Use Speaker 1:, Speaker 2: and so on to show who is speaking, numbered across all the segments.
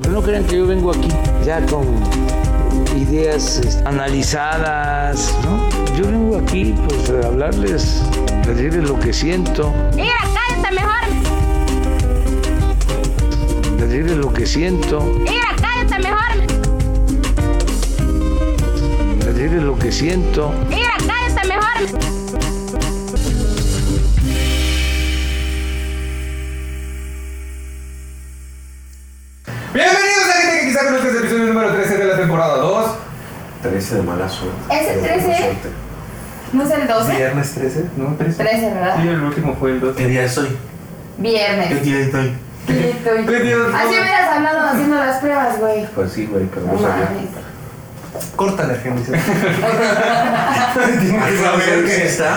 Speaker 1: Pero no crean que yo vengo aquí ya con ideas este, analizadas, ¿no? Yo vengo aquí pues a hablarles, a decirles lo que siento,
Speaker 2: Mira, cállate mejor.
Speaker 1: a decirles lo que siento,
Speaker 2: Mira, cállate mejor.
Speaker 1: a decirles lo que siento.
Speaker 2: Mira, cállate mejor.
Speaker 3: Bienvenidos a gente que quizá conozca este episodio número 13 de la temporada 2.
Speaker 4: 13 de mala suerte.
Speaker 5: ¿Es
Speaker 4: Pero
Speaker 5: el
Speaker 4: buena
Speaker 5: 13?
Speaker 4: suerte.
Speaker 5: ¿No es el 12?
Speaker 3: Viernes 13, ¿no? 13.
Speaker 5: 13, ¿verdad?
Speaker 3: Sí, el último fue el 12.
Speaker 4: ¿Qué día estoy? ¿Qué
Speaker 5: Viernes.
Speaker 4: día estoy?
Speaker 5: Quito y-
Speaker 3: ¿Qué Dios?
Speaker 5: Así hubieras hablado haciendo las pruebas, güey.
Speaker 4: Pues sí, güey, pero
Speaker 5: No
Speaker 4: no sabía.
Speaker 5: mames.
Speaker 6: Corta la gente.
Speaker 4: Hay que saber que está,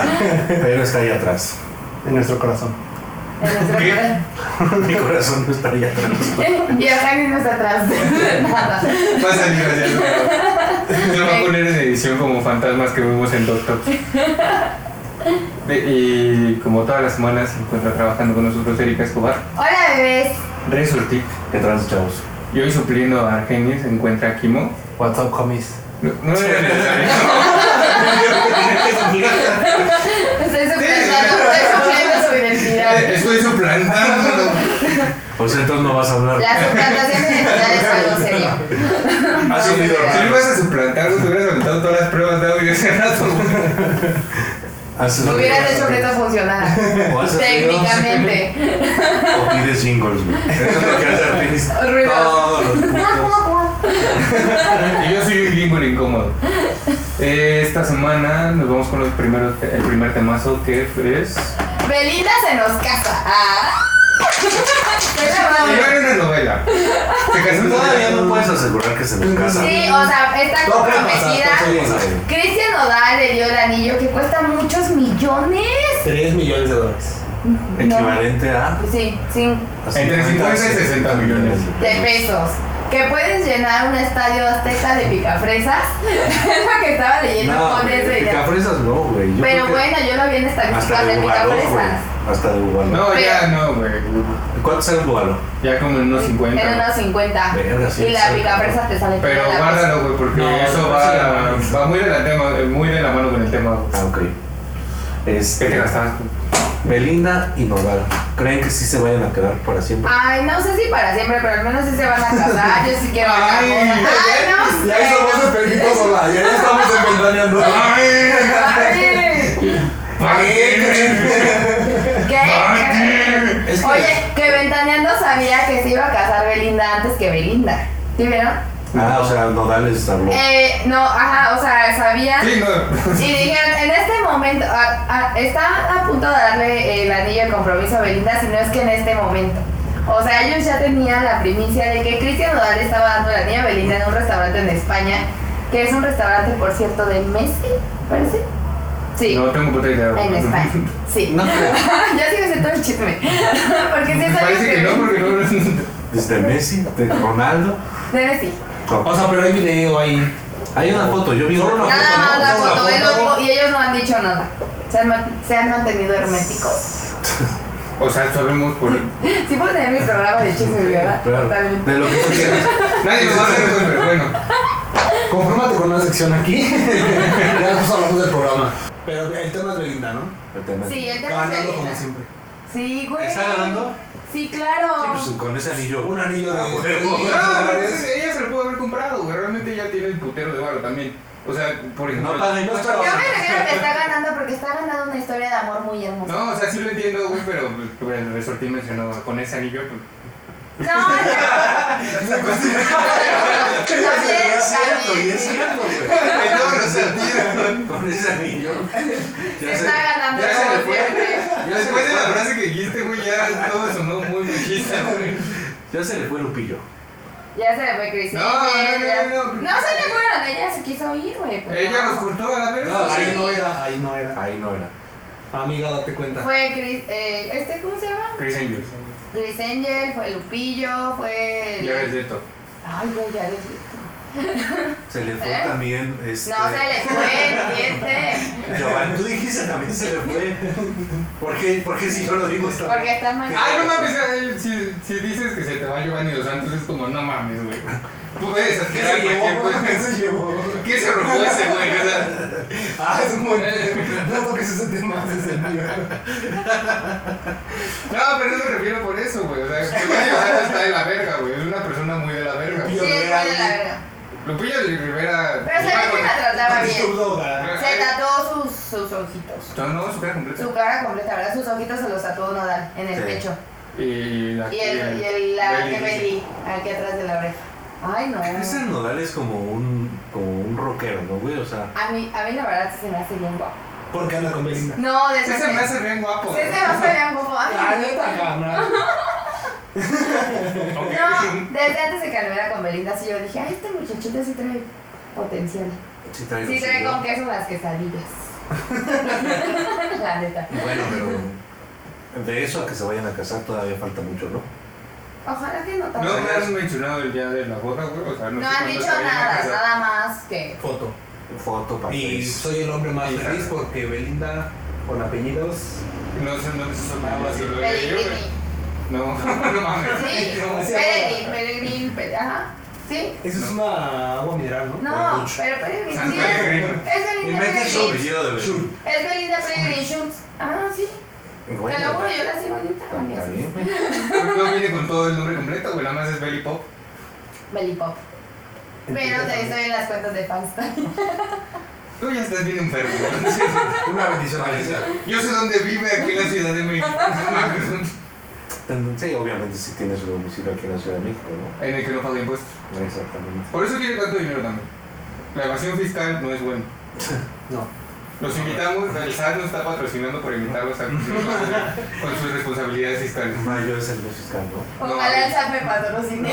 Speaker 4: pero está ahí atrás.
Speaker 6: En nuestro corazón.
Speaker 5: En nuestro
Speaker 4: Mi corazón no está ahí atrás.
Speaker 5: corazón. Y Arcángel no está atrás. Nada.
Speaker 3: Va a salir así el número. Lo va a poner en edición como fantasmas que vimos en Doctor. De- y como todas las semanas se encuentra trabajando con nosotros Erika Escobar,
Speaker 5: Hola, bebés.
Speaker 3: Rey Surtik,
Speaker 4: ¿Qué trans, chavos?
Speaker 3: y hoy supliendo a Argenis se encuentra a Kimo.
Speaker 6: What's up, comis?
Speaker 3: No, no era necesario.
Speaker 5: Estoy suplantando, estoy supliendo su identidad.
Speaker 3: Estoy suplantando.
Speaker 4: Pues entonces no vas a hablar.
Speaker 5: La suplantación de identidad es algo serio.
Speaker 4: Has subido
Speaker 3: Si no
Speaker 4: raro.
Speaker 3: ibas a suplantar, no te hubieras aventado todas las pruebas de audio ese rato.
Speaker 4: Has subido
Speaker 5: Hubieras
Speaker 4: raro.
Speaker 5: hecho que esto funcionara.
Speaker 4: O has subido-
Speaker 5: Técnicamente.
Speaker 4: O pides jingles, güey. Eso es lo que hace Argenis
Speaker 5: Ruidos.
Speaker 4: todos los putos.
Speaker 3: Y yo soy un gringo incómodo. Eh, Esta semana nos vamos con los primeros, el primer temazo que es.
Speaker 5: Belinda se nos casa. Ah. Qué
Speaker 3: Y
Speaker 5: grabado.
Speaker 3: era una novela. Se casó
Speaker 4: Todavía no puedes asegurar que se nos casa.
Speaker 5: Sí, o sea, está
Speaker 4: Todo puede pasar, pues, todo puede
Speaker 5: comprometida.
Speaker 4: pasar.
Speaker 5: Cristian Odal le dio el anillo que cuesta muchos millones.
Speaker 6: 3 millones de dólares.
Speaker 4: Equivalente a.
Speaker 5: Sí, sí,
Speaker 4: a
Speaker 3: Entre 50 y 60 millones.
Speaker 5: de pesos. Que puedes llenar un estadio azteca de picafresas. es lo que estaba leyendo
Speaker 4: No,
Speaker 5: con ese dinero.
Speaker 4: picafresas no, güey. Yo creo
Speaker 5: Pero
Speaker 4: que
Speaker 5: bueno, yo lo vi en
Speaker 4: Hasta
Speaker 5: estadísticas de
Speaker 4: de Ubaló, güey.
Speaker 5: picafresas.
Speaker 4: Hasta de Ubaló.
Speaker 3: No, ya
Speaker 5: Pero-
Speaker 3: no, güey.
Speaker 4: ¿Cuánto sale un Ubaló?
Speaker 3: Ya como en unos
Speaker 5: Era
Speaker 3: 50.
Speaker 5: unos 50.
Speaker 4: Verga, sí,
Speaker 5: y la
Speaker 4: exacto.
Speaker 5: picafresa te sale
Speaker 3: Pero
Speaker 5: toda la
Speaker 3: guárdalo, güey, porque
Speaker 6: No,
Speaker 3: eso
Speaker 6: no,
Speaker 3: va,
Speaker 6: sí,
Speaker 3: va muy, de la tema, muy de la mano con el tema. güey.
Speaker 4: Ah, ok.
Speaker 3: ¿Qué te
Speaker 4: Este,
Speaker 3: gastabas?
Speaker 4: Belinda y Nodal. ¿Creen que sí se vayan a quedar para siempre?
Speaker 5: Ay, no sé si para siempre, pero al menos sí se van a casar. Yo sí quiero la boda. Ay, no sé. no sé.
Speaker 4: sola, ya estamos inventaneando.
Speaker 5: Ay, ¿Qué? Oye, que Ventaneando sabía que se iba a casar Belinda antes que Belinda. ¿Sí vieron?
Speaker 4: Ah, o sea, Nodal les habló.
Speaker 5: Eh, no, ajá, o sea, sabían.
Speaker 3: Sí, no.
Speaker 5: Y dijeron, en este momento, a- a- está a punto de darle el anillo de compromiso a Belinda, si no es que en este momento. O sea, ellos ya tenían la primicia de que Cristian Nodal estaba dando el anillo a Belinda en un restaurante en España, que es un restaurante, por cierto, de Messi, parece. Sí.
Speaker 3: No tengo puta idea. güey.
Speaker 5: En España, sí. ya sí me sé todo el chisme. Porque si es algo
Speaker 3: Parece que no, porque no.
Speaker 4: Desde Messi, de Ronaldo.
Speaker 5: Debe sí.
Speaker 6: O sea, pero hay video ahí.
Speaker 4: Hay una foto, yo vi una foto.
Speaker 5: Nada más la
Speaker 4: ¿no?
Speaker 5: foto, el logo, y ellos no han dicho nada. Se han, ma- se han mantenido herméticos.
Speaker 3: O sea, sabemos por.
Speaker 5: Sí puedo tener mi programa de chisme, ¿verdad?
Speaker 4: Claro,
Speaker 5: Totalmente.
Speaker 4: de lo que tú quieras.
Speaker 3: Nadie lo va a hacer, güey, pero bueno.
Speaker 6: Confórmate con una sección aquí. ya después hablamos del programa. Pero el tema es Belinda, ¿no?
Speaker 4: El tema.
Speaker 5: Sí, el tema es
Speaker 6: Ganando como
Speaker 5: Belinda.
Speaker 6: siempre.
Speaker 5: Sí, güey.
Speaker 4: ¿Está ganando?
Speaker 5: Sí, claro.
Speaker 4: Pues con ese anillo.
Speaker 6: Un anillo de-
Speaker 4: Ah, huevo.
Speaker 3: No, pero es- ella se lo pudo haber comprado, güey. Realmente ya tiene el putero de barro también. O sea, por ejemplo.
Speaker 4: No paga impuestos.
Speaker 5: Yo
Speaker 3: pues,
Speaker 5: me refiero que está ganando porque está ganando una historia de amor muy hermosa.
Speaker 3: No, o sea, sí lo entiendo, güey, pero pero el resortín mencionó con ese anillo. pues,
Speaker 5: No, no.
Speaker 4: Es cierto, y es
Speaker 5: También,
Speaker 4: cierto,
Speaker 3: En todos los sentidos.
Speaker 4: güey. Con ese anillo.
Speaker 5: Se
Speaker 4: Ya se-
Speaker 5: está ganando
Speaker 3: ya se le
Speaker 5: como
Speaker 3: fue.
Speaker 5: siempre.
Speaker 3: Después de la frase que dijiste, güey, ya todo sonó muy machista, güey.
Speaker 4: Ya se le fue Lupillo.
Speaker 5: Ya se le fue Cristian.
Speaker 3: No, no,
Speaker 5: ya-
Speaker 3: no,
Speaker 5: ya-
Speaker 3: no, no.
Speaker 5: se le fueron, ella se quiso ir, güey. pero
Speaker 3: Ella nos
Speaker 5: no.
Speaker 3: cortó a la
Speaker 4: No,
Speaker 3: verga.
Speaker 4: sí.
Speaker 6: Ahí no era, ahí no era.
Speaker 4: Ahí no era.
Speaker 6: Amiga, date cuenta.
Speaker 5: Fue Chris, eh, este, ¿cómo se llama?
Speaker 3: Chris Angels.
Speaker 5: Chris Angel, fue Lupillo, fue...
Speaker 3: Ya ves de esto.
Speaker 5: Ay, güey, ya ves.
Speaker 4: Se le fue
Speaker 5: ¿Eh?
Speaker 4: también. Este,
Speaker 5: No se le fue el diente.
Speaker 4: Giovanni, tú dijiste también se le fue. ¿Por qué, por qué si yo lo digo está
Speaker 5: Porque estás mal.
Speaker 3: Ay, no mames, eh, si, si dices que se te va Giovanni Dos Santos es como, no mames, güey. Tú puedes
Speaker 6: ¿Qué
Speaker 3: hacer
Speaker 6: se
Speaker 3: algo,
Speaker 6: llevó?
Speaker 3: güey.
Speaker 6: güey? ¿Qué se llevó?
Speaker 3: ¿Qué se robó ese güey? O sea,
Speaker 6: Ah, es un buen. No toques ese tema desde el mío.
Speaker 3: no, pero no me refiero por eso, güey. O sea, Giovanni Dos Santos está de la verga, güey. Es una persona muy de la verga.
Speaker 5: Sí, es muy de la verga.
Speaker 3: Lupillo de Rivera.
Speaker 5: Pero se ve que la trataba bien.
Speaker 6: Deuda.
Speaker 5: Se tatuó sus, sus ojitos.
Speaker 3: No, no, su cara completa.
Speaker 5: Su cara completa, ¿verdad? Sus ojitos se los tatuó Nodal en el
Speaker 4: Sí.
Speaker 5: pecho.
Speaker 3: Y la
Speaker 5: Y el, y el la que Belly, aquí atrás de la oreja. Ay, no.
Speaker 4: Ese nodal es como un, como un rockero, ¿no, güey? O sea,
Speaker 5: A mí, a mí la verdad sí se me hace bien guapo.
Speaker 6: ¿Por qué anda con Belinda?
Speaker 5: No, de
Speaker 3: Ese se me hace bien guapo.
Speaker 5: Sí, se me hace bien guapo. Ay,
Speaker 6: La neta, cámara.
Speaker 5: No, desde antes de que anduviera con Belinda, sí yo dije, ay, este muchachito sí trae potencial.
Speaker 4: sí trae
Speaker 5: Sí
Speaker 4: los
Speaker 5: trae
Speaker 4: hijos.
Speaker 5: con queso las quesadillas. La neta.
Speaker 4: Bueno, pero de eso a que se vayan a casar todavía falta mucho, ¿no?
Speaker 5: Ojalá que no
Speaker 3: No
Speaker 5: tanto.
Speaker 3: me han mencionado el día de la boda, güey. O sea, no,
Speaker 5: No
Speaker 3: sé
Speaker 5: han
Speaker 3: cuándo
Speaker 5: dicho
Speaker 3: se vayan a
Speaker 5: nada,
Speaker 3: casar.
Speaker 5: nada más que.
Speaker 6: Foto.
Speaker 4: Foto,
Speaker 6: Y
Speaker 4: papeles.
Speaker 6: soy el hombre más feliz porque Belinda, con apellidos.
Speaker 3: No sé, no sé, eso
Speaker 6: Ah,
Speaker 3: no
Speaker 6: sí.
Speaker 3: sé, lo de yo,
Speaker 5: Pellegrini.
Speaker 3: güey. No, no mames.
Speaker 5: Sí,
Speaker 6: No, sí,
Speaker 5: Pellegrini, Pellegrini, Pe- ajá. Sí.
Speaker 6: Eso es una agua mineral, ¿no?
Speaker 5: No,
Speaker 4: mucho.
Speaker 5: pero Pellegrini.
Speaker 3: San
Speaker 5: sí
Speaker 3: Pellegrino.
Speaker 5: es- Es Belinda
Speaker 4: Inventa su
Speaker 5: Pellegrini.
Speaker 4: apellido de
Speaker 6: Sure.
Speaker 4: Belén.
Speaker 5: Es Belinda Pellegrini Schultz. Ah, sí. Te lo juro, yo la sigo ahorita.
Speaker 4: Ah, Está bien, güey.
Speaker 3: No viene con todo el nombre completo, güey. Nada más es Belly Pop.
Speaker 5: Belipop. Pero te estoy en las cuentas de fans también.
Speaker 3: Tú ya estás bien enfermo, güey.
Speaker 6: Una bendición a Belinda.
Speaker 3: Yo sé dónde vive aquí en la Ciudad de México.
Speaker 4: Sí, obviamente sí tiene su domicilio aquí en la Ciudad de México, ¿no?
Speaker 3: en el que no paga impuestos.
Speaker 4: Exactamente.
Speaker 3: Por eso tiene tanto dinero también. La evasión fiscal no es buena.
Speaker 6: No.
Speaker 3: Los invitamos, el SAT nos está patrocinando por invitarlos a con sus responsabilidades fiscales.
Speaker 4: Mayo es el mes fiscal, ¿no?
Speaker 5: Ojalá el Sape patrocine.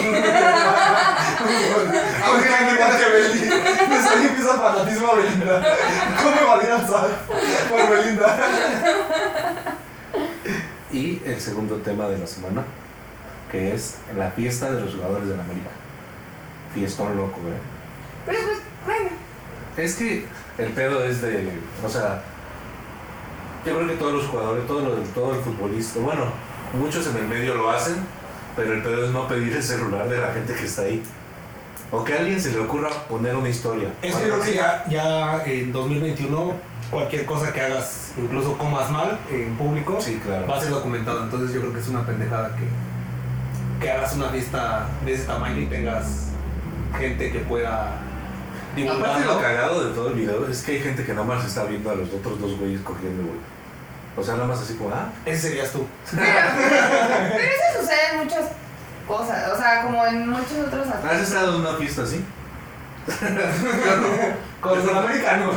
Speaker 3: Aunque la mitad de Belly.
Speaker 6: Me salió empieza fanatismo a Belinda. ¿Cómo valía el sal por Belinda?
Speaker 4: Y el segundo tema de la semana, que es la fiesta de los jugadores de la América. Fiestón loco, ¿eh?
Speaker 5: Pero pues, bueno.
Speaker 4: Es que el pedo es de. O sea. Yo creo que todos los jugadores, todo, lo- todo el futbolista, bueno, muchos en el medio lo hacen, pero el pedo es no pedir el celular de la gente que está ahí. O que a alguien se le ocurra poner una historia.
Speaker 6: Es que yo creo que ya, ya en 2021 cualquier cosa que hagas, incluso comas mal en público,
Speaker 4: Sí, claro.
Speaker 6: va a ser documentado. Entonces yo creo que es una pendejada que, que hagas una fiesta de ese tamaño y tengas gente que pueda
Speaker 4: Aparte
Speaker 6: divulgarlo.
Speaker 4: lo cagado de todo el video es que hay gente que nada más está viendo a los otros dos güeyes cogiendo, güey. O sea, nada más así como, ah,
Speaker 6: Ese serías tú.
Speaker 5: Pero eso sucede en muchas cosas. O sea, como en muchos otros
Speaker 4: ¿has
Speaker 5: aspectos.
Speaker 4: estado en una fiesta así?
Speaker 6: Con el americano.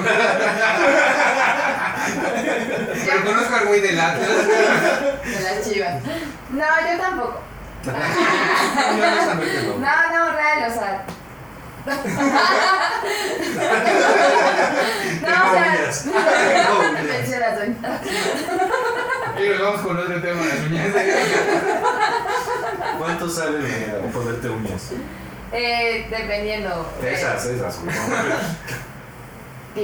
Speaker 3: Pero conozco al güey del Atlas.
Speaker 5: De las chivas. No, yo tampoco.
Speaker 4: Yo honestamente
Speaker 5: No,
Speaker 4: no.
Speaker 5: no, real, o sea. no, o
Speaker 4: Tengo
Speaker 5: sea.
Speaker 4: uñas. Tengo uñas.
Speaker 5: Pensé la doña.
Speaker 3: Y nos vamos con otro tema, las uñas.
Speaker 4: ¿Cuánto sale el ponerte uñas?
Speaker 5: Eh, dependiendo. eh,
Speaker 4: Esas, esas, güey. No, güey.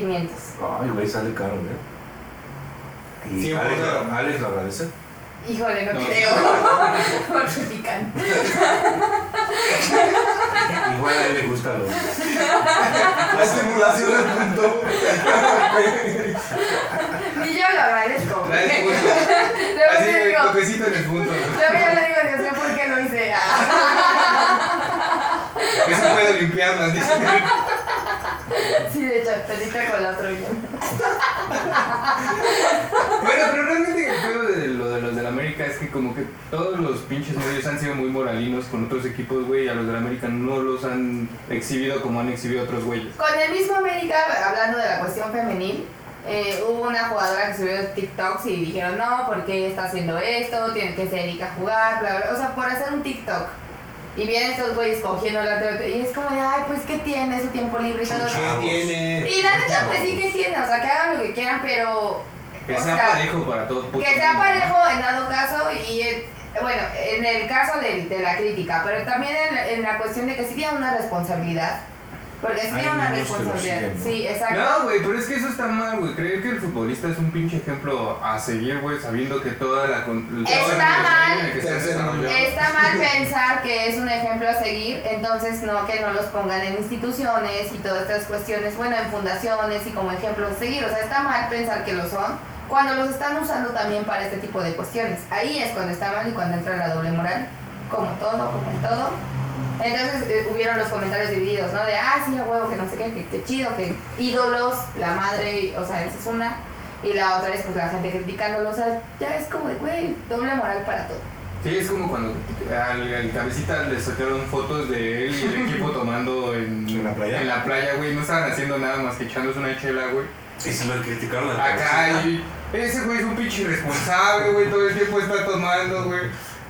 Speaker 5: 500.
Speaker 4: Ay, güey, sale caro, güey. Y
Speaker 6: Sí,
Speaker 4: Alex,
Speaker 6: bueno.
Speaker 4: lo- Alex lo agradece.
Speaker 5: Híjole, no,
Speaker 3: No.
Speaker 5: creo. Porque pican.
Speaker 4: Igual a él le gusta lo.
Speaker 6: La estimulación del punto.
Speaker 5: Ni yo lo agradezco.
Speaker 3: Trae el
Speaker 5: Luego
Speaker 3: punto. pues, Así,
Speaker 5: yo
Speaker 3: el
Speaker 5: digo,
Speaker 3: toquecito en el punto.
Speaker 5: luego yo le digo, Dios mío, ¿por qué lo hice? Ah.
Speaker 3: Que se puede limpiarlas. dice.
Speaker 5: Sí, de chapelita con la otra uña.
Speaker 3: Bueno, pero realmente el juego de lo de los del América es que como que todos los pinches medios han sido muy moralinos con otros equipos, güey, y a los del América no los han exhibido como han exhibido otros güeyes.
Speaker 5: Con el mismo América, hablando de la cuestión femenil, eh, hubo una jugadora que subió TikToks y dijeron, no, ¿por qué está haciendo esto? Tiene que se dedica a jugar, bla, bla. O sea, por hacer un TikTok. Y vienen estos güeyes cogiendo la otra y es como de, ay, pues, ¿qué tiene su tiempo libre? Y, todo.
Speaker 6: ¿Qué tiene?
Speaker 5: y la neta, pues sí que tiene, o sea, que hagan lo que quieran, pero...
Speaker 3: Que
Speaker 5: o
Speaker 3: sea
Speaker 5: sea,
Speaker 3: parejo para todos. puto.
Speaker 5: Que sea parejo en dado caso y eh, bueno, en el caso del- de, la crítica, pero también en, la- en la cuestión de que sí tiene una responsabilidad Porque sí
Speaker 4: Hay
Speaker 5: tiene una
Speaker 4: niños que lo
Speaker 5: responsabilidad.
Speaker 4: siguen, ¿no?
Speaker 5: Sí, exacto.
Speaker 3: No, güey, pero es que eso está mal, güey. Creer que el futbolista es un pinche ejemplo a seguir, güey, sabiendo que toda la. con-
Speaker 5: Está
Speaker 3: toda la
Speaker 5: mal.
Speaker 3: manera en que se ha desarrollado.
Speaker 5: Está mal pensar que es un ejemplo a seguir, entonces no que no los pongan en instituciones y todas estas cuestiones, bueno, en fundaciones y como ejemplo a seguir. O sea, está mal pensar que lo son cuando los están usando también para este tipo de cuestiones. Ahí es cuando está mal y cuando entra la doble moral, como todo, como en todo. Entonces eh, hubieron los comentarios divididos, ¿no? De, ah, sí, a huevo, que no sé qué, que, que chido, que ídolos, la madre, o sea, esa es una. Y la otra es pues la gente criticándolo, o sea, ya es como de, güey, doble moral para todo.
Speaker 3: Sí, es como cuando al, al cabecita le sacaron fotos de él y el equipo tomando en,
Speaker 4: ¿En la playa?
Speaker 3: en la playa, güey. No estaban haciendo nada más que echándose una chela, güey.
Speaker 4: Y se lo criticaron al
Speaker 3: Acá, y ese güey es un pinche irresponsable, güey. Todo el tiempo está tomando, güey.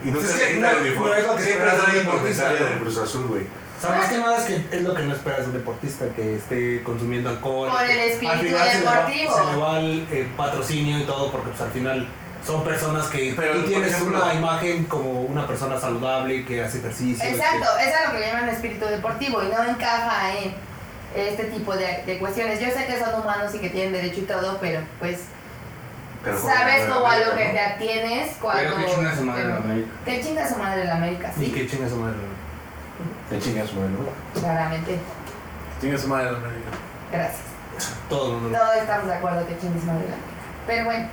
Speaker 4: Y no
Speaker 6: Pues
Speaker 4: se
Speaker 6: es que
Speaker 4: quita el
Speaker 6: no-
Speaker 4: uniforme.
Speaker 6: no es lo que
Speaker 4: Siempre
Speaker 6: espera
Speaker 4: trae
Speaker 6: un
Speaker 4: el
Speaker 6: deportista,
Speaker 4: comentario
Speaker 6: ¿no?
Speaker 4: del Cruz Azul, güey.
Speaker 6: O sea, más que nada es que es lo que no esperas de un deportista que esté consumiendo alcohol.
Speaker 5: Por el
Speaker 6: que
Speaker 5: espíritu
Speaker 6: al final se le va-
Speaker 5: deportivo.
Speaker 6: Se le va el eh, patrocinio y todo, porque pues al final son personas que
Speaker 4: Pero,
Speaker 6: tú
Speaker 4: por
Speaker 6: tienes
Speaker 4: ejemplo-
Speaker 6: una imagen como una persona saludable que hace ejercicio.
Speaker 5: Exacto, es a lo que le llaman espíritu deportivo y no encaja en este tipo de, de cuestiones. Yo sé que son humanos y que tienen derecho y todo, pero pues
Speaker 4: Pero como
Speaker 5: sabes
Speaker 4: la
Speaker 5: como a lo que
Speaker 4: América,
Speaker 5: te atienes cuando...
Speaker 3: Pero que chinga su madre la América.
Speaker 5: Que chinga su madre la América,
Speaker 6: Y
Speaker 5: sí,
Speaker 6: que chingas su madre.
Speaker 4: ¿no? Te chingas, güey, ¿no?
Speaker 5: claramente.
Speaker 7: Chinga su madre, América.
Speaker 5: Gracias.
Speaker 6: Todo el mundo.
Speaker 5: Todos estamos de acuerdo que chinga su madre la América. Pero bueno,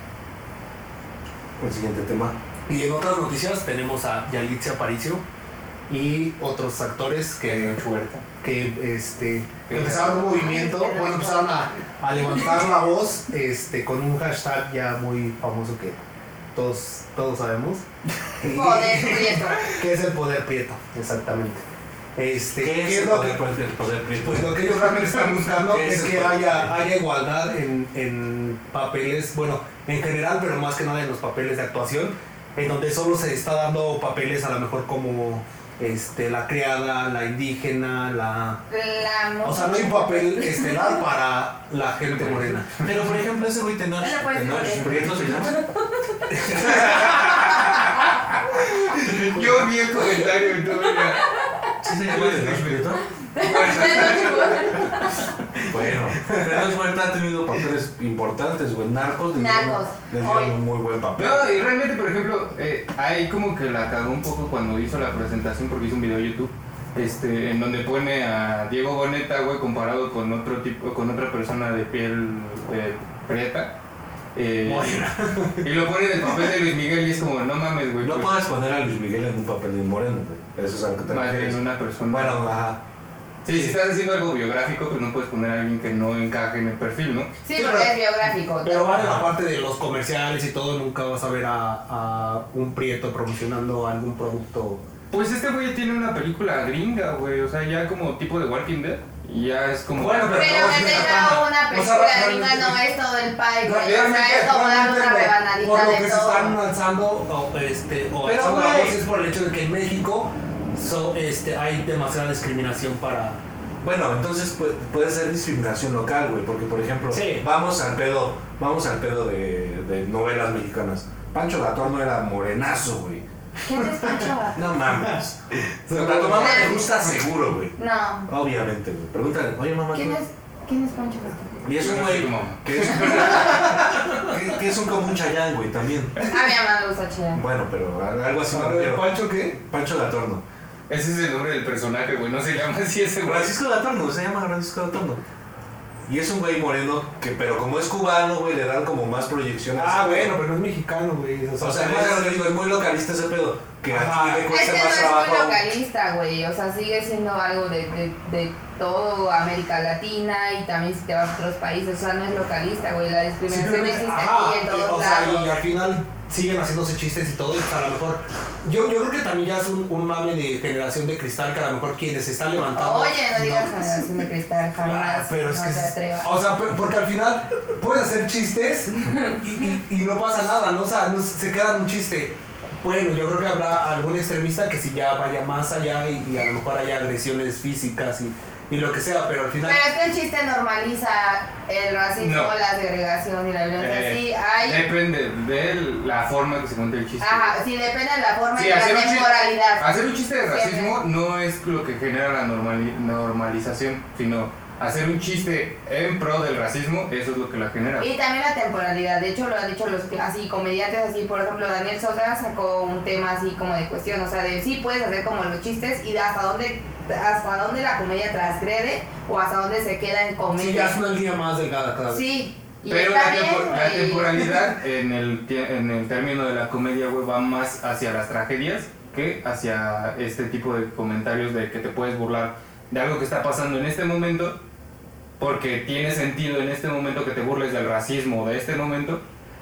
Speaker 4: El siguiente tema.
Speaker 6: Y en otras noticias tenemos a Yalitza Aparicio y otros actores que, que este, empezaron un movimiento, bueno, empezaron a, a levantar la voz este, con un hashtag ya muy famoso que todos, todos sabemos. Y-
Speaker 5: poder prieto.
Speaker 6: que es el poder prieto, exactamente. Este, ¿qué
Speaker 4: ¿Qué
Speaker 6: es lo que-
Speaker 4: poder, el poder prieto?
Speaker 6: pues lo que ellos realmente están buscando
Speaker 4: ¿Qué
Speaker 6: es
Speaker 4: es
Speaker 6: que
Speaker 4: el poder
Speaker 6: haya,
Speaker 4: prieto?
Speaker 6: haya igualdad en, en papeles, bueno, en general, pero más que nada en los papeles de actuación, en donde solo se está dando papeles a lo mejor como este, la criada, la indígena, la...
Speaker 5: La
Speaker 6: O sea, no hay un papel estelar para la gente morena.
Speaker 4: Pero por ejemplo, ese güey tenor,
Speaker 5: Pero, pues,
Speaker 4: tenor
Speaker 5: porque-
Speaker 4: prieto se llama.
Speaker 3: Yo vi el comentario y todo, mira.
Speaker 4: ¿Sí se llama tenor prieto? Bueno, Tenor Prieto ha tenido papeles importantes, güey. Narcos le dieron-
Speaker 5: Narcos.
Speaker 4: le
Speaker 5: Hoy.
Speaker 4: dieron un muy buen papel.
Speaker 3: No, y realmente, por ejemplo, eh, ahí como que la cagó un poco cuando hizo la presentación, porque hizo un video de YouTube, este, en donde pone a Diego Boneta, güey, comparado con otro tipo, con otra persona de piel eh, prieta. eh, y lo pone en el papel de Luis Miguel y es como, no mames, güey.
Speaker 4: No
Speaker 3: pues,
Speaker 4: puedes poner a Luis Miguel en un papel de moreno, güey. Eso es algo que te
Speaker 3: más
Speaker 4: refieres.
Speaker 3: bien una persona.
Speaker 4: Bueno, ajá.
Speaker 3: sí, si estás haciendo algo biográfico, pues no puedes poner a alguien que no encaje en el perfil, ¿no?
Speaker 5: Sí, porque es biográfico.
Speaker 6: Pero vale, aparte de los comerciales y todo, nunca vas a ver a, a un prieto promocionando algún producto.
Speaker 3: Pues este güey tiene una película gringa, güey, o sea, ya como tipo de Walking Dead, y ya es como...
Speaker 6: Bueno,
Speaker 5: Pero que tenga una
Speaker 6: O sea,
Speaker 5: película gringa
Speaker 6: realmente-
Speaker 5: no es todo el país, güey. O
Speaker 6: Realmente,
Speaker 5: sea, es como dar una
Speaker 6: realmente, por
Speaker 5: rebanadita
Speaker 6: lo que
Speaker 5: de
Speaker 6: se están
Speaker 5: todo.
Speaker 6: lanzando o, este, o
Speaker 4: Pero,
Speaker 6: alzando la
Speaker 4: güey.
Speaker 6: voz es por el hecho de que en México so, este, hay demasiada discriminación para...
Speaker 4: Bueno, entonces pu- puede ser discriminación local, güey, porque por ejemplo,
Speaker 6: Sí.
Speaker 4: vamos al pedo, vamos al pedo de, de novelas mexicanas. Pancho Gatón no era morenazo, güey.
Speaker 5: ¿Quién te escuchaba?
Speaker 4: No mames. La tu mamá te gusta seguro, güey.
Speaker 5: No.
Speaker 4: Obviamente, güey. Pregúntale, oye mamá,
Speaker 5: ¿Quién
Speaker 4: ¿tú-
Speaker 5: es, ¿quién es Pancho Castillo?
Speaker 4: Y es un
Speaker 3: Yo no
Speaker 4: güey
Speaker 3: soy tu mamá.
Speaker 4: que es, que, que es un como un chayán, güey, también.
Speaker 5: A mi mamá le gusta chida.
Speaker 4: Bueno, pero a- algo así me refiero.
Speaker 6: ¿Pancho qué?
Speaker 4: Pancho Gatorno.
Speaker 3: Ese es el nombre del personaje, güey. No se llama así ese güey.
Speaker 4: Francisco Gatorno, se llama Francisco Gatorno. Y es un güey moreno que, pero como es cubano, güey, le dan como más proyecciones.
Speaker 6: Ah, bueno, pero no es mexicano, güey. O sea,
Speaker 4: O sea,
Speaker 6: es-
Speaker 4: es, lo que digo, es muy localista ese pedo. Que
Speaker 6: Ajá.
Speaker 4: aquí le
Speaker 5: Es
Speaker 4: cuesta
Speaker 5: que no
Speaker 4: más
Speaker 5: es
Speaker 4: trabajo.
Speaker 5: muy localista, güey. O sea, sigue siendo algo de, de, de todo América Latina y también si te vas a otros países. O sea, no es localista, güey. La discriminación
Speaker 6: Simplemente,
Speaker 5: existe
Speaker 6: ajá,
Speaker 5: aquí en
Speaker 6: y,
Speaker 5: todos
Speaker 6: o sea, y
Speaker 5: lados.
Speaker 6: al final siguen haciéndose chistes y todo, y pues a lo mejor. Yo, yo creo que también ya es un, un mame de generación de cristal que a lo mejor quienes se están levantando.
Speaker 5: Oye, no digas generación de cristal, jamás.
Speaker 6: pues Ah, pero es
Speaker 5: no
Speaker 6: que.
Speaker 5: te atrevas.
Speaker 6: O sea, pe- porque al final puedes hacer chistes y, y- y no pasa nada, ¿no? O sea, no- se queda en un chiste. Bueno, yo creo que habrá algún extremista que sí ya vaya más allá y, y a lo mejor haya agresiones físicas y, y lo que sea, pero al final...
Speaker 5: Pero es que el chiste normaliza el racismo,
Speaker 3: No.
Speaker 5: la segregación y la violencia.
Speaker 3: Eh,
Speaker 5: sí, hay.
Speaker 3: Depende de la forma que se cuente el chiste.
Speaker 5: Ajá, sí, depende de la forma
Speaker 3: Sí,
Speaker 5: y de la
Speaker 3: hacer un chiste-
Speaker 5: temporalidad.
Speaker 3: Hacer un chiste de
Speaker 5: Sí,
Speaker 3: racismo no es lo que genera la normali- normalización, sino hacer un chiste en pro del racismo, eso es lo que la genera.
Speaker 5: Y también la temporalidad, de hecho lo han dicho los así comediantes así, por ejemplo Daniel Sosa sacó un tema así como de cuestión, o sea, de sí puedes hacer como los chistes y de hasta dónde hasta dónde la comedia transgrede o hasta dónde se queda en
Speaker 6: Sí, ya
Speaker 5: comedia.
Speaker 6: es una línea más delgada cada vez.
Speaker 5: Sí, y
Speaker 3: Pero
Speaker 5: está
Speaker 3: la, tempo-
Speaker 5: bien,
Speaker 3: la
Speaker 5: güey.
Speaker 3: temporalidad en el, tie- en el término de la comedia web va más hacia las tragedias que hacia este tipo de comentarios de que te puedes burlar de algo que está pasando en este momento porque tiene sentido en este momento que te burles del racismo de este momento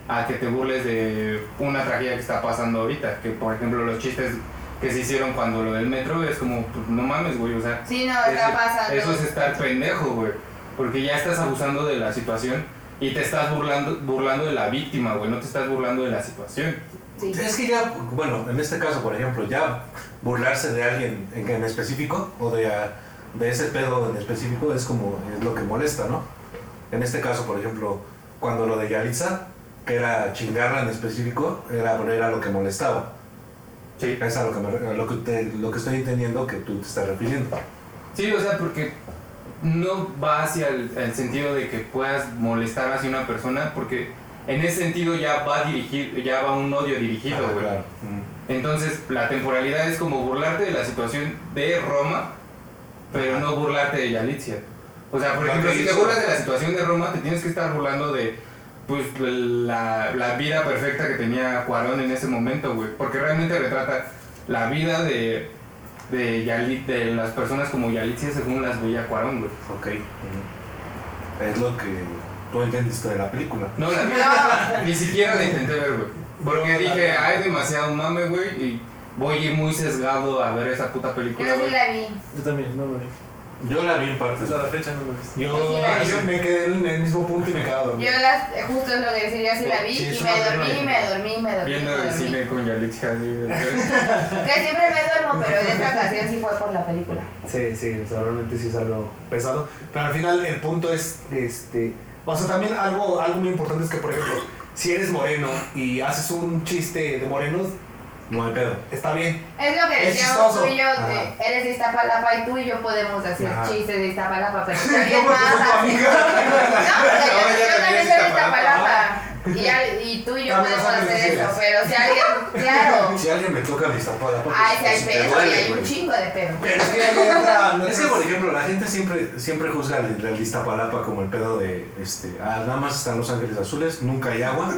Speaker 3: a que te burles de una tragedia que está pasando ahorita que por ejemplo los chistes que se hicieron cuando lo del metro es como pues, no mames güey o sea
Speaker 5: Sí, no, está
Speaker 3: eso-
Speaker 5: pasando.
Speaker 3: Eso es estar pendejo, güey. Porque ya estás abusando de la situación y te estás burlando, burlando de la víctima, güey. No te estás burlando de la situación.
Speaker 5: Sí.
Speaker 4: Es que ya, bueno, en este caso, por ejemplo, ya burlarse de alguien en, en específico o de, ah, de ese pedo en específico es como es lo que molesta, ¿no? En este caso, por ejemplo, cuando lo de Yalitza, que era chingarla en específico, era, era lo que molestaba.
Speaker 3: Sí.
Speaker 4: Es a lo que, me- a lo que, te- lo que estoy entendiendo que tú te estás refiriendo.
Speaker 3: Sí, o sea, porque no va hacia el, el sentido de que puedas molestar hacia una persona, porque en ese sentido ya va dirigir, ya va un odio dirigido,
Speaker 4: Ah,
Speaker 3: güey.
Speaker 4: claro. Mm.
Speaker 3: Entonces, la temporalidad es como burlarte de la situación de Roma, pero no burlarte de Yalitza. O sea, por
Speaker 4: Lo
Speaker 3: ejemplo,
Speaker 4: que
Speaker 3: si te
Speaker 4: hizo.
Speaker 3: burlas de la situación de Roma, te tienes que estar burlando de pues la, la vida perfecta que tenía Cuarón en ese momento, güey. Porque realmente retrata la vida de, de, Yali- de las personas como Yalitza según las veía Cuarón, güey.
Speaker 4: Ok. Es lo que tú entendiste de la película.
Speaker 3: No, la ni siquiera la intenté ver, güey. Porque
Speaker 6: No, la-
Speaker 3: dije, hay demasiado mame, güey, y voy a ir muy sesgado a ver esa puta película,
Speaker 5: Yo sí
Speaker 3: güey.
Speaker 5: la vi.
Speaker 7: Yo también, no lo vi.
Speaker 4: Yo la vi en partes.
Speaker 7: Hasta la fecha no lo vi.
Speaker 6: Yo, yo me quedé en el mismo punto y me quedé dormido.
Speaker 5: Yo las, eh, justo es lo que decía, yo sí la vi
Speaker 6: Sí, es
Speaker 5: y
Speaker 6: una
Speaker 5: me
Speaker 6: película
Speaker 5: dormí y
Speaker 6: que-
Speaker 5: me dormí y me dormí. y me
Speaker 3: Viendo el
Speaker 5: dormí.
Speaker 3: cine con Yalitza. así, güey.
Speaker 5: Que siempre me duermo, pero en esta ocasión sí fue por la película.
Speaker 6: Sí, sí, o sea, realmente sí es algo pesado. Pero al final el punto es, este, o sea, también algo, algo muy importante es que, por ejemplo, si eres moreno y haces un chiste de morenos,
Speaker 4: No hay pedo.
Speaker 6: está bien.
Speaker 5: Es lo que
Speaker 6: Es
Speaker 5: decíamos
Speaker 6: chistoso.
Speaker 5: tú y yo,
Speaker 6: Ajá.
Speaker 5: de, eres de Iztapalapa y tú y yo podemos hacer
Speaker 6: Ajá.
Speaker 5: chistes de Iztapalapa, pero
Speaker 6: Yo
Speaker 5: también
Speaker 6: porque
Speaker 5: más...
Speaker 6: soy tu amiga.
Speaker 5: No, o sea,
Speaker 3: Ahora
Speaker 5: yo-
Speaker 3: ya
Speaker 5: yo,
Speaker 3: también
Speaker 5: también
Speaker 3: es
Speaker 5: soy de
Speaker 3: Iztapalapa.
Speaker 5: Iztapalapa. Y, al- y tú y yo
Speaker 6: También
Speaker 5: podemos
Speaker 6: somos
Speaker 5: hacer eso,
Speaker 6: vecinas.
Speaker 5: pero si alguien... Claro.
Speaker 4: Si alguien me toca mi zapada,
Speaker 5: Ay, si hay
Speaker 4: te
Speaker 5: pedo y
Speaker 4: duele,
Speaker 5: hay un
Speaker 4: güey.
Speaker 5: chingo de pedo.
Speaker 6: Pero es que hay otra- no
Speaker 4: Es que, por ejemplo, la gente siempre, siempre juzga al al Iztapalapa como el pedo de, este, ah, nada más están los ángeles azules, nunca hay agua,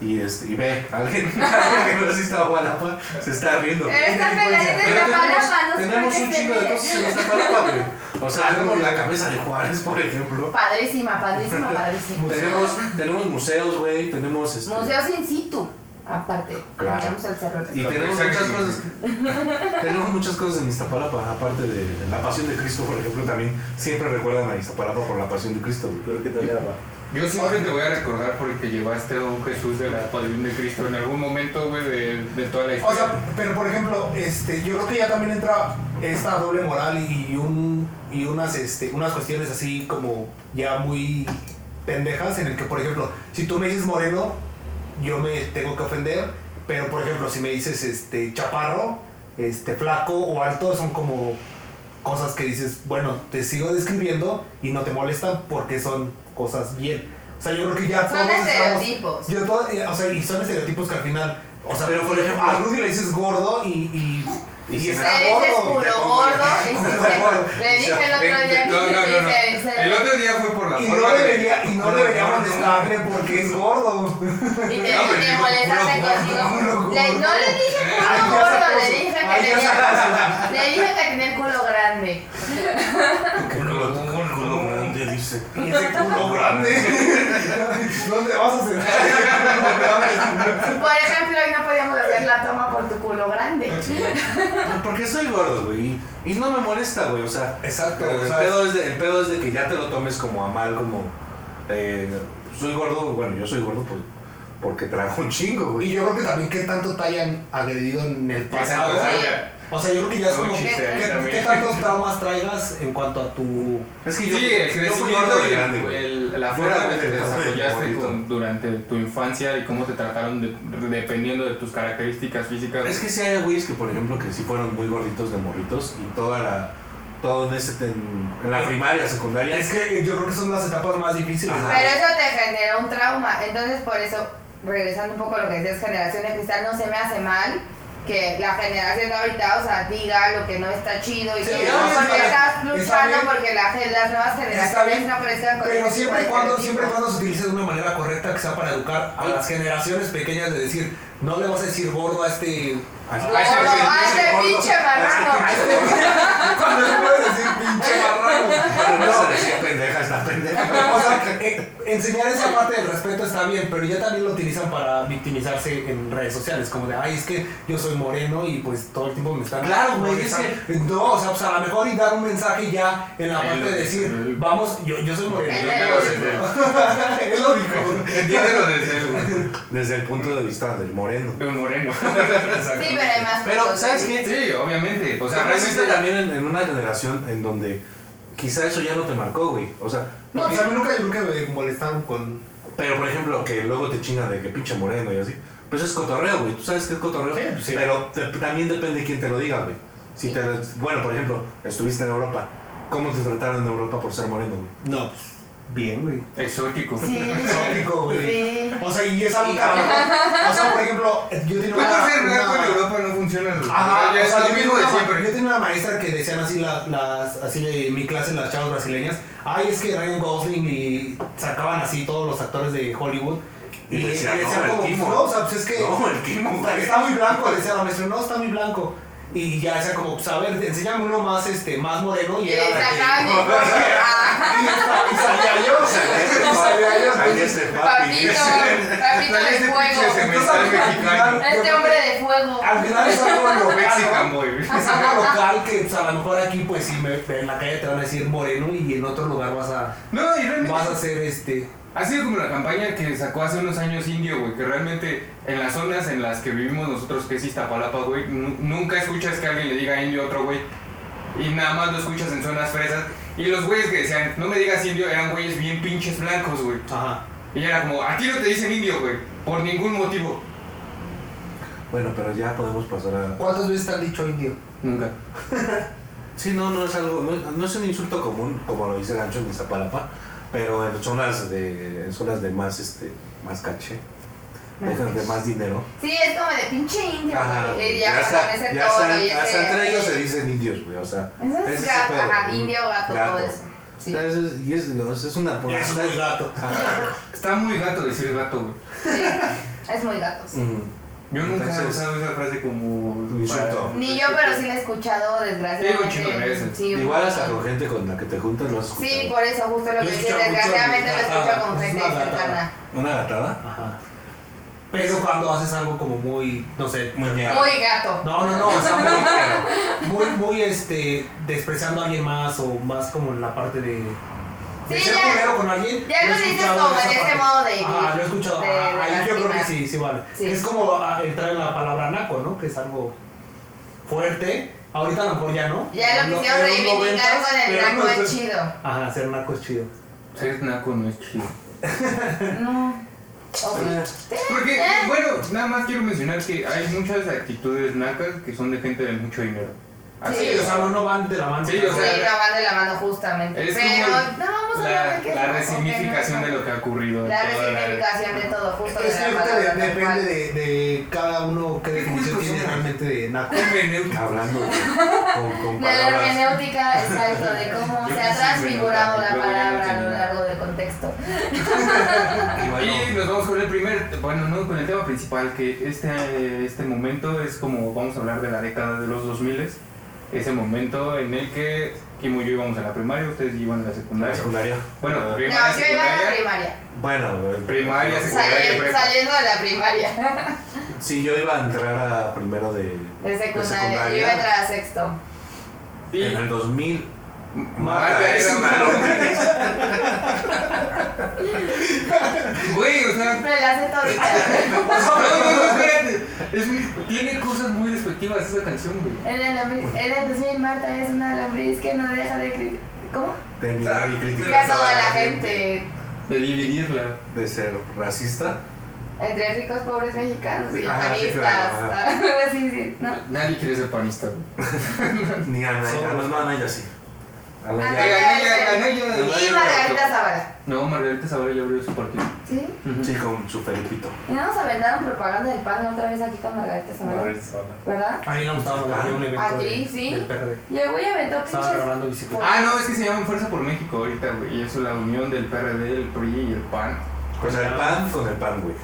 Speaker 4: y, este, y ve, alguien, alguien que no es Iztapalapa se está riendo.
Speaker 5: Pero está
Speaker 6: Pero
Speaker 5: pelada de Iztapalapa, no
Speaker 4: tenemos,
Speaker 5: sé
Speaker 4: tenemos
Speaker 5: por
Speaker 4: un
Speaker 5: qué se
Speaker 4: chingo de
Speaker 5: ríe.
Speaker 4: cosas
Speaker 5: Ah,
Speaker 4: en Iztapalapa, güey. O sea, tenemos la cabeza de Juárez, por ejemplo.
Speaker 5: Padrísima, padrísima, padrísima.
Speaker 4: Tenemos, tenemos museos, güey, tenemos, este,
Speaker 5: Museos in situ, aparte.
Speaker 4: Claro.
Speaker 5: Tenemos el cerro.
Speaker 4: Y tenemos muchas cosas. tenemos muchas cosas en Iztapalapa, aparte de la Pasión de Cristo, por ejemplo, también siempre recuerdan a Iztapalapa por la Pasión de Cristo. güey.
Speaker 7: Pero que todavía va.
Speaker 3: Yo siempre te voy a recordar porque llevaste a un Jesús de la Pasión de Cristo en algún momento, güey, de, de toda la
Speaker 6: O
Speaker 3: historia.
Speaker 6: sea, pero por ejemplo, este, yo creo que ya también entra esta doble moral y, y un, y unas, este, unas cuestiones así como ya muy pendejas en el que, por ejemplo, si tú me dices moreno, yo me tengo que ofender, pero por ejemplo, si me dices este, chaparro, este, flaco o alto, son como cosas que dices, bueno, te sigo describiendo y no te molestan porque son cosas bien. O sea, yo creo que ya
Speaker 5: Son
Speaker 6: todos estamos-
Speaker 5: estereotipos.
Speaker 6: yo todo, eh, o sea, y son estereotipos que al final. O sea,
Speaker 4: Pero, por ejemplo,
Speaker 6: a Rudy le dices gordo y. Y, y,
Speaker 4: si
Speaker 5: Le
Speaker 6: está
Speaker 5: dices
Speaker 6: gordo.
Speaker 5: puro gordo. le dices- Le dije el otro día
Speaker 3: No, no, no, no.
Speaker 5: que dice-
Speaker 3: El otro día fue por la
Speaker 6: Y
Speaker 3: forma
Speaker 6: no
Speaker 3: de-
Speaker 6: debería, y no
Speaker 3: por la
Speaker 6: debería
Speaker 3: forma de-
Speaker 6: molestarle porque es gordo.
Speaker 5: Y te,
Speaker 3: No, pero
Speaker 5: te
Speaker 3: digo,
Speaker 5: molestaste
Speaker 3: puro
Speaker 6: gordo,
Speaker 5: contigo.
Speaker 6: puro
Speaker 5: Le-
Speaker 6: gordo.
Speaker 5: no le dije puro
Speaker 6: Ay, ya
Speaker 5: gordo,
Speaker 6: sacó
Speaker 5: le
Speaker 6: su-
Speaker 5: dije que
Speaker 6: ay, ya
Speaker 5: tenía. Le dije que tenía el culo grande.
Speaker 4: Culo- culo- culo grande, dice.
Speaker 6: Y ese culo grande. ¿Dónde vas a sentar?
Speaker 5: Por ejemplo, hoy no podíamos hacer la toma por tu culo grande.
Speaker 4: Porque soy gordo, güey. y- Y no me molesta, güey. O sea,
Speaker 6: Exacto,
Speaker 4: pero
Speaker 6: o
Speaker 4: el,
Speaker 6: sea,
Speaker 4: pedo es de, el pedo es de que ya te lo tomes como a mal, como. eh, soy gordo, bueno, yo soy gordo, pues. porque trajo un chingo,
Speaker 6: Y
Speaker 4: güey.
Speaker 6: yo creo que también qué tanto te hayan agredido en el pasado.
Speaker 3: Exacto,
Speaker 6: güey.
Speaker 3: ya.
Speaker 6: O sea, yo creo que Pues, ya es
Speaker 3: Un
Speaker 6: como que
Speaker 3: chiste ahí
Speaker 6: qué
Speaker 3: también.
Speaker 6: qué tantos traumas traigas en cuanto a tu
Speaker 4: Es que yo,
Speaker 3: Sí, el
Speaker 4: yo fui
Speaker 3: crecimiento
Speaker 4: gordo de
Speaker 3: y
Speaker 4: grande, güey.
Speaker 3: el- la
Speaker 4: Yo
Speaker 3: forma
Speaker 4: era
Speaker 3: en que te
Speaker 4: gordo de
Speaker 3: desarrollaste
Speaker 4: morrito.
Speaker 3: con- durante tu infancia y cómo te trataron de- dependiendo de tus características físicas.
Speaker 4: Es que sí hay güeyes que, por ejemplo, que sí fueron muy gorditos de morritos y toda la. Todo en, ese, en, en la primaria, secundaria.
Speaker 6: Es que yo creo que son las etapas más difíciles.
Speaker 4: Ajá.
Speaker 5: Pero eso te genera un trauma. Entonces, por eso, regresando un poco a lo que decías, generación de cristal, no se me hace mal que la generación de ahorita, o sea, diga lo que no está chido y
Speaker 6: Sí,
Speaker 5: que
Speaker 6: no,
Speaker 5: no,
Speaker 6: está
Speaker 5: porque
Speaker 6: bien,
Speaker 5: estás
Speaker 6: está
Speaker 5: luchando
Speaker 6: bien.
Speaker 5: porque la gen- las nuevas generaciones
Speaker 6: bien,
Speaker 5: no parezcan con
Speaker 6: Pero
Speaker 5: ese
Speaker 6: siempre
Speaker 5: tipo
Speaker 6: y
Speaker 5: de
Speaker 6: cuando,
Speaker 5: estereotipo.
Speaker 6: siempre y cuando se utilice de una manera correcta que sea para educar a las generaciones pequeñas de decir, no le vas a decir gordo a este.
Speaker 4: A-
Speaker 5: No,
Speaker 4: a ese
Speaker 5: no,
Speaker 4: güey,
Speaker 5: a
Speaker 4: ese
Speaker 5: ese
Speaker 4: gordo,
Speaker 5: pinche
Speaker 4: a ese
Speaker 5: marrano.
Speaker 4: pinche
Speaker 6: Cuando le puedes decir pinche marrano.
Speaker 4: Pero no se decía pendeja, está pendeja.
Speaker 6: O sea, eh, enseñar esa parte del respeto está bien, pero ya también lo utilizan para victimizarse en redes sociales, como de, ay, es que yo soy moreno y pues todo el tiempo me están...
Speaker 4: Claro, güey, es
Speaker 6: que... No, o sea, pues a lo mejor y dar un mensaje ya en la
Speaker 3: Es
Speaker 6: parte
Speaker 3: lo
Speaker 6: de
Speaker 3: que-
Speaker 6: decir, vamos, yo, yo soy moreno.
Speaker 5: Es
Speaker 6: yo
Speaker 5: lo
Speaker 6: quiero
Speaker 5: que-
Speaker 6: ser moreno". Es lo único.
Speaker 3: Entiéndelo desde el,
Speaker 4: Desde el punto de vista del moreno.
Speaker 3: de un moreno.
Speaker 5: Sí, pero hay más
Speaker 4: Pero,
Speaker 5: cosas.
Speaker 4: ¿sabes qué?
Speaker 3: Sí, obviamente. O
Speaker 4: O
Speaker 3: sea,
Speaker 4: sea, creciste
Speaker 3: realmente
Speaker 4: también en, en una generación en donde quizá eso ya no te marcó, güey. O sea,
Speaker 6: No, pues a mí nunca, nunca me molestaron con...
Speaker 4: pero por ejemplo, que luego te chingan de que pinche moreno y así. Pues es cotorreo, güey. Tú sabes que es cotorreo.
Speaker 6: Sí, pues sí.
Speaker 4: Pero te- también depende de quién te lo diga, güey. Si te, bueno, por ejemplo, estuviste en Europa. ¿Cómo te trataron en Europa por ser moreno, güey?
Speaker 6: No, pues, bien, güey.
Speaker 3: exótico.
Speaker 5: Sí.
Speaker 6: Exótico, güey.
Speaker 5: Sí.
Speaker 6: O sea, y es algo que a lo mejor- O sea, por ejemplo, yo tenía
Speaker 3: Puede ser
Speaker 6: una-
Speaker 3: blanco en Europa no funciona.
Speaker 6: Ah, Ajá,
Speaker 3: ya
Speaker 6: o
Speaker 3: es
Speaker 6: sea,
Speaker 3: lo
Speaker 6: yo,
Speaker 3: mismo
Speaker 6: tenía
Speaker 3: de
Speaker 6: una,
Speaker 3: siempre.
Speaker 6: yo tenía una maestra que decían así la- las, así de mi clase las chavas brasileñas, ay es que Ryan Gosling y sacaban así todos los actores de Hollywood y,
Speaker 4: Y
Speaker 6: le
Speaker 4: decía,
Speaker 6: decían
Speaker 4: "No, el
Speaker 6: como,
Speaker 4: Kimo".
Speaker 6: no, o sea, pues es que
Speaker 4: No, el Kimo,
Speaker 6: está,
Speaker 4: güey".
Speaker 6: está muy blanco, le decía la maestra, no está muy blanco. Y ya decía como, pues a ver, enséñame uno más este, más moreno y
Speaker 5: Y
Speaker 6: era la que-
Speaker 5: sacaban el coche. Ah,
Speaker 6: y sa- y salía yo, y salía yo.
Speaker 4: Salí este
Speaker 6: este
Speaker 4: papi. este
Speaker 5: Papito, Ah, papito
Speaker 3: Trae
Speaker 5: de
Speaker 3: ese pinche
Speaker 5: fuego.
Speaker 3: semental mexicano.
Speaker 5: Este hombre de fuego.
Speaker 6: Al final es algo local,
Speaker 3: Mexican
Speaker 6: ¿no?
Speaker 3: boy. güey.
Speaker 6: Es algo local que pues, a lo mejor aquí, pues sí, me- en la calle te van a decir moreno y en otro lugar vas a,
Speaker 3: No, y realmente.
Speaker 6: vas a ser este.
Speaker 3: Ha sido como la campaña que sacó hace unos años Indio, güey, que realmente en las zonas en las que vivimos nosotros, que es Iztapalapa, güey, nu- nunca escuchas que alguien le diga indio a otro güey. Y nada más lo escuchas en zonas fresas. Y los güeyes que decían, no me digas indio, eran güeyes bien pinches blancos, güey.
Speaker 6: Ajá.
Speaker 3: Y era como, a ti no te dicen indio, güey, por ningún motivo.
Speaker 4: Bueno, pero ya podemos pasar a.
Speaker 6: ¿Cuántas veces te han dicho indio?
Speaker 3: Nunca.
Speaker 4: Sí, no, no es algo, no, no es un insulto común, como lo dice Gancho en Iztapalapa, pero en zonas de, en zonas de más, este, más caché, en zonas de más dinero.
Speaker 5: Sí, es como de pinche indio.
Speaker 4: Ajá,
Speaker 5: güey. Y
Speaker 4: ya
Speaker 5: ya
Speaker 4: está-
Speaker 5: con ese
Speaker 4: ya
Speaker 5: tono
Speaker 4: está-
Speaker 5: y
Speaker 4: hasta
Speaker 5: ese-
Speaker 4: entre ellos se dicen indios, güey, o sea,
Speaker 5: Eso es
Speaker 4: ese
Speaker 5: gato,
Speaker 4: pedo,
Speaker 5: ajá,
Speaker 4: ¿no?
Speaker 5: indio, gato, todo eso, sí.
Speaker 4: O sea, es- y es, no, es- es una
Speaker 6: Es muy gato.
Speaker 4: Ajá.
Speaker 3: Está muy gato decir gato, güey.
Speaker 5: Sí, es muy gato. sí.
Speaker 4: Ujú.
Speaker 3: Yo nunca he
Speaker 4: Entonces,
Speaker 3: usado esa frase como...
Speaker 4: Insulto.
Speaker 3: para-
Speaker 5: Ni yo, pero sí la he escuchado,
Speaker 3: Digo, un chingo de
Speaker 5: desgraciadamente.
Speaker 3: veces.
Speaker 5: Sí,
Speaker 4: Igual hasta con gente con la que te juntas lo has escuchado.
Speaker 5: Sí, por eso, justo lo
Speaker 6: Yo
Speaker 5: que
Speaker 6: he
Speaker 5: decía,
Speaker 6: escuchado mucho
Speaker 5: desgraciadamente
Speaker 6: de
Speaker 5: lo
Speaker 6: gatada,
Speaker 5: escucho con
Speaker 6: es
Speaker 5: gente
Speaker 6: una gatada.
Speaker 5: cercana.
Speaker 4: ¿Una gatada?
Speaker 6: Ajá. Pero cuando haces algo como muy, no sé.
Speaker 4: Muy ñero.
Speaker 5: Muy gato.
Speaker 6: No, no, no, o sea, muy, muy, muy, este, despreciando a alguien más o más como en la parte de. de
Speaker 5: Sí,
Speaker 6: ser
Speaker 5: ya.
Speaker 6: culero con alguien.
Speaker 5: Ya
Speaker 6: lo he
Speaker 5: lo dices
Speaker 6: escuchado
Speaker 5: como
Speaker 6: esa
Speaker 5: en ese
Speaker 6: parte.
Speaker 5: modo de-
Speaker 6: Ah, lo he escuchado.
Speaker 5: de-
Speaker 6: ah,
Speaker 5: de
Speaker 6: ahí yo creo que
Speaker 5: lastimar.
Speaker 6: sí, sí vale.
Speaker 5: Sí.
Speaker 6: Es como ah, entrar en la palabra naco, ¿no? Que es algo fuerte. Ahorita a lo mejor ya no.
Speaker 5: Ya lo quisieron
Speaker 6: En los
Speaker 5: reivindicar
Speaker 6: 90s,
Speaker 5: con el
Speaker 6: pero-
Speaker 5: taco de chido.
Speaker 6: Ajá, ser naco es chido.
Speaker 3: Ser naco no es chido.
Speaker 5: No. Eh, O sí.
Speaker 3: Porque, bueno, nada más quiero mencionar que hay muchas actitudes nacas que son de gente de mucho dinero. Así
Speaker 6: Sí,
Speaker 3: es.
Speaker 6: o sea, no, no van de la mano.
Speaker 3: Sí, o
Speaker 5: Sí,
Speaker 3: sea,
Speaker 5: no van de la mano justamente.
Speaker 3: es
Speaker 5: Pero
Speaker 3: como
Speaker 5: no vamos a hablar de
Speaker 3: la,
Speaker 5: qué
Speaker 3: la
Speaker 5: es eso,
Speaker 3: resignificación
Speaker 5: porque
Speaker 3: de
Speaker 5: no-
Speaker 3: lo que ha ocurrido.
Speaker 5: La
Speaker 3: toda
Speaker 5: resignificación de todo, justo
Speaker 6: Es
Speaker 5: de
Speaker 6: que
Speaker 5: la
Speaker 6: ahorita
Speaker 5: palabra tal
Speaker 6: de-
Speaker 5: cual.
Speaker 6: depende de, de cada uno qué definición tiene realmente de naco.
Speaker 3: Hermenéutica.
Speaker 4: Hablando de- con, con
Speaker 5: De la
Speaker 4: palabras.
Speaker 5: hermenéutica, exacto, de cómo
Speaker 3: Yo
Speaker 5: se
Speaker 3: pensé
Speaker 5: ha
Speaker 3: que
Speaker 5: transfigurado
Speaker 3: me
Speaker 5: la
Speaker 3: lo- luego ya no
Speaker 5: palabra a lo
Speaker 3: tenía.
Speaker 5: largo del contexto.
Speaker 4: Y bueno,
Speaker 3: Y nos vamos con el primer, bueno, no, con el tema principal, que este, este momento es como, vamos a hablar de la década de los 2000, ese momento en el que Kim y yo íbamos a la primaria, ustedes iban a la
Speaker 4: la
Speaker 3: secundaria.
Speaker 4: secundaria. Ah,
Speaker 3: Bueno,
Speaker 5: No,
Speaker 3: primaria,
Speaker 5: yo iba a la
Speaker 3: secundaria.
Speaker 5: primaria.
Speaker 4: Bueno, el-
Speaker 3: Primaria,
Speaker 4: el-
Speaker 3: secundaria.
Speaker 5: Sali-
Speaker 3: prepa.
Speaker 5: saliendo de la primaria,
Speaker 4: Sí, yo iba a entrar a primero de,
Speaker 5: de secundaria. Yo iba a entrar a sexto.
Speaker 3: Y-
Speaker 4: En el 2000,
Speaker 3: Ah,
Speaker 4: Marta es malo.
Speaker 3: Güey, o sea.
Speaker 5: Me la hace todita.
Speaker 3: No, no, no, espérate. Es muy- tiene cosas muy despectivas esa canción, güey.
Speaker 5: El alambriz, el alambriz, Marta es una alambriz que no deja de cri- ¿Cómo?
Speaker 4: Terminar y criticar
Speaker 5: Ya toda la gente.
Speaker 3: De dividirla.
Speaker 4: De ser racista.
Speaker 5: Entre ricos, pobres mexicanos y
Speaker 4: Ajá, sí,
Speaker 5: panistas.
Speaker 4: claro,
Speaker 5: sí, sí, no.
Speaker 3: Nadie quiere ser panista, güey.
Speaker 4: Ni a Naya. No, no, a Naya sí. A
Speaker 5: Ah,
Speaker 4: Naya.
Speaker 3: ya, ya, ya, ya, ya,
Speaker 5: Y
Speaker 3: ya,
Speaker 5: Margarita
Speaker 3: ya.
Speaker 5: Zavala.
Speaker 3: No, Margarita Sabela ya abrió su partido.
Speaker 5: ¿Sí?
Speaker 4: Sí, con su Felipito.
Speaker 5: Y no nos aventaron propaganda del pan otra vez aquí con Margarita Zavala. ¿Verdad?
Speaker 6: A mí no me estaba grabando un evento.
Speaker 5: Aquí,
Speaker 6: de-
Speaker 5: Ah, sí.
Speaker 6: del PRD.
Speaker 5: Y el güey aventó
Speaker 6: Estaba
Speaker 5: pinches.
Speaker 6: grabando bicicleta.
Speaker 3: Ah, no, es que se llaman Fuerza por México ahorita, güey. Y es la unión del PRD, el PRI y el PAN.
Speaker 4: O sea, el pan con el pan, güey.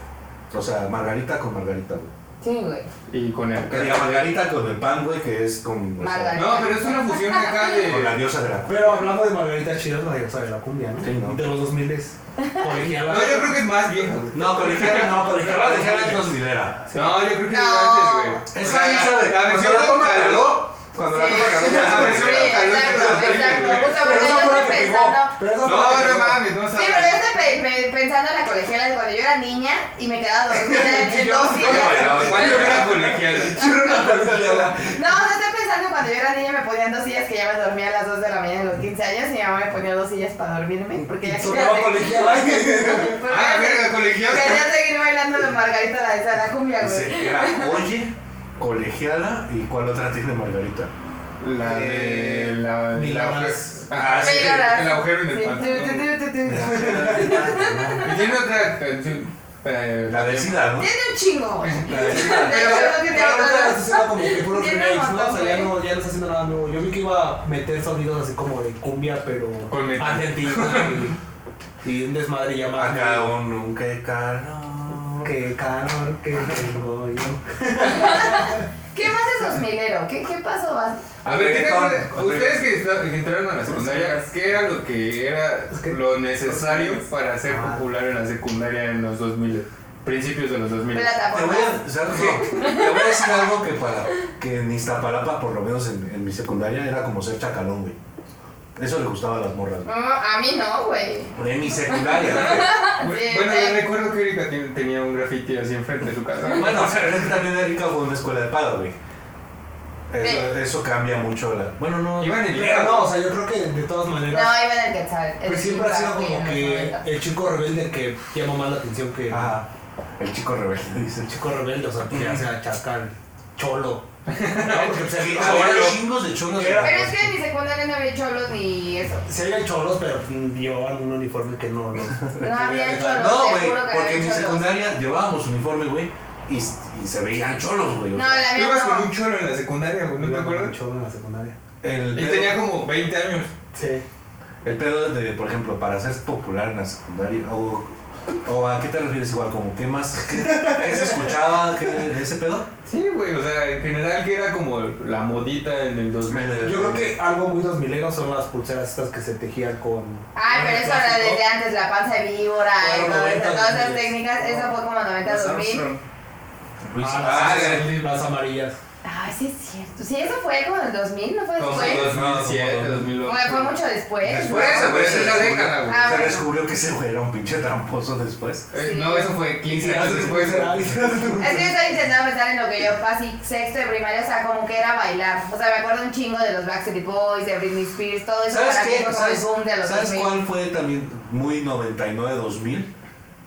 Speaker 4: O sea, Margarita con Margarita, güey.
Speaker 5: Sí, güey.
Speaker 3: Y con el
Speaker 4: Que diga Margarita con el pan, güey, que es con. o sea,
Speaker 5: Margarita.
Speaker 3: No, pero es una fusión de acá
Speaker 4: con la
Speaker 3: de.
Speaker 4: diosa de la
Speaker 5: Ah.
Speaker 6: Pero hablando de Margarita Chile, la diosa de la cumbia, ¿no?
Speaker 4: Sí, ¿no?
Speaker 6: De los 2000 es. Colegiala.
Speaker 3: No, yo creo que es más vieja, güey.
Speaker 4: No, colegiala no, colegiala de Jara es considera.
Speaker 3: No, yo creo que es
Speaker 5: No.
Speaker 3: antes, güey.
Speaker 4: Esa diosa de.
Speaker 3: La
Speaker 4: Cuando
Speaker 3: versión
Speaker 4: la toma
Speaker 3: local,
Speaker 4: calor. Cuando la
Speaker 5: Sí,
Speaker 4: toma calor.
Speaker 5: sí,
Speaker 4: ya sabes,
Speaker 5: sí,
Speaker 4: güey.
Speaker 5: exacto, exacto.
Speaker 4: Pero
Speaker 5: Justamente
Speaker 4: esa
Speaker 5: yo
Speaker 4: fue la que
Speaker 5: estoy
Speaker 4: llegó.
Speaker 5: pensando.
Speaker 6: Pero esa
Speaker 3: No,
Speaker 6: fue la que
Speaker 3: no
Speaker 6: llegó.
Speaker 3: mames, no
Speaker 5: Sí, pero yo
Speaker 3: sabes.
Speaker 5: estoy pe- pe- pensando en la colegiala de cuando yo era niña y me quedaba dormida en en
Speaker 3: Yo
Speaker 5: dos sillas.
Speaker 3: ¿Cuál yo era colegial?
Speaker 5: No, no estoy pensando cuando yo era niña me ponían dos sillas que ya me dormía a las 2 de la mañana en los 15 años y mi mamá me ponía dos sillas para dormirme porque ya quería,
Speaker 6: Sonaba colegiala.
Speaker 3: Ah, verga, colegial.
Speaker 5: quería seguir bailando de Margarita la de Sara Cumbia, güey.
Speaker 4: Dice, era oye, colegiala y cuál otra tiene Margarita.
Speaker 3: La de. La de.
Speaker 6: Mil
Speaker 3: La
Speaker 6: horas.
Speaker 3: Ah, sí,
Speaker 5: Mil horas.
Speaker 3: el agujero en el
Speaker 5: Sí, tu,
Speaker 3: pantalón.
Speaker 5: tu, tu, tu, tu.
Speaker 3: Y tiene otra canción. eh,
Speaker 4: La vecina, ¿no?
Speaker 5: Tiene un chingo.
Speaker 6: Pero
Speaker 5: Pero no tiene
Speaker 6: ahorita
Speaker 5: nada.
Speaker 6: está haciendo como que puros
Speaker 5: Tiene
Speaker 6: remakes, ¿no?
Speaker 5: razón,
Speaker 6: O sea, ya
Speaker 5: güey.
Speaker 6: no, ya no está haciendo nada nuevo. Yo vi que iba a meter sonidos así como de cumbia, pero
Speaker 3: Con metal.
Speaker 6: argentina y, y un desmadre ya más.
Speaker 4: Acá un nunca calor.
Speaker 6: Que calor que tengo yo.
Speaker 5: ¿Qué más es los milero? ¿Qué, qué pasó más?
Speaker 3: A ver, ¿qué te
Speaker 4: Reggaetón.
Speaker 3: acuerdas? Ustedes que, está- que entraron a la secundaria, ¿qué era lo que era lo necesario para ser
Speaker 6: Ah.
Speaker 3: popular en la secundaria en los 2000? Principios de los 2000.
Speaker 5: Pues
Speaker 4: Te voy
Speaker 5: Plataforma.
Speaker 4: a, ¿sabes? No, te voy a decir algo que para que en Iztapalapa, por lo menos en, en mi secundaria, era como ser chacalón, güey. Eso le gustaba a las morras,
Speaker 5: No, a mí no, güey.
Speaker 4: güey. En mi secundaria, güey.
Speaker 5: Sí,
Speaker 3: Bueno,
Speaker 5: sí.
Speaker 3: yo recuerdo que Erika ten- tenía un graffiti así enfrente de su casa.
Speaker 4: Bueno, o sea, es que también Erika fue una escuela de paga, güey. Eso, eso cambia mucho la. Bueno, no.
Speaker 3: Iban en
Speaker 6: Pero no, o sea, yo creo que de todas
Speaker 5: No,
Speaker 6: maneras.
Speaker 5: iba en el Quetzal. el
Speaker 6: Pues siempre ha sido
Speaker 5: Quetzal,
Speaker 6: como
Speaker 5: güey, en los
Speaker 6: que
Speaker 5: 90.
Speaker 6: el chico rebelde que llama más la atención que
Speaker 4: Ajá. El chico rebelde, dice el
Speaker 6: el
Speaker 4: chico.
Speaker 6: chico rebelde, o sea, que ya sea chacal, cholo. No, porque pues,
Speaker 4: Sí,
Speaker 6: había-
Speaker 4: había
Speaker 6: había-
Speaker 4: chingos de cholos.
Speaker 6: Era-
Speaker 5: Pero es que en mi secundaria no había cholos ni eso.
Speaker 6: Sí había cholos, pero mm, llevaban un uniforme que no. No,
Speaker 5: No había cholos.
Speaker 4: No,
Speaker 5: te
Speaker 4: güey,
Speaker 5: juro que
Speaker 4: porque en mi
Speaker 5: había cholos.
Speaker 4: secundaria llevábamos uniforme, güey, y, y se veían cholos, güey. o
Speaker 5: No,
Speaker 4: sea,
Speaker 5: la
Speaker 3: Tú
Speaker 5: mía
Speaker 3: ibas con
Speaker 5: no.
Speaker 3: un cholo en la secundaria, güey, ¿no te
Speaker 6: Iba con un
Speaker 3: acuerdas?
Speaker 6: cholo en la secundaria.
Speaker 4: el,
Speaker 3: Y
Speaker 4: pedo,
Speaker 3: tenía como 20 años.
Speaker 6: Sí.
Speaker 4: el pedo de, por ejemplo, para ser popular en la secundaria, o, o a qué te refieres igual, como qué más, qué, qué se escuchaba, qué, de ese pedo.
Speaker 3: Sí, güey, o sea, en general que era como la modita en el
Speaker 4: Pues
Speaker 3: 2000.
Speaker 6: Yo creo que algo muy dos milero son las pulseras estas que se tejían con.
Speaker 5: Ay, pero eso era desde antes, la panza de víbora
Speaker 6: Fueron
Speaker 5: y todo eso,
Speaker 6: 90,
Speaker 5: todas esas
Speaker 6: 2000.
Speaker 5: técnicas, eso fue como 90 2000.
Speaker 4: Luis,
Speaker 6: Ah,
Speaker 4: ah,
Speaker 6: las,
Speaker 3: ah,
Speaker 6: las- las amarillas.
Speaker 5: Ay, sí es cierto. Sí, eso fue como en el 2000, ¿no fue
Speaker 3: Como
Speaker 5: después?
Speaker 4: No, como
Speaker 3: 2007, 2008.
Speaker 5: Fue, fue mucho después.
Speaker 3: Por eso,
Speaker 5: güey.
Speaker 3: pero esa es la década, güey.
Speaker 5: Ah,
Speaker 4: se
Speaker 5: bueno.
Speaker 4: descubrió que ese güey era un pinche tramposo después.
Speaker 3: Eh, No, eso fue 15 años después. ¿eh?
Speaker 5: Es que yo estaba intentando pensar en lo que yo pasé sexto de primaria, o sea, como que era bailar. O sea, me acuerdo un chingo de los Backstreet Boys, de Britney Spears, todo eso
Speaker 4: ¿Sabes
Speaker 5: para mí
Speaker 4: qué?
Speaker 5: fue como el
Speaker 4: ¿Sabes,
Speaker 5: boom de los
Speaker 4: ¿sabes
Speaker 5: 2000.
Speaker 4: cuál fue también muy 99-2000?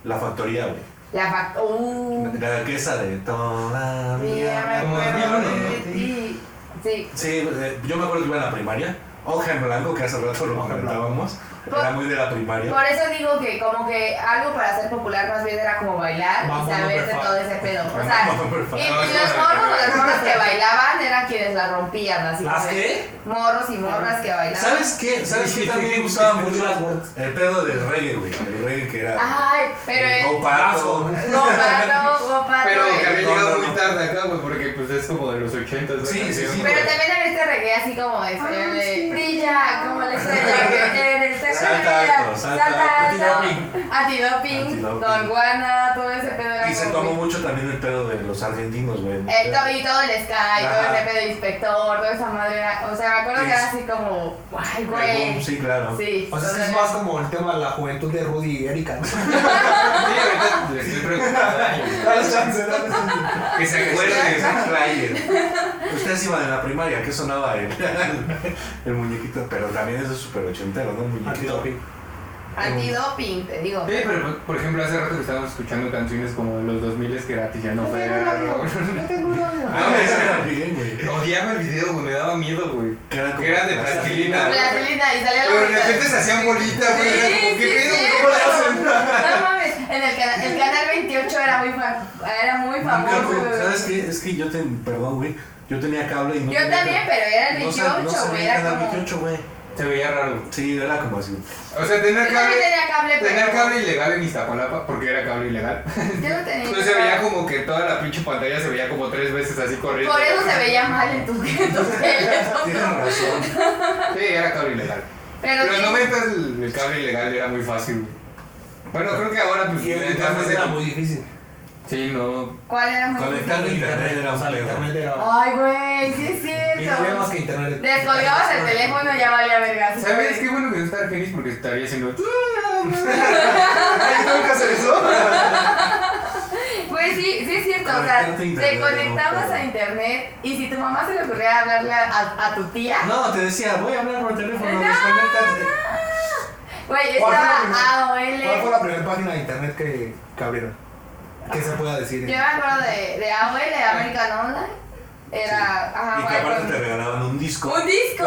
Speaker 4: La factoría, güey.
Speaker 5: La fact... Uh,
Speaker 4: La que esa de toda mi
Speaker 5: mira, me
Speaker 3: como
Speaker 5: acuerdo
Speaker 3: mil,
Speaker 5: de
Speaker 3: ¿no?
Speaker 5: ti. Sí.
Speaker 4: Sí, eh, yo me acuerdo que iba en la primaria. Hoja en blanco, que hace rato lo
Speaker 6: Hoja en
Speaker 4: comentábamos. Era muy de la primaria.
Speaker 5: Por eso digo que como que algo para ser popular más bien era como bailar
Speaker 6: Vamos,
Speaker 5: y saber de
Speaker 6: perfecto.
Speaker 5: todo ese pedo. O sea,
Speaker 4: Vamos, perfecto.
Speaker 5: y, y los morros o las morras que bailaban eran quienes la rompían, así
Speaker 6: ¿Las
Speaker 5: como-
Speaker 6: qué?
Speaker 5: Morros y morras que bailaban.
Speaker 4: ¿Sabes qué? ¿Sabes qué también me gustaba mucho? El pedo del reggae, güey. El reggae que era.
Speaker 5: Ay, Ah, pero...
Speaker 4: el
Speaker 5: el-
Speaker 4: Go-Pato.
Speaker 6: Ah,
Speaker 5: No, no, no,
Speaker 3: Pero
Speaker 5: no,
Speaker 3: que había
Speaker 4: No,
Speaker 3: llegado
Speaker 4: no,
Speaker 3: muy
Speaker 4: no.
Speaker 3: tarde acá, güey, porque pues es como de los 80. esa
Speaker 4: Sí, sí,
Speaker 3: canción.
Speaker 4: sí.
Speaker 5: Pero también en este reggae así como este, de brilla como la estrella que en el
Speaker 4: Salta alto, salta alto.
Speaker 5: Antidoping. Antidoping,
Speaker 4: Antidoping.
Speaker 5: Don Juana, todo ese pedo era
Speaker 4: Y se
Speaker 5: como-
Speaker 4: tomó mucho también el pedo de los argentinos, güey.
Speaker 5: El to- y todo el Sky, todo
Speaker 4: Ajá.
Speaker 5: ese pedo de inspector, toda esa madre era. O sea, me acuerdo que era así como. ¡Ay, güey!
Speaker 4: Sí, claro.
Speaker 5: Sí.
Speaker 6: O sea, es que es más como el tema de la juventud de Rudy y Erika. ¿no?
Speaker 3: ahorita le estoy preguntando a ellos.
Speaker 6: Dale chance, dale chance.
Speaker 4: Que se acuerden, es player. Ustedes iban en la primaria, ¿qué sonaba el, el muñequito? Pero también es de super ochentero, ¿no? Un muñequito.
Speaker 6: Antidoping.
Speaker 5: Antidoping, te digo.
Speaker 3: Sí, pero por- por ejemplo, hace rato que estábamos escuchando canciones como de los 2000 que era Tiziano
Speaker 5: No tengo
Speaker 3: Ferro.
Speaker 5: novio, no tengo novio.
Speaker 4: Ah, ese era bien, güey.
Speaker 3: Odiaba el video, güey, me daba miedo, güey.
Speaker 4: Que eran como
Speaker 3: Que eran de plastilina.
Speaker 5: Plastilina, y salía la
Speaker 3: Pero de
Speaker 5: bolita.
Speaker 3: repente se hacían bolitas, güey. era
Speaker 5: Sí,
Speaker 3: como, ¿Qué
Speaker 5: sí,
Speaker 3: pedo?
Speaker 5: sí,
Speaker 3: ¿Cómo le hacen?
Speaker 5: No mames, en el, cana- el canal 28 era muy, fa- era muy
Speaker 4: Nunca,
Speaker 5: famoso.
Speaker 4: güey,
Speaker 5: güey.
Speaker 4: ¿Sabes qué? Es que yo ten, perdón, güey. Yo tenía cable y no
Speaker 5: Yo
Speaker 4: tenía
Speaker 5: también, pero era el
Speaker 4: no sab-
Speaker 5: 28,
Speaker 4: no sabía
Speaker 5: güey.
Speaker 4: que
Speaker 5: Era
Speaker 4: era el
Speaker 5: como.
Speaker 4: 28, güey.
Speaker 3: Se veía raro.
Speaker 4: Sí, era como así.
Speaker 3: O sea,
Speaker 5: Yo
Speaker 3: tener
Speaker 5: también
Speaker 3: cable.
Speaker 5: tenía cable, pero.
Speaker 3: Tener cable ilegal en Iztapalapa, porque era cable ilegal.
Speaker 5: Yo no tenía.
Speaker 3: Entonces se veía como que toda la pinche pantalla se veía como tres veces así corriendo.
Speaker 5: Por eso se veía mal en tu, en tu
Speaker 4: Tienes
Speaker 5: teléfono.
Speaker 4: razón.
Speaker 3: Sí, era cable ilegal.
Speaker 5: Pero,
Speaker 3: Pero en
Speaker 5: sí,
Speaker 3: los 90 el, el cable ilegal era muy fácil. güey. Bueno, creo que ahora pues.
Speaker 6: Y el
Speaker 3: ya no
Speaker 6: internet
Speaker 3: sé.
Speaker 6: era muy difícil.
Speaker 3: Sí, no.
Speaker 5: ¿cuál era más
Speaker 4: Conectar
Speaker 6: El
Speaker 4: internet era un
Speaker 6: o sea, el
Speaker 4: pedo.
Speaker 6: internet era-
Speaker 5: Ay, güey, sí es
Speaker 6: Y no había más
Speaker 5: cierto.
Speaker 6: que internet.
Speaker 5: Descolgabas el teléfono y ya valía verga.
Speaker 3: ¿Sabes qué bueno que no está Argenis porque estaría haciendo. Ay, tengo que hacer eso?
Speaker 5: Pues sí, sí es cierto, o sea,
Speaker 4: Conectarte a
Speaker 5: te
Speaker 4: internet,
Speaker 5: conectabas
Speaker 4: ¿no?
Speaker 5: a internet y si tu mamá se le ocurría hablarle a, a- a tu tía,
Speaker 4: No, te decía, voy a hablar por teléfono,
Speaker 5: No,
Speaker 4: desconectate.
Speaker 5: güey,
Speaker 6: ¿Cuál fue la
Speaker 5: estaba
Speaker 6: primera? ¿Cuál fue
Speaker 5: AOL.
Speaker 6: la primera página de internet que, que abrieron? ¿Qué se pueda decir?
Speaker 5: Yo
Speaker 6: en-
Speaker 5: me acuerdo de, de AOL, de American Online. Era, ajá,
Speaker 4: Y que aparte
Speaker 5: güey,
Speaker 4: te regalaban un disco.
Speaker 5: un disco,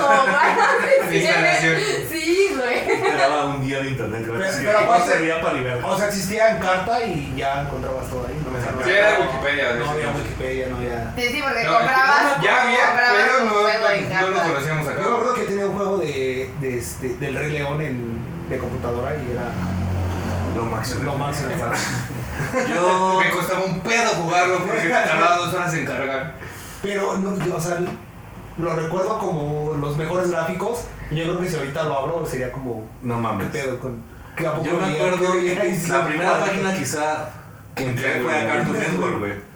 Speaker 5: güey.
Speaker 3: De instalación.
Speaker 5: Sí, güey.
Speaker 4: Te daba un día de internet gratis.
Speaker 6: Pero-
Speaker 4: que
Speaker 6: pero
Speaker 4: no
Speaker 6: aparte-
Speaker 4: servía para liberar.
Speaker 6: O sea, existía en carta y ya encontrabas todo ahí. No, me salvaba.
Speaker 3: Sí, era Wikipedia, de
Speaker 6: No
Speaker 3: ese
Speaker 6: había
Speaker 3: entonces.
Speaker 6: Wikipedia, no había.
Speaker 5: Sí, sí, porque
Speaker 3: No,
Speaker 5: comprabas.
Speaker 3: Ya había,
Speaker 5: comprabas
Speaker 3: pero
Speaker 5: un juego en
Speaker 3: no, no lo
Speaker 5: carta.
Speaker 3: conocíamos
Speaker 6: Yo
Speaker 3: acá.
Speaker 6: me acuerdo que tenía un juego de, de este, del Rey León en, de computadora y era
Speaker 4: Lo máximo.
Speaker 6: lo más.
Speaker 4: Yo.
Speaker 3: Me costaba un pedo jugarlo porque tardaba dos horas en cargar.
Speaker 6: Pero, no, yo, o sea, lo recuerdo como los mejores gráficos. y Yo creo que si ahorita lo abro sería como.
Speaker 4: No
Speaker 6: ¿Qué
Speaker 4: mames.
Speaker 6: pedo con.? que a poco
Speaker 4: Pues, Yo me
Speaker 6: veía-
Speaker 4: acuerdo
Speaker 6: que veía y-
Speaker 4: la primera página quizá que entré fue a Cartoon Network, güey.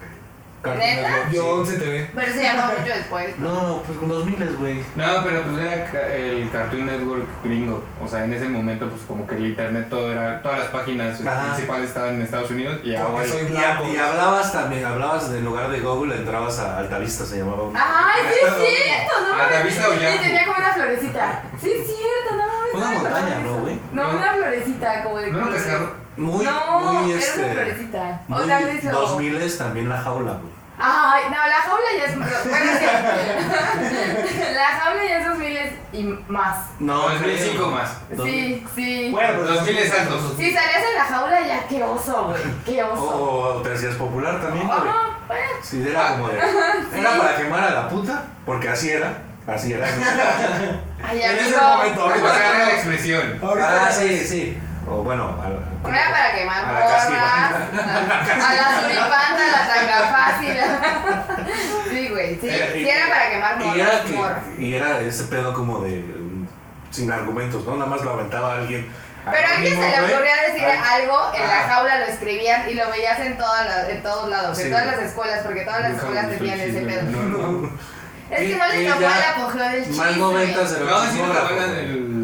Speaker 4: Cartoon
Speaker 5: ¿Neta?
Speaker 4: Network, sí.
Speaker 6: Yo 11 TV.
Speaker 5: Pero se llamó mucho después.
Speaker 4: No, pues con 2000, güey.
Speaker 3: No, pero pues era ca- el Cartoon Network gringo. O sea, en ese momento, pues como que el internet, todo era, todas las páginas
Speaker 4: Ajá.
Speaker 3: principales estaban en Estados Unidos y ahora.
Speaker 6: Porque soy
Speaker 4: Y,
Speaker 6: blanco.
Speaker 4: y hablabas también, hablabas en lugar de Google, entrabas a Altavista, se llamaba. un-
Speaker 5: Ay, sí es cierto, no
Speaker 3: Ah, ¿te
Speaker 5: mames.
Speaker 3: viste o ya?
Speaker 5: Y tenía como una florecita. Sí es cierto, no mames.
Speaker 4: Una
Speaker 5: no me acordaba
Speaker 4: montaña,
Speaker 5: de
Speaker 4: ¿no,
Speaker 5: eso.
Speaker 4: güey?
Speaker 5: No,
Speaker 3: No.
Speaker 5: una florecita como
Speaker 3: ¿No
Speaker 5: de.
Speaker 3: pues, lo
Speaker 5: como de-
Speaker 3: pescaron?
Speaker 4: Muy,
Speaker 5: No,
Speaker 4: muy
Speaker 5: era
Speaker 4: este.
Speaker 5: una florecita. O
Speaker 4: muy
Speaker 5: tal vez lo-
Speaker 4: 2000 es también la jaula, güey.
Speaker 5: Ay, no, la jaula ya es. Bueno, es que- la jaula ya es dos miles y más.
Speaker 4: No,
Speaker 3: 2005 más.
Speaker 5: Sí, sí.
Speaker 6: Bueno, pues, pero
Speaker 3: 2000 es altos.
Speaker 5: Si salías en la jaula ya, qué oso, güey. Qué
Speaker 6: Oh,
Speaker 5: oso.
Speaker 4: O te hacías popular también, güey.
Speaker 5: Ajá, bueno.
Speaker 4: Sí,
Speaker 5: Ah.
Speaker 4: era como de. Era para quemar a la puta, porque así era. Así era.
Speaker 5: Ay,
Speaker 6: En ese
Speaker 5: amigo.
Speaker 6: momento,
Speaker 3: Porque
Speaker 6: ahorita-
Speaker 3: era la expresión.
Speaker 6: ahorita-
Speaker 4: ah, sí, sí. O bueno, a la-
Speaker 5: Una para quemar
Speaker 4: A la
Speaker 5: morras,
Speaker 4: castiva.
Speaker 5: a la suripanta, a la tanga fácil. Sí, güey, sí,
Speaker 4: Era-
Speaker 5: sí era para quemar
Speaker 4: y era,
Speaker 5: morras. morras.
Speaker 4: que, y era ese pedo como de. mm, sin argumentos, ¿no? Nada más lo aventaba a alguien.
Speaker 5: Pero a alguien se
Speaker 4: Anónimo,
Speaker 5: le
Speaker 4: güey.
Speaker 5: ocurría decir
Speaker 4: Ah,
Speaker 5: algo, en la
Speaker 4: Ah.
Speaker 5: jaula lo escribían y lo veías en, todas las- en todos lados, en
Speaker 4: Sí.
Speaker 5: todas las escuelas, porque todas las
Speaker 3: Nunca
Speaker 5: escuelas
Speaker 3: me
Speaker 5: tenían
Speaker 3: estoy
Speaker 5: ese pedo.
Speaker 3: diciendo, no, no.
Speaker 5: Es que
Speaker 4: Y-
Speaker 5: no les
Speaker 4: y
Speaker 5: tocó
Speaker 4: ya,
Speaker 5: el apogeo del chisme.
Speaker 4: Más 90 se
Speaker 3: Vamos a decir la
Speaker 4: chismógrafo,
Speaker 3: banda
Speaker 4: güey.
Speaker 3: del.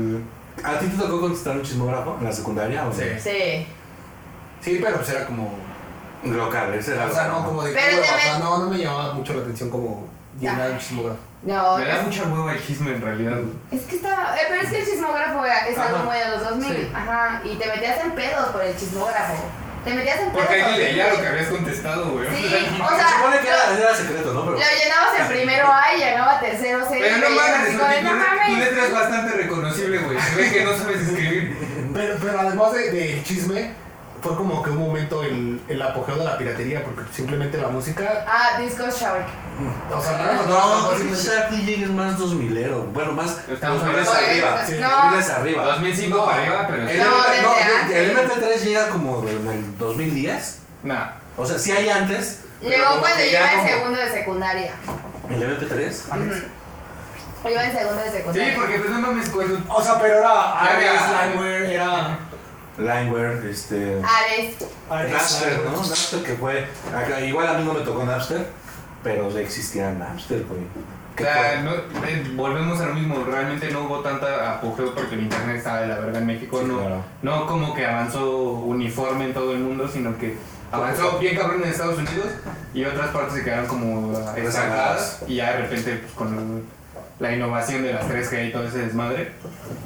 Speaker 4: ¿A ti te tocó contestar un chismógrafo en la secundaria o no?
Speaker 3: Sí.
Speaker 5: Sí.
Speaker 6: Sí, pero pues era como.
Speaker 4: Local, ese era.
Speaker 6: O sea, no,
Speaker 4: local.
Speaker 6: como de.
Speaker 5: Pero
Speaker 6: o
Speaker 5: te
Speaker 6: sea,
Speaker 5: ven-
Speaker 6: no, no me llamaba mucho la atención como llenar un chismógrafo.
Speaker 5: No,
Speaker 3: Me da
Speaker 5: es,
Speaker 3: mucha hueva el chisme en realidad.
Speaker 5: es que estaba. eh, pero es que el chismógrafo era- es algo
Speaker 6: Ajá.
Speaker 5: muy de los 2000.
Speaker 6: Sí.
Speaker 5: Ajá. Y te metías en pedos por el chismógrafo. Te metías en pedos.
Speaker 3: Porque ahí
Speaker 5: horrible.
Speaker 3: leía lo que habías contestado, güey.
Speaker 5: Sí, o
Speaker 4: Se supone que
Speaker 5: sea.
Speaker 4: era, era secreto, ¿no?
Speaker 5: Lo
Speaker 4: Pero.
Speaker 5: llenabas en primero A y llegaba a tercero C.
Speaker 3: Pero no
Speaker 5: y
Speaker 3: mames,
Speaker 5: así
Speaker 3: porque
Speaker 5: como,
Speaker 3: tu le-
Speaker 5: no
Speaker 3: tu
Speaker 5: mames.
Speaker 3: letra es bastante reconocible, güey. Se ve que no sabes escribir.
Speaker 6: Pero, pero además de- del chisme, fue como que un momento el, el apogeo de la piratería, porque simplemente la música.
Speaker 5: Ah, Disco Shark.
Speaker 6: O sea, no,
Speaker 4: No, pues
Speaker 6: no,
Speaker 4: porque
Speaker 6: no,
Speaker 4: Shark DJ es más 2000ero. Bueno, más.
Speaker 3: Estamos
Speaker 4: 2000
Speaker 3: hablando de-
Speaker 4: arriba. Sí,
Speaker 5: No.
Speaker 4: 2000 arriba.
Speaker 3: 2005
Speaker 6: No.
Speaker 3: para arriba, pero.
Speaker 4: El,
Speaker 5: No, desde
Speaker 4: no,
Speaker 5: antes.
Speaker 4: el MP3 llega como en el 2010.
Speaker 3: Nah.
Speaker 4: O sea, sí hay antes. pero
Speaker 5: Llegó
Speaker 4: como
Speaker 5: cuando
Speaker 4: que
Speaker 5: yo
Speaker 4: ya
Speaker 5: iba en
Speaker 4: como-
Speaker 5: segundo de secundaria.
Speaker 4: ¿El MP3?
Speaker 5: Ujú. Yo iba en segundo de
Speaker 3: Sí,
Speaker 5: secundaria.
Speaker 3: porque pues no mames, pues.
Speaker 6: O sea, pero era
Speaker 3: Ya
Speaker 6: Ares,
Speaker 3: había-
Speaker 6: Slyware, era
Speaker 4: Lineware, este.
Speaker 5: Ares.
Speaker 6: Ah,
Speaker 4: Napster,
Speaker 6: Slyware.
Speaker 4: ¿no? Napster que fue. acá- igual a mí no me tocó Napster, pero ya existía Napster, güey.
Speaker 3: O
Speaker 4: ¿Qué
Speaker 3: sea,
Speaker 4: fue?
Speaker 3: no, eh, volvemos a lo mismo, realmente no hubo tanta apogeo porque el internet estaba de la verga en México,
Speaker 4: Sí,
Speaker 3: no,
Speaker 4: claro.
Speaker 3: no como que avanzó uniforme en todo el mundo, sino que avanzó bien cabrón en Estados Unidos y otras partes se quedaron como
Speaker 4: Pues,
Speaker 3: ah, estancadas y ya de repente pues, con la innovación de las 3G y todo ese desmadre,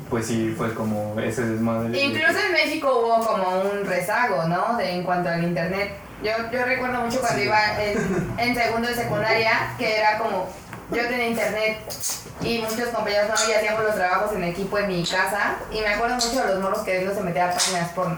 Speaker 3: pues sí fue como ese desmadre.
Speaker 5: Incluso en México hubo como un rezago, ¿no? De, en cuanto al internet. Yo, yo recuerdo mucho cuando iba en, en segundo de secundaria que era como yo tenía internet y muchos compañeros no y hacíamos los trabajos en equipo en mi casa y me acuerdo mucho de los morros que no se metían a páginas porno.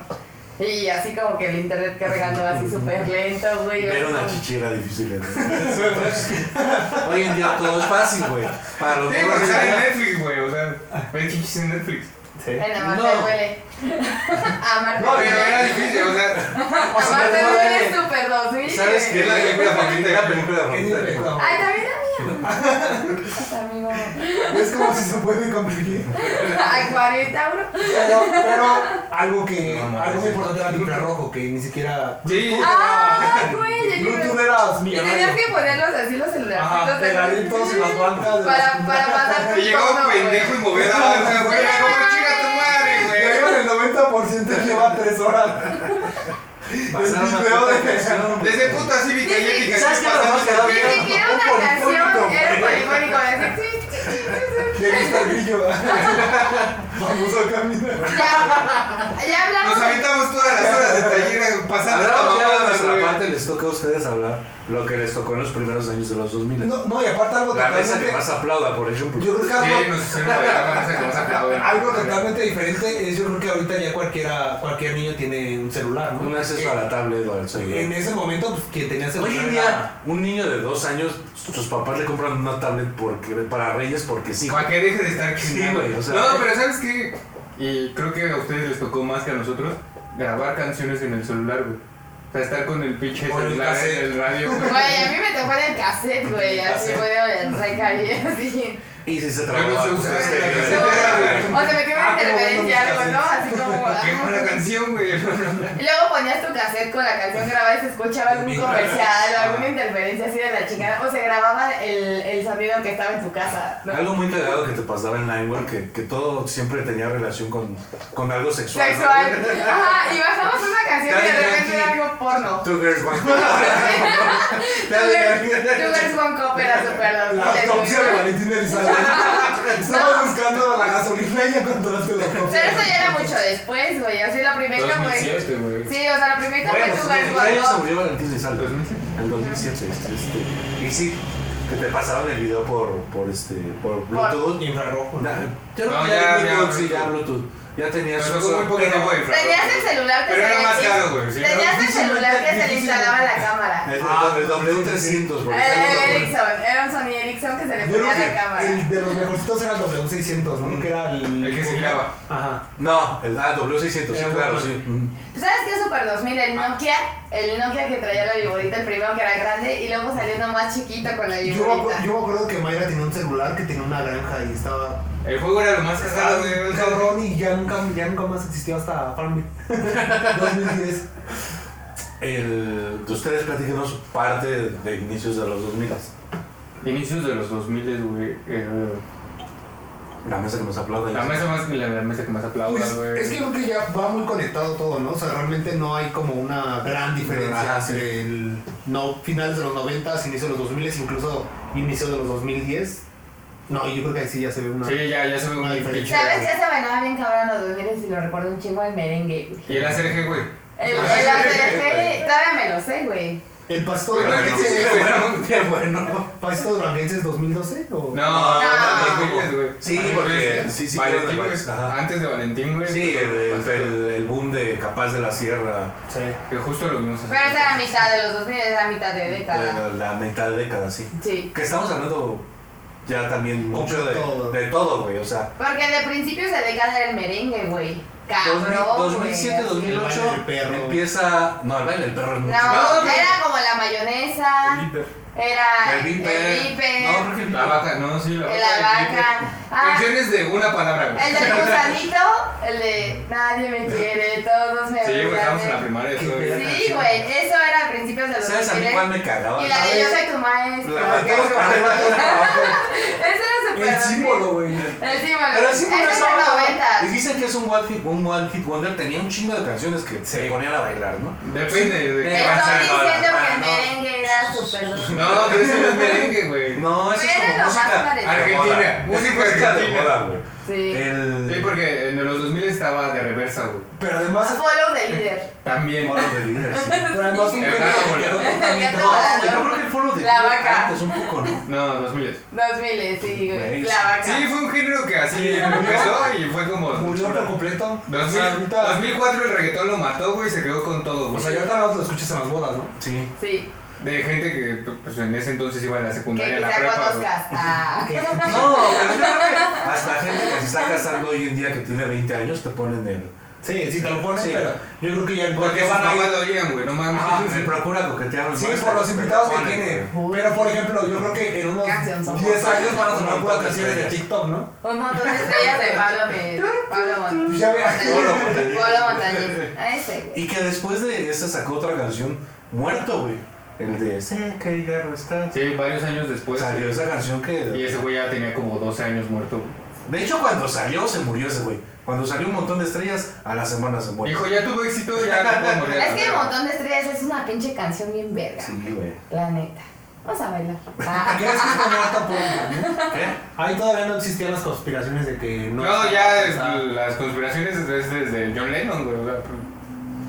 Speaker 5: Y así como que el internet cargando así súper lento, güey. yo
Speaker 4: Ver una
Speaker 5: como-
Speaker 4: chichi era difícil. ¿no? Hoy en día todo es fácil, güey. Para los
Speaker 3: Sí,
Speaker 4: morros
Speaker 3: porque
Speaker 4: de
Speaker 3: sale en
Speaker 4: ahora-
Speaker 3: Netflix, güey, o sea, ven chichis en Netflix.
Speaker 5: En Amarte
Speaker 4: No.
Speaker 5: huele. Amarte
Speaker 3: No, pero era
Speaker 5: huele.
Speaker 3: difícil, o sea,
Speaker 5: Amarte huele es súper 2000.
Speaker 4: ¿Sabes qué? Es la película favorita. Es la película favorita.
Speaker 5: Ay, también la mía. Amigo.
Speaker 6: Es como si se puede convivir.
Speaker 5: Ay, 40 euros.
Speaker 6: Pero, pero algo que.
Speaker 4: No, mames.
Speaker 6: algo muy importante era Libra Rojo, que ni siquiera.
Speaker 3: sí,
Speaker 5: Ay, güey. el libro.
Speaker 6: Bluetooth eras
Speaker 5: Y tenías
Speaker 6: millonario.
Speaker 5: que ponerlos así los
Speaker 6: Ajá,
Speaker 5: celularcitos. de-
Speaker 6: pegaditos en las bancas. de
Speaker 5: Para,
Speaker 6: las-
Speaker 5: para pasar
Speaker 3: se llegaba
Speaker 5: porno,
Speaker 3: un
Speaker 5: güey.
Speaker 3: pendejo y movía la banca, güey, era como chinga tu madre,
Speaker 6: Yo
Speaker 3: güey.
Speaker 6: creo que el 90% lleva 3 horas.
Speaker 4: Pasar una
Speaker 6: video
Speaker 4: puta
Speaker 6: de-
Speaker 4: canción, güey.
Speaker 3: Desde puta cívica y ética,
Speaker 4: ¿Sabes
Speaker 3: ¿qué
Speaker 4: qué es lo
Speaker 3: pasa?
Speaker 4: más cagado?
Speaker 5: Ni siquiera
Speaker 6: Un
Speaker 5: una canción
Speaker 6: polifónico,
Speaker 5: era
Speaker 6: güey.
Speaker 5: polifónico. así, sí, sí, sí, sí, sí.
Speaker 6: Le gusta el grillo. Vamos a caminar.
Speaker 5: Ya, ya hablamos.
Speaker 3: Nos aventamos todas las horas de taller pasando la
Speaker 4: Hablamos ya de
Speaker 3: mamada,
Speaker 4: nuestra
Speaker 3: güey.
Speaker 4: parte, les toca a ustedes hablar lo que les tocó en los primeros años de los 2000.
Speaker 6: No, no, y aparte algo
Speaker 4: La mesa que
Speaker 6: totalmente.
Speaker 4: más aplauda, por ejemplo.
Speaker 6: Yo creo que
Speaker 3: Sí,
Speaker 6: algo,
Speaker 3: nos hicieron bailar la mesa que nos aplauden.
Speaker 6: algo totalmente diferente es yo creo que ahorita ya cualquiera, cualquier niño tiene un celular, ¿no?
Speaker 4: Un acceso a la tablet o al
Speaker 6: En
Speaker 4: celular.
Speaker 6: ese momento, pues, quien tenía celular.
Speaker 4: Hoy en
Speaker 6: era-
Speaker 4: día, un niño de dos años, sus papás le compran una tablet porque, para Reyes porque sí.
Speaker 3: Para que deje de estar chingando.
Speaker 4: güey, o sea-
Speaker 3: no, pero ¿sabes qué? Y creo que a ustedes les tocó más que a nosotros grabar canciones en el celular, güey. O sea, estar con el pinche
Speaker 6: Con el
Speaker 3: celular en
Speaker 6: cassette.
Speaker 3: el radio, güey.
Speaker 5: Güey, a mí me tocó en el cassette, güey. Así, güey, el recaí, así.
Speaker 4: Y si se
Speaker 3: Yo no
Speaker 4: trababa.
Speaker 3: sé usar
Speaker 4: este,
Speaker 3: la
Speaker 5: O
Speaker 3: cassette, güey.
Speaker 5: se me quedó
Speaker 6: Ah,
Speaker 5: una
Speaker 6: qué bueno,
Speaker 5: interferencia,
Speaker 6: mis
Speaker 5: algo, ¿no? Así como. ah,
Speaker 3: Qué buena canción, güey.
Speaker 5: Y luego ponías tu cassette con la canción grabada y se escuchaba algún comercial o alguna interferencia así de la chingada. O se grababa el, el sonido que estaba en tu casa. ¿no?
Speaker 4: Algo muy cagado que te pasaba en Lineware, que, que todo siempre tenía relación con, con algo sexual. ¿no?
Speaker 5: Sexual. Ajá, y bajamos una canción y de repente era algo porno.
Speaker 4: Two girls, one cup.
Speaker 5: Sugar Swan Cop era súper
Speaker 6: La autopsia de Valentín Elizalde. Estaba buscando la gasolina y encontraste la autopsia.
Speaker 5: Pero eso ya era mucho después, güey. Así la primera fue.
Speaker 3: 2007, güey.
Speaker 5: Sí, o sea, la primera fue
Speaker 4: Bueno,
Speaker 5: Sugar
Speaker 4: sí,
Speaker 5: Swan
Speaker 4: años se
Speaker 5: Cop.
Speaker 4: murió Valentín Elizalde. En 2007. este, este, Y sí, que te pasaban el video por, por, este, por Bluetooth.
Speaker 6: Infrarrojo.
Speaker 4: Na- Yo no,
Speaker 3: No, ya,
Speaker 4: ya, Bluetooth,
Speaker 3: ya,
Speaker 4: sí, ya
Speaker 3: Bluetooth.
Speaker 4: Bluetooth. Ya tenías
Speaker 3: Nos
Speaker 4: un
Speaker 3: tocó muy
Speaker 4: solo-
Speaker 3: poquito, güey.
Speaker 5: Tenías el celular que
Speaker 3: Pero
Speaker 5: se
Speaker 3: era
Speaker 5: le-
Speaker 3: más caro, güey. sí, ¿no?
Speaker 5: Tenías el celular que se le
Speaker 6: difícil.
Speaker 5: instalaba la cámara.
Speaker 4: El
Speaker 6: Ah,
Speaker 4: el W300, por ejemplo.
Speaker 5: Era Ericsson, era un Sony Ericsson que se le
Speaker 6: Yo creo
Speaker 5: ponía la
Speaker 6: que
Speaker 5: cámara.
Speaker 6: el de los mejorcitos era el W600, ¿no? Que era el...
Speaker 3: El que se graba.
Speaker 6: Ajá.
Speaker 4: No, el ah, W600, sí,
Speaker 6: Era
Speaker 4: claro,
Speaker 6: bueno.
Speaker 4: sí. Mm.
Speaker 5: ¿Sabes qué es Super 2000? El Nokia, el Nokia que traía la viborita, el primero que era grande, y luego salió uno más chiquito con la
Speaker 6: Yo me, acu-
Speaker 5: viborita.
Speaker 6: yo me acuerdo que Mayra tenía un celular que tenía una granja y estaba
Speaker 3: El juego era lo más cagado, güey.
Speaker 6: un
Speaker 3: o sea,
Speaker 6: cabrón y ya nunca, ya nunca más existió hasta Farmville 2010.
Speaker 4: El, de ustedes platíquenos parte de inicios de los 2000.
Speaker 3: Inicios de los 2000, güey. eh,
Speaker 4: La mesa que nos aplaude.
Speaker 3: La mesa más, la, la mesa que más aplauda,
Speaker 6: Pues,
Speaker 3: güey.
Speaker 6: es que creo que ya va muy conectado todo, ¿no? O sea, realmente no hay como una gran diferencia
Speaker 4: Ajá, sí.
Speaker 6: entre el no, finales de los 90, inicio de los 2000, incluso inicio de los 2010. No, yo creo que ahí sí ya se ve una...
Speaker 3: Sí, ya, ya se ve
Speaker 6: Una
Speaker 3: un
Speaker 6: diferencia.
Speaker 3: pinche.
Speaker 5: ¿Sabes qué se bailaba bien cabrón en los 2000 y lo recuerdo un chingo el merengue? güey.
Speaker 3: Y el ACRG, güey.
Speaker 5: El, el ACDC, todavía me lo sé, güey.
Speaker 6: ¿El pasto
Speaker 3: Bueno,
Speaker 6: duranguense,
Speaker 3: sí, bueno.
Speaker 4: Qué bueno.
Speaker 6: pasto duranguense es 2012
Speaker 4: Ah,
Speaker 6: o...?
Speaker 3: No,
Speaker 5: No.
Speaker 3: no, no, güey.
Speaker 4: Sí,
Speaker 3: Ah,
Speaker 4: porque-
Speaker 3: güey,
Speaker 4: sí, sí,
Speaker 3: Valentín,
Speaker 4: creo que
Speaker 3: güey,
Speaker 4: parece, ajá.
Speaker 3: Antes de Valentín, Ah, güey.
Speaker 4: Sí, el, el-
Speaker 3: pastor,
Speaker 4: el- el boom de Capaz de la Sierra,
Speaker 6: Sí.
Speaker 3: Que justo lo vimos
Speaker 5: Pero esa era mitad de los 2000, esa era mitad de década.
Speaker 4: de eh, la mitad de década, sí.
Speaker 5: Sí.
Speaker 4: Que estamos hablando ya también mucho de,
Speaker 6: Todo.
Speaker 4: de todo, güey. O sea,
Speaker 5: Porque de principios de década era el merengue, güey. Cabrón, güey.
Speaker 4: 2007,
Speaker 6: El
Speaker 4: 2008
Speaker 6: baile del perro.
Speaker 4: empieza. No, el baile del perro es mucho.
Speaker 5: No, era como la mayonesa. Era
Speaker 4: El Viper.
Speaker 5: el Viper,
Speaker 4: No, porque el
Speaker 3: La vaca, no, sí, la vaca.
Speaker 5: la vaca. Ah,
Speaker 3: Canciones de una palabra, güey.
Speaker 5: el del gusanito, el de nadie me quiere, todos me
Speaker 3: Sí, güey, estábamos en la
Speaker 5: aman.
Speaker 3: primaria. todo
Speaker 4: Qué
Speaker 3: eso.
Speaker 5: Sí, güey, eso era a principios de los
Speaker 4: ¿Sabes a mí
Speaker 5: 2000.
Speaker 4: cuál me cagaba?
Speaker 5: Y la de yo soy tu
Speaker 4: La
Speaker 5: maestra.
Speaker 4: mandamos para arriba, todo para abajo.
Speaker 5: Ese era súper
Speaker 4: El
Speaker 5: horrible.
Speaker 4: símbolo, güey.
Speaker 5: El símbolo.
Speaker 4: Pero sí, por
Speaker 5: Ese es
Speaker 4: eso.
Speaker 5: el 90.
Speaker 4: Y dicen que es un One Hit, un one hit Wonder. Tenía un chingo de canciones que se ponían a bailar, ¿no?
Speaker 3: Depende de
Speaker 5: Estoy
Speaker 3: qué.
Speaker 4: Eh,
Speaker 5: diciendo que
Speaker 4: Ah,
Speaker 5: el
Speaker 4: no.
Speaker 5: merengue era súper dulce.
Speaker 3: No, pero eso no es merengue, güey.
Speaker 4: No, eso es
Speaker 5: Pero
Speaker 4: como
Speaker 5: lo más
Speaker 4: música
Speaker 5: parecido.
Speaker 4: de
Speaker 3: Argentina,
Speaker 4: moda.
Speaker 3: música
Speaker 4: Es música de
Speaker 3: argentina.
Speaker 4: moda, güey.
Speaker 5: Sí.
Speaker 4: El...
Speaker 3: Sí, porque en los 2000 estaba de reversa, güey.
Speaker 4: Pero además...
Speaker 5: Follow de líder.
Speaker 3: También.
Speaker 4: Follow the leader, sí. Pero además un
Speaker 3: El
Speaker 4: pedo
Speaker 3: gato,
Speaker 4: que
Speaker 3: güey.
Speaker 4: quedó totalmente-
Speaker 5: El gato,
Speaker 4: No,
Speaker 5: la
Speaker 4: yo creo que el follow the
Speaker 5: La
Speaker 4: leader
Speaker 5: vaca.
Speaker 4: antes un poco, ¿no?
Speaker 3: No, 2000.
Speaker 5: 2000, sí, güey.
Speaker 4: Güey,
Speaker 5: La vaca.
Speaker 3: Sí, fue un género que así empezó y fue como.
Speaker 6: Murió por completo. O
Speaker 3: 2000,
Speaker 6: sea, ahorita.
Speaker 3: 2004 el reggaetón lo mató, güey, y se quedó con todo,
Speaker 6: O
Speaker 3: güey.
Speaker 6: sea, ya ahorita lo escuchas en las bodas, ¿no?
Speaker 4: Sí.
Speaker 5: Sí.
Speaker 3: De gente que pues, en ese entonces iba a la
Speaker 5: Que
Speaker 3: secundaria, a la
Speaker 5: quizá
Speaker 3: prepa, güey.
Speaker 5: conozcas. Ah.
Speaker 4: No, pero yo creo que hasta gente que se está casando hoy en día que tiene 20 años te ponen el...
Speaker 6: Sí, sí, te lo ponen,
Speaker 4: Sí.
Speaker 6: pero yo creo que ya el
Speaker 3: Porque van a
Speaker 6: a
Speaker 3: lo oían, güey, no mames.
Speaker 4: Ah, se procura coquetear.
Speaker 6: Sí, por los invitados que tiene. Pero por ejemplo, yo creo que en unos
Speaker 5: Canción, somos
Speaker 6: 10 años van a
Speaker 4: un
Speaker 6: sonar
Speaker 4: montón
Speaker 6: puras
Speaker 4: de
Speaker 6: canciones de
Speaker 4: estrellas.
Speaker 6: TikTok, ¿no?
Speaker 5: Un montón de estrellas de Pablo, me, Pablo Montañez.
Speaker 6: Ya ve,
Speaker 4: Pablo Montañez.
Speaker 5: Pablo Montañez. A ese, güey.
Speaker 4: Y que después de esa sacó otra canción, Muerto, güey. El de Sé que hay guerra está.
Speaker 3: Sí, varios años después.
Speaker 4: pues, Salió esa canción
Speaker 3: Y
Speaker 4: que.
Speaker 3: ese güey ya tenía como 12 años muerto. güey.
Speaker 4: De hecho, cuando salió, se murió ese güey. Cuando salió un montón de estrellas, a la semana se muere.
Speaker 3: Dijo, ya tuvo éxito, ya no puedo morir.
Speaker 5: Es que un montón de estrellas es una pinche canción bien verga.
Speaker 4: Sí, güey.
Speaker 5: La neta. Vamos a bailar. Ah.
Speaker 6: ¿Qué es que está muerta por
Speaker 4: ¿Qué?
Speaker 6: Ahí todavía no existían las conspiraciones de que no.
Speaker 3: No, ya es-
Speaker 6: Ah,
Speaker 3: las conspiraciones es desde John Lennon, güey. o sea,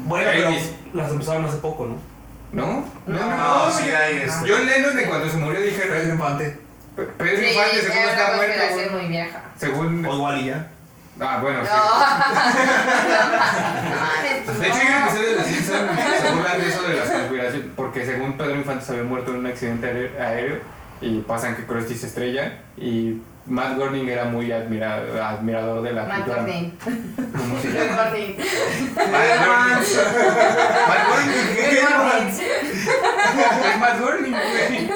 Speaker 6: Bueno, pero
Speaker 3: Elvis.
Speaker 6: las empezaron hace poco, ¿no?
Speaker 3: ¿No? No, no,
Speaker 4: No,
Speaker 3: no,
Speaker 4: sí hay este.
Speaker 3: John Lennon de cuando se murió dije,
Speaker 6: Pedro Infante.
Speaker 3: Pedro
Speaker 5: Sí,
Speaker 3: Infante según
Speaker 5: era
Speaker 3: está muerto.
Speaker 5: una
Speaker 3: güey.
Speaker 5: conspiración muy vieja.
Speaker 6: O
Speaker 3: Según...
Speaker 6: igual y ya.
Speaker 3: Ah, bueno,
Speaker 5: No.
Speaker 3: sí.
Speaker 5: No.
Speaker 3: De hecho, hay un episodio de Los Simpsons que se burlan de eso de las conspiraciones, porque según Pedro Infante se había muerto en un accidente aéreo- aéreo y pasan que Krusty se estrella y Matt Groening era muy admira- admirador de la
Speaker 5: Matt
Speaker 3: cultura.
Speaker 5: Corning.
Speaker 3: ¿Cómo se llama?
Speaker 5: Matt Corning.
Speaker 3: Matt Groening. Matt Groening, ¿qué?
Speaker 5: Matt Corning.
Speaker 3: Es Matt Groening, güey.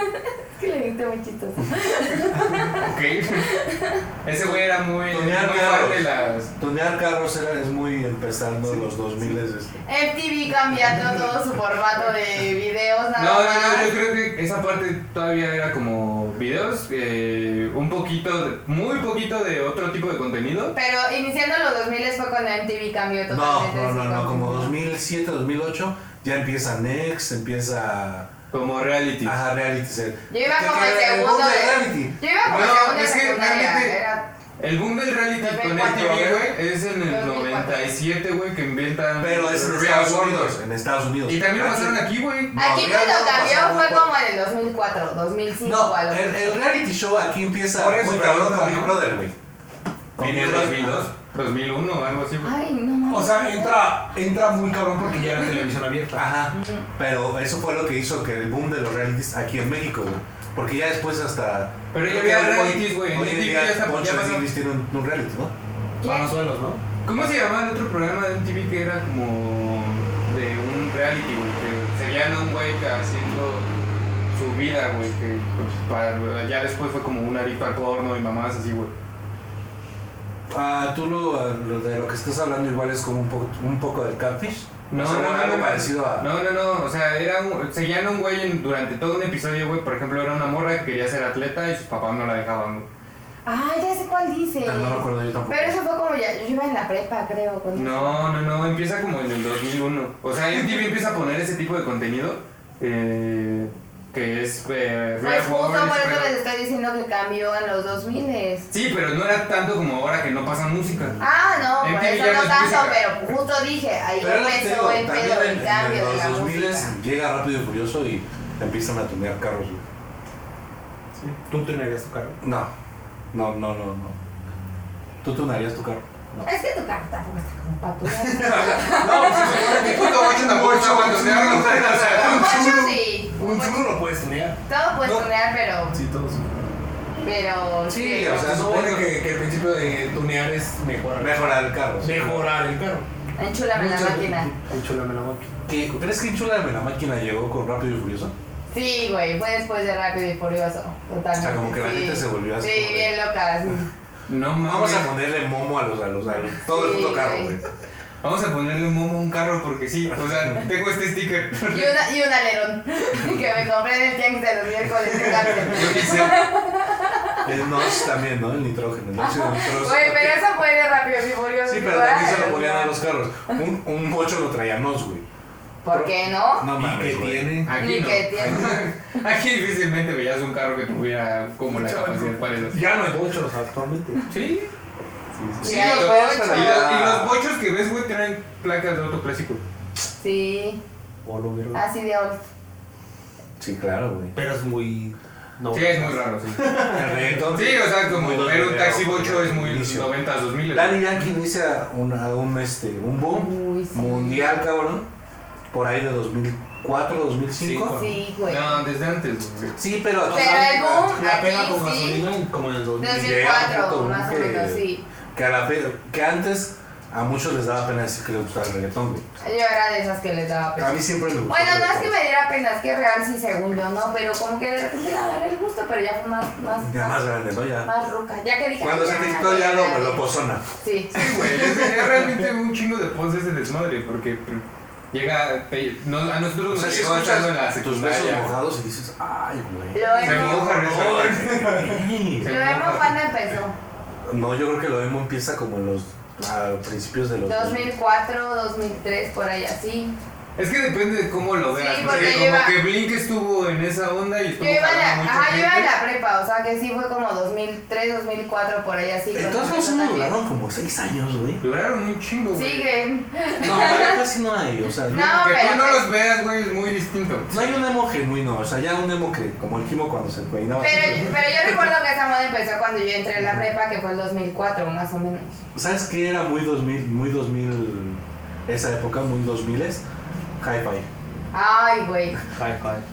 Speaker 5: Es que le dijiste muy chistoso.
Speaker 3: Ok. Ese güey era muy, muy
Speaker 4: Tenía
Speaker 3: fan
Speaker 4: cuidado.
Speaker 3: de las...
Speaker 4: Tunear carros era, es muy empezando los 2000 es este.
Speaker 5: MTV cambiando todo su formato de videos. Nada
Speaker 3: No, no, no,
Speaker 5: más.
Speaker 3: yo creo que esa parte todavía era como videos, eh, un poquito, de- muy poquito de otro tipo de contenido.
Speaker 5: Pero iniciando los 2000 fue cuando MTV cambió
Speaker 4: No,
Speaker 5: totalmente.
Speaker 4: no, no,
Speaker 5: su
Speaker 4: no, como
Speaker 5: contenido.
Speaker 4: 2007, 2008 ya empieza Next, empieza
Speaker 3: Como reality.
Speaker 4: Ajá, reality set.
Speaker 5: Yo iba
Speaker 4: Que-
Speaker 5: como
Speaker 4: que
Speaker 5: en
Speaker 4: era el
Speaker 5: segundo
Speaker 4: mundo de
Speaker 5: de-
Speaker 4: reality.
Speaker 5: Yo iba como
Speaker 3: No,
Speaker 5: segunda
Speaker 3: es que
Speaker 5: secundaria,
Speaker 3: realmente-
Speaker 5: era-
Speaker 3: El boom del reality con MTV,
Speaker 5: 2004,
Speaker 3: güey, es en el
Speaker 5: 2004.
Speaker 3: 97, güey, que inventan
Speaker 4: Pero es en
Speaker 3: Real
Speaker 4: Estados
Speaker 3: World.
Speaker 4: Unidos, Ah. en Estados Unidos.
Speaker 3: Y también lo
Speaker 4: Reality-
Speaker 3: pasaron aquí, güey.
Speaker 4: No,
Speaker 5: Aquí
Speaker 4: ya
Speaker 5: cuando
Speaker 4: no
Speaker 5: cambió
Speaker 4: pasaba
Speaker 5: fue
Speaker 4: por-
Speaker 5: como en el 2004, 2005
Speaker 4: No,
Speaker 5: a lo
Speaker 4: el,
Speaker 5: mejor.
Speaker 4: el reality show aquí empieza
Speaker 6: Por eso,
Speaker 4: muy
Speaker 6: pero
Speaker 4: cabrón
Speaker 6: no,
Speaker 4: con Big
Speaker 6: no.
Speaker 4: Brother, güey. Con
Speaker 3: Viene
Speaker 4: Big
Speaker 3: el
Speaker 4: Brother.
Speaker 3: 2002, 2001, algo así, güey.
Speaker 5: Ay, no mames.
Speaker 6: O sea, entra, entra muy cabrón porque ya era televisión abierta.
Speaker 4: Ajá. Pero eso fue lo que hizo que el boom de los realities aquí en México, güey. Porque ya después hasta.
Speaker 3: Pero ya
Speaker 4: creo
Speaker 3: había
Speaker 4: que hoy-
Speaker 3: realities, güey.
Speaker 4: Hoy
Speaker 3: En
Speaker 4: en
Speaker 3: MTV ya
Speaker 4: día,
Speaker 3: está-
Speaker 4: Poncho
Speaker 3: ya
Speaker 4: de
Speaker 3: pasó.
Speaker 4: Nigris tiene un, un reality, ¿no?
Speaker 6: Panazuelos, ¿no?
Speaker 3: ¿Cómo se llamaba el otro programa de MTV que era como de un reality, güey? Que serían un güey que haciendo su vida, güey, que pues, para- ya después fue como un adicto al porno y mamadas así, güey.
Speaker 4: Ah, tú lo, lo de lo que estás hablando igual es como un, poco un poco del catfish. O sea, algo parecido a.
Speaker 3: No, no, no, o sea, era un, seguían a un güey en- durante todo un episodio, güey, por ejemplo, era una morra que quería ser atleta y sus papás no la dejaban, güey.
Speaker 5: Ah, ya sé cuál dice.
Speaker 4: No pues. me acuerdo yo tampoco.
Speaker 5: Pero eso fue como ya. Yo iba en la prepa, creo. cuando-
Speaker 3: No, no, no, empieza como en el 2001. O sea, MTV empieza a poner ese tipo de contenido eh, que es... Eh,
Speaker 5: Pues
Speaker 3: Real
Speaker 5: justo
Speaker 3: World,
Speaker 5: por eso
Speaker 3: Real-
Speaker 5: les estoy diciendo que cambió en los 2000.
Speaker 3: Sí, pero no era tanto como ahora que no pasa música.
Speaker 5: Ah, no, por
Speaker 3: MTV
Speaker 5: eso
Speaker 3: ya
Speaker 5: no
Speaker 3: no
Speaker 5: tanto,
Speaker 3: explica.
Speaker 5: pero justo dije, ahí
Speaker 4: Pero era
Speaker 5: empezó
Speaker 4: pedo,
Speaker 5: el
Speaker 4: también
Speaker 5: pedo,
Speaker 4: en-
Speaker 5: el cambio
Speaker 4: en
Speaker 5: de la
Speaker 4: los 2000
Speaker 5: música.
Speaker 4: llega Rápido y Furioso y empiezan a tunear carros. güey.
Speaker 6: Tú tenías tu carro.
Speaker 4: No, no, no, no, no. ¿Tú tunearías tu carro? No.
Speaker 5: Es que tu carro tampoco está como para tu
Speaker 3: No, pues puto bocho tampoco está cuando se hagan los trenes, o sea,
Speaker 5: Un pocho sí.
Speaker 6: Un chulo lo puedes tunear.
Speaker 5: Todo puedes
Speaker 6: No.
Speaker 5: tunear, pero.
Speaker 6: Sí, todos.
Speaker 5: Pero.
Speaker 4: Sí,
Speaker 5: sí,
Speaker 4: o sea,
Speaker 6: Se supone que, que el principio de tunear es mejorar.
Speaker 4: Mejorar el carro. sí.
Speaker 6: Mejorar el carro.
Speaker 5: Enchúlame la máquina.
Speaker 6: Enchúlame la máquina.
Speaker 4: ¿Qué? ¿Crees que Chula de la máquina llegó con Rápido y Furioso?
Speaker 5: Sí, güey, fue después de Rápido y Furioso. Totalmente.
Speaker 4: O sea, como que la
Speaker 5: sí.
Speaker 4: gente se volvió así
Speaker 5: Sí,
Speaker 4: como de-
Speaker 5: bien loca. sí.
Speaker 3: No mames.
Speaker 4: Vamos a ponerle momo a los, a los, a los- todo el
Speaker 5: Sí,
Speaker 4: puto carro,
Speaker 5: güey.
Speaker 4: güey.
Speaker 3: Vamos a ponerle un momo a un carro porque sí. O sea, tengo este sticker.
Speaker 5: Y, una, y un alerón que me compré en el tianguis de los miércoles.
Speaker 3: Yo
Speaker 5: que cambio.
Speaker 3: quise.
Speaker 4: El NOx también, ¿no? El nitrógeno. El óxido de nitrógeno.
Speaker 5: Güey, pero eso fue de Rápido y Furioso.
Speaker 4: Sí, pero
Speaker 5: igual.
Speaker 4: también se lo ponían a los carros. Un, un 8 lo traía NOx, güey.
Speaker 5: ¿Por qué no?
Speaker 4: No
Speaker 6: ¿Y qué
Speaker 4: mames, güey.
Speaker 6: tiene?
Speaker 3: Aquí
Speaker 5: Ni
Speaker 3: no.
Speaker 5: que
Speaker 3: Aquí difícilmente veías un carro que tuviera como la capacidad para eso.
Speaker 6: Ya no hay muchos actualmente.
Speaker 3: Sí.
Speaker 5: Sí,
Speaker 3: Sí,
Speaker 5: hay
Speaker 3: los-
Speaker 5: bocho.
Speaker 3: Y, los- y los bochos que ves, güey, traen placas de auto clásico.
Speaker 5: Sí,
Speaker 6: O lo vieron.
Speaker 5: así de hoy.
Speaker 4: Sí, claro, güey.
Speaker 6: Pero es muy. No.
Speaker 3: Sí, es muy raro, sí.
Speaker 4: El reggaetón.
Speaker 3: Sí, o sea, como
Speaker 4: Muy
Speaker 3: ver un
Speaker 4: noventero,
Speaker 3: taxi bocho es muy
Speaker 4: inicio.
Speaker 3: 90s, 2000.
Speaker 4: Daddy Yankee inicia un, a un, este, un boom
Speaker 5: Uy, sí.
Speaker 4: mundial, cabrón. Por ahí de 2004, 2005.
Speaker 5: Sí, güey.
Speaker 3: No, desde antes, güey.
Speaker 4: Sí, pero
Speaker 5: Pero
Speaker 4: sea,
Speaker 5: el boom
Speaker 6: La pega
Speaker 5: aquí
Speaker 6: con
Speaker 5: sí.
Speaker 6: gasolina y como en el 2000.
Speaker 4: Sí.
Speaker 5: 2004,
Speaker 4: Llega un
Speaker 5: más o
Speaker 4: punto
Speaker 5: menos,
Speaker 4: que-
Speaker 5: sí.
Speaker 4: que, a la pe- que antes a muchos les daba pena decir que les gustaba el reggaetón, güey.
Speaker 5: Yo era de esas que les daba pena.
Speaker 4: A mí siempre me gustó.
Speaker 5: Bueno,
Speaker 4: el
Speaker 5: no es que
Speaker 4: reggaetón.
Speaker 5: me diera pena, es que real sí, según yo, ¿no? Pero como que de repente le agarré el gusto, pero ya fue más, más,
Speaker 4: Ya más
Speaker 5: más,
Speaker 4: grande, ¿no? Ya.
Speaker 5: más ruca. Ah, Ya que dije.
Speaker 4: Cuando se
Speaker 5: "Ah,
Speaker 4: te quitó ya lo, lo
Speaker 5: ya".
Speaker 4: pozona.
Speaker 5: Sí.
Speaker 3: Sí, güey, es, es realmente un chingo de pos ese desmadre, porque pues, llega, te- no- a nosotros
Speaker 4: O
Speaker 3: nos
Speaker 4: sea, si
Speaker 3: llegó estando en la
Speaker 4: escuchas tus besos
Speaker 3: secundaria.
Speaker 4: mojados y dices, ay, güey.
Speaker 5: Lo
Speaker 3: Se
Speaker 5: hemos.
Speaker 3: moja, resbalón.
Speaker 5: Lo hemos cuando empezó.
Speaker 4: No, yo creo que lo emo empieza como en los a principios de los
Speaker 5: 2004, 2003, por ahí así.
Speaker 3: Es que depende de cómo lo veas,
Speaker 5: Sí,
Speaker 3: porque
Speaker 5: porque
Speaker 3: como
Speaker 5: iba-
Speaker 3: que Blink estuvo en esa onda y
Speaker 5: Yo
Speaker 3: estuvo
Speaker 5: iba, a la,
Speaker 3: jalando mucha
Speaker 5: ajá, yo iba a
Speaker 3: gente.
Speaker 5: la prepa, o sea que sí fue como 2003, 2004, por ahí así.
Speaker 4: Entonces
Speaker 5: Cuando
Speaker 4: me
Speaker 5: empezó también.
Speaker 4: duraron como 6 años, güey.
Speaker 3: Duraron un chingo, güey.
Speaker 5: Sigue.
Speaker 4: No, ahora casi no hay, o sea,
Speaker 5: No.
Speaker 3: que tú
Speaker 5: pero-
Speaker 3: no los veas, güey, es muy distinto.
Speaker 4: no hay un emo genuino, o sea, ya un emo que, como el Kimo cuando se peinaba. así,
Speaker 5: Pero,
Speaker 4: güey.
Speaker 5: pero yo recuerdo que esa moda empezó cuando yo entré en la prepa, que fue el 2004, más o menos.
Speaker 4: ¿Sabes qué era muy 2000, muy 2000, esa época, muy 2000 es? Hi-Fi.
Speaker 5: Ay, güey.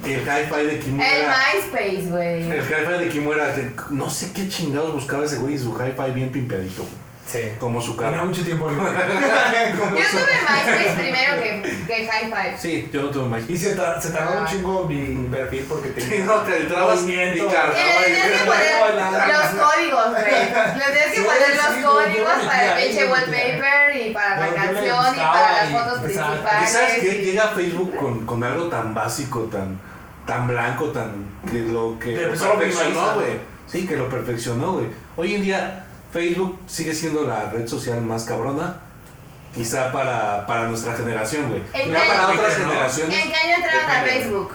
Speaker 4: El Hi-Fi de Kimo
Speaker 5: El
Speaker 4: era...
Speaker 5: MySpace,
Speaker 4: El
Speaker 5: güey.
Speaker 4: hi-fi de Kimo era, que no sé qué chingados buscaba ese güey y su hi-fi bien pimpeadito, güey.
Speaker 6: Sí.
Speaker 4: como su
Speaker 6: Tenía
Speaker 4: cara.
Speaker 6: mucho tiempo libre.
Speaker 5: Yo tuve MySpace primero que, que Hi-Fi.
Speaker 4: Sí, yo no tuve magia.
Speaker 6: Y se, tar- se tardó un chingo mi perfil porque tenía.
Speaker 4: No, te entrabas y
Speaker 6: Movimiento.
Speaker 5: Y
Speaker 4: cargaba
Speaker 5: le tenías Eh, que poner los códigos, güey. Le tenías que
Speaker 6: Sí,
Speaker 5: poner
Speaker 6: sí,
Speaker 5: los
Speaker 6: güey, yo
Speaker 5: códigos
Speaker 6: me metí
Speaker 5: para el
Speaker 6: ahí,
Speaker 5: pinche
Speaker 6: me metí ahí.
Speaker 5: wallpaper y para la
Speaker 6: No, yo le
Speaker 5: canción y
Speaker 6: gustaba
Speaker 5: para las
Speaker 6: y-
Speaker 5: fotos
Speaker 6: exacto.
Speaker 4: ¿Y sabes
Speaker 5: principales.
Speaker 4: qué?
Speaker 5: y-
Speaker 4: Llega Facebook con, con algo tan básico, tan, tan blanco, tan. que lo que
Speaker 6: Te
Speaker 4: lo
Speaker 6: empezó a
Speaker 4: perfeccionó,
Speaker 6: minimalizar.
Speaker 4: güey. Sí, que lo perfeccionó, güey. Hoy en día, Facebook sigue siendo la red social más cabrona. Quizá para, para nuestra generación, güey.
Speaker 5: ¿En
Speaker 4: Ya
Speaker 5: qué-
Speaker 4: para otras
Speaker 6: ¿En qué no?
Speaker 4: generaciones.
Speaker 5: ¿En qué año entraron a
Speaker 4: Depende.
Speaker 5: Facebook?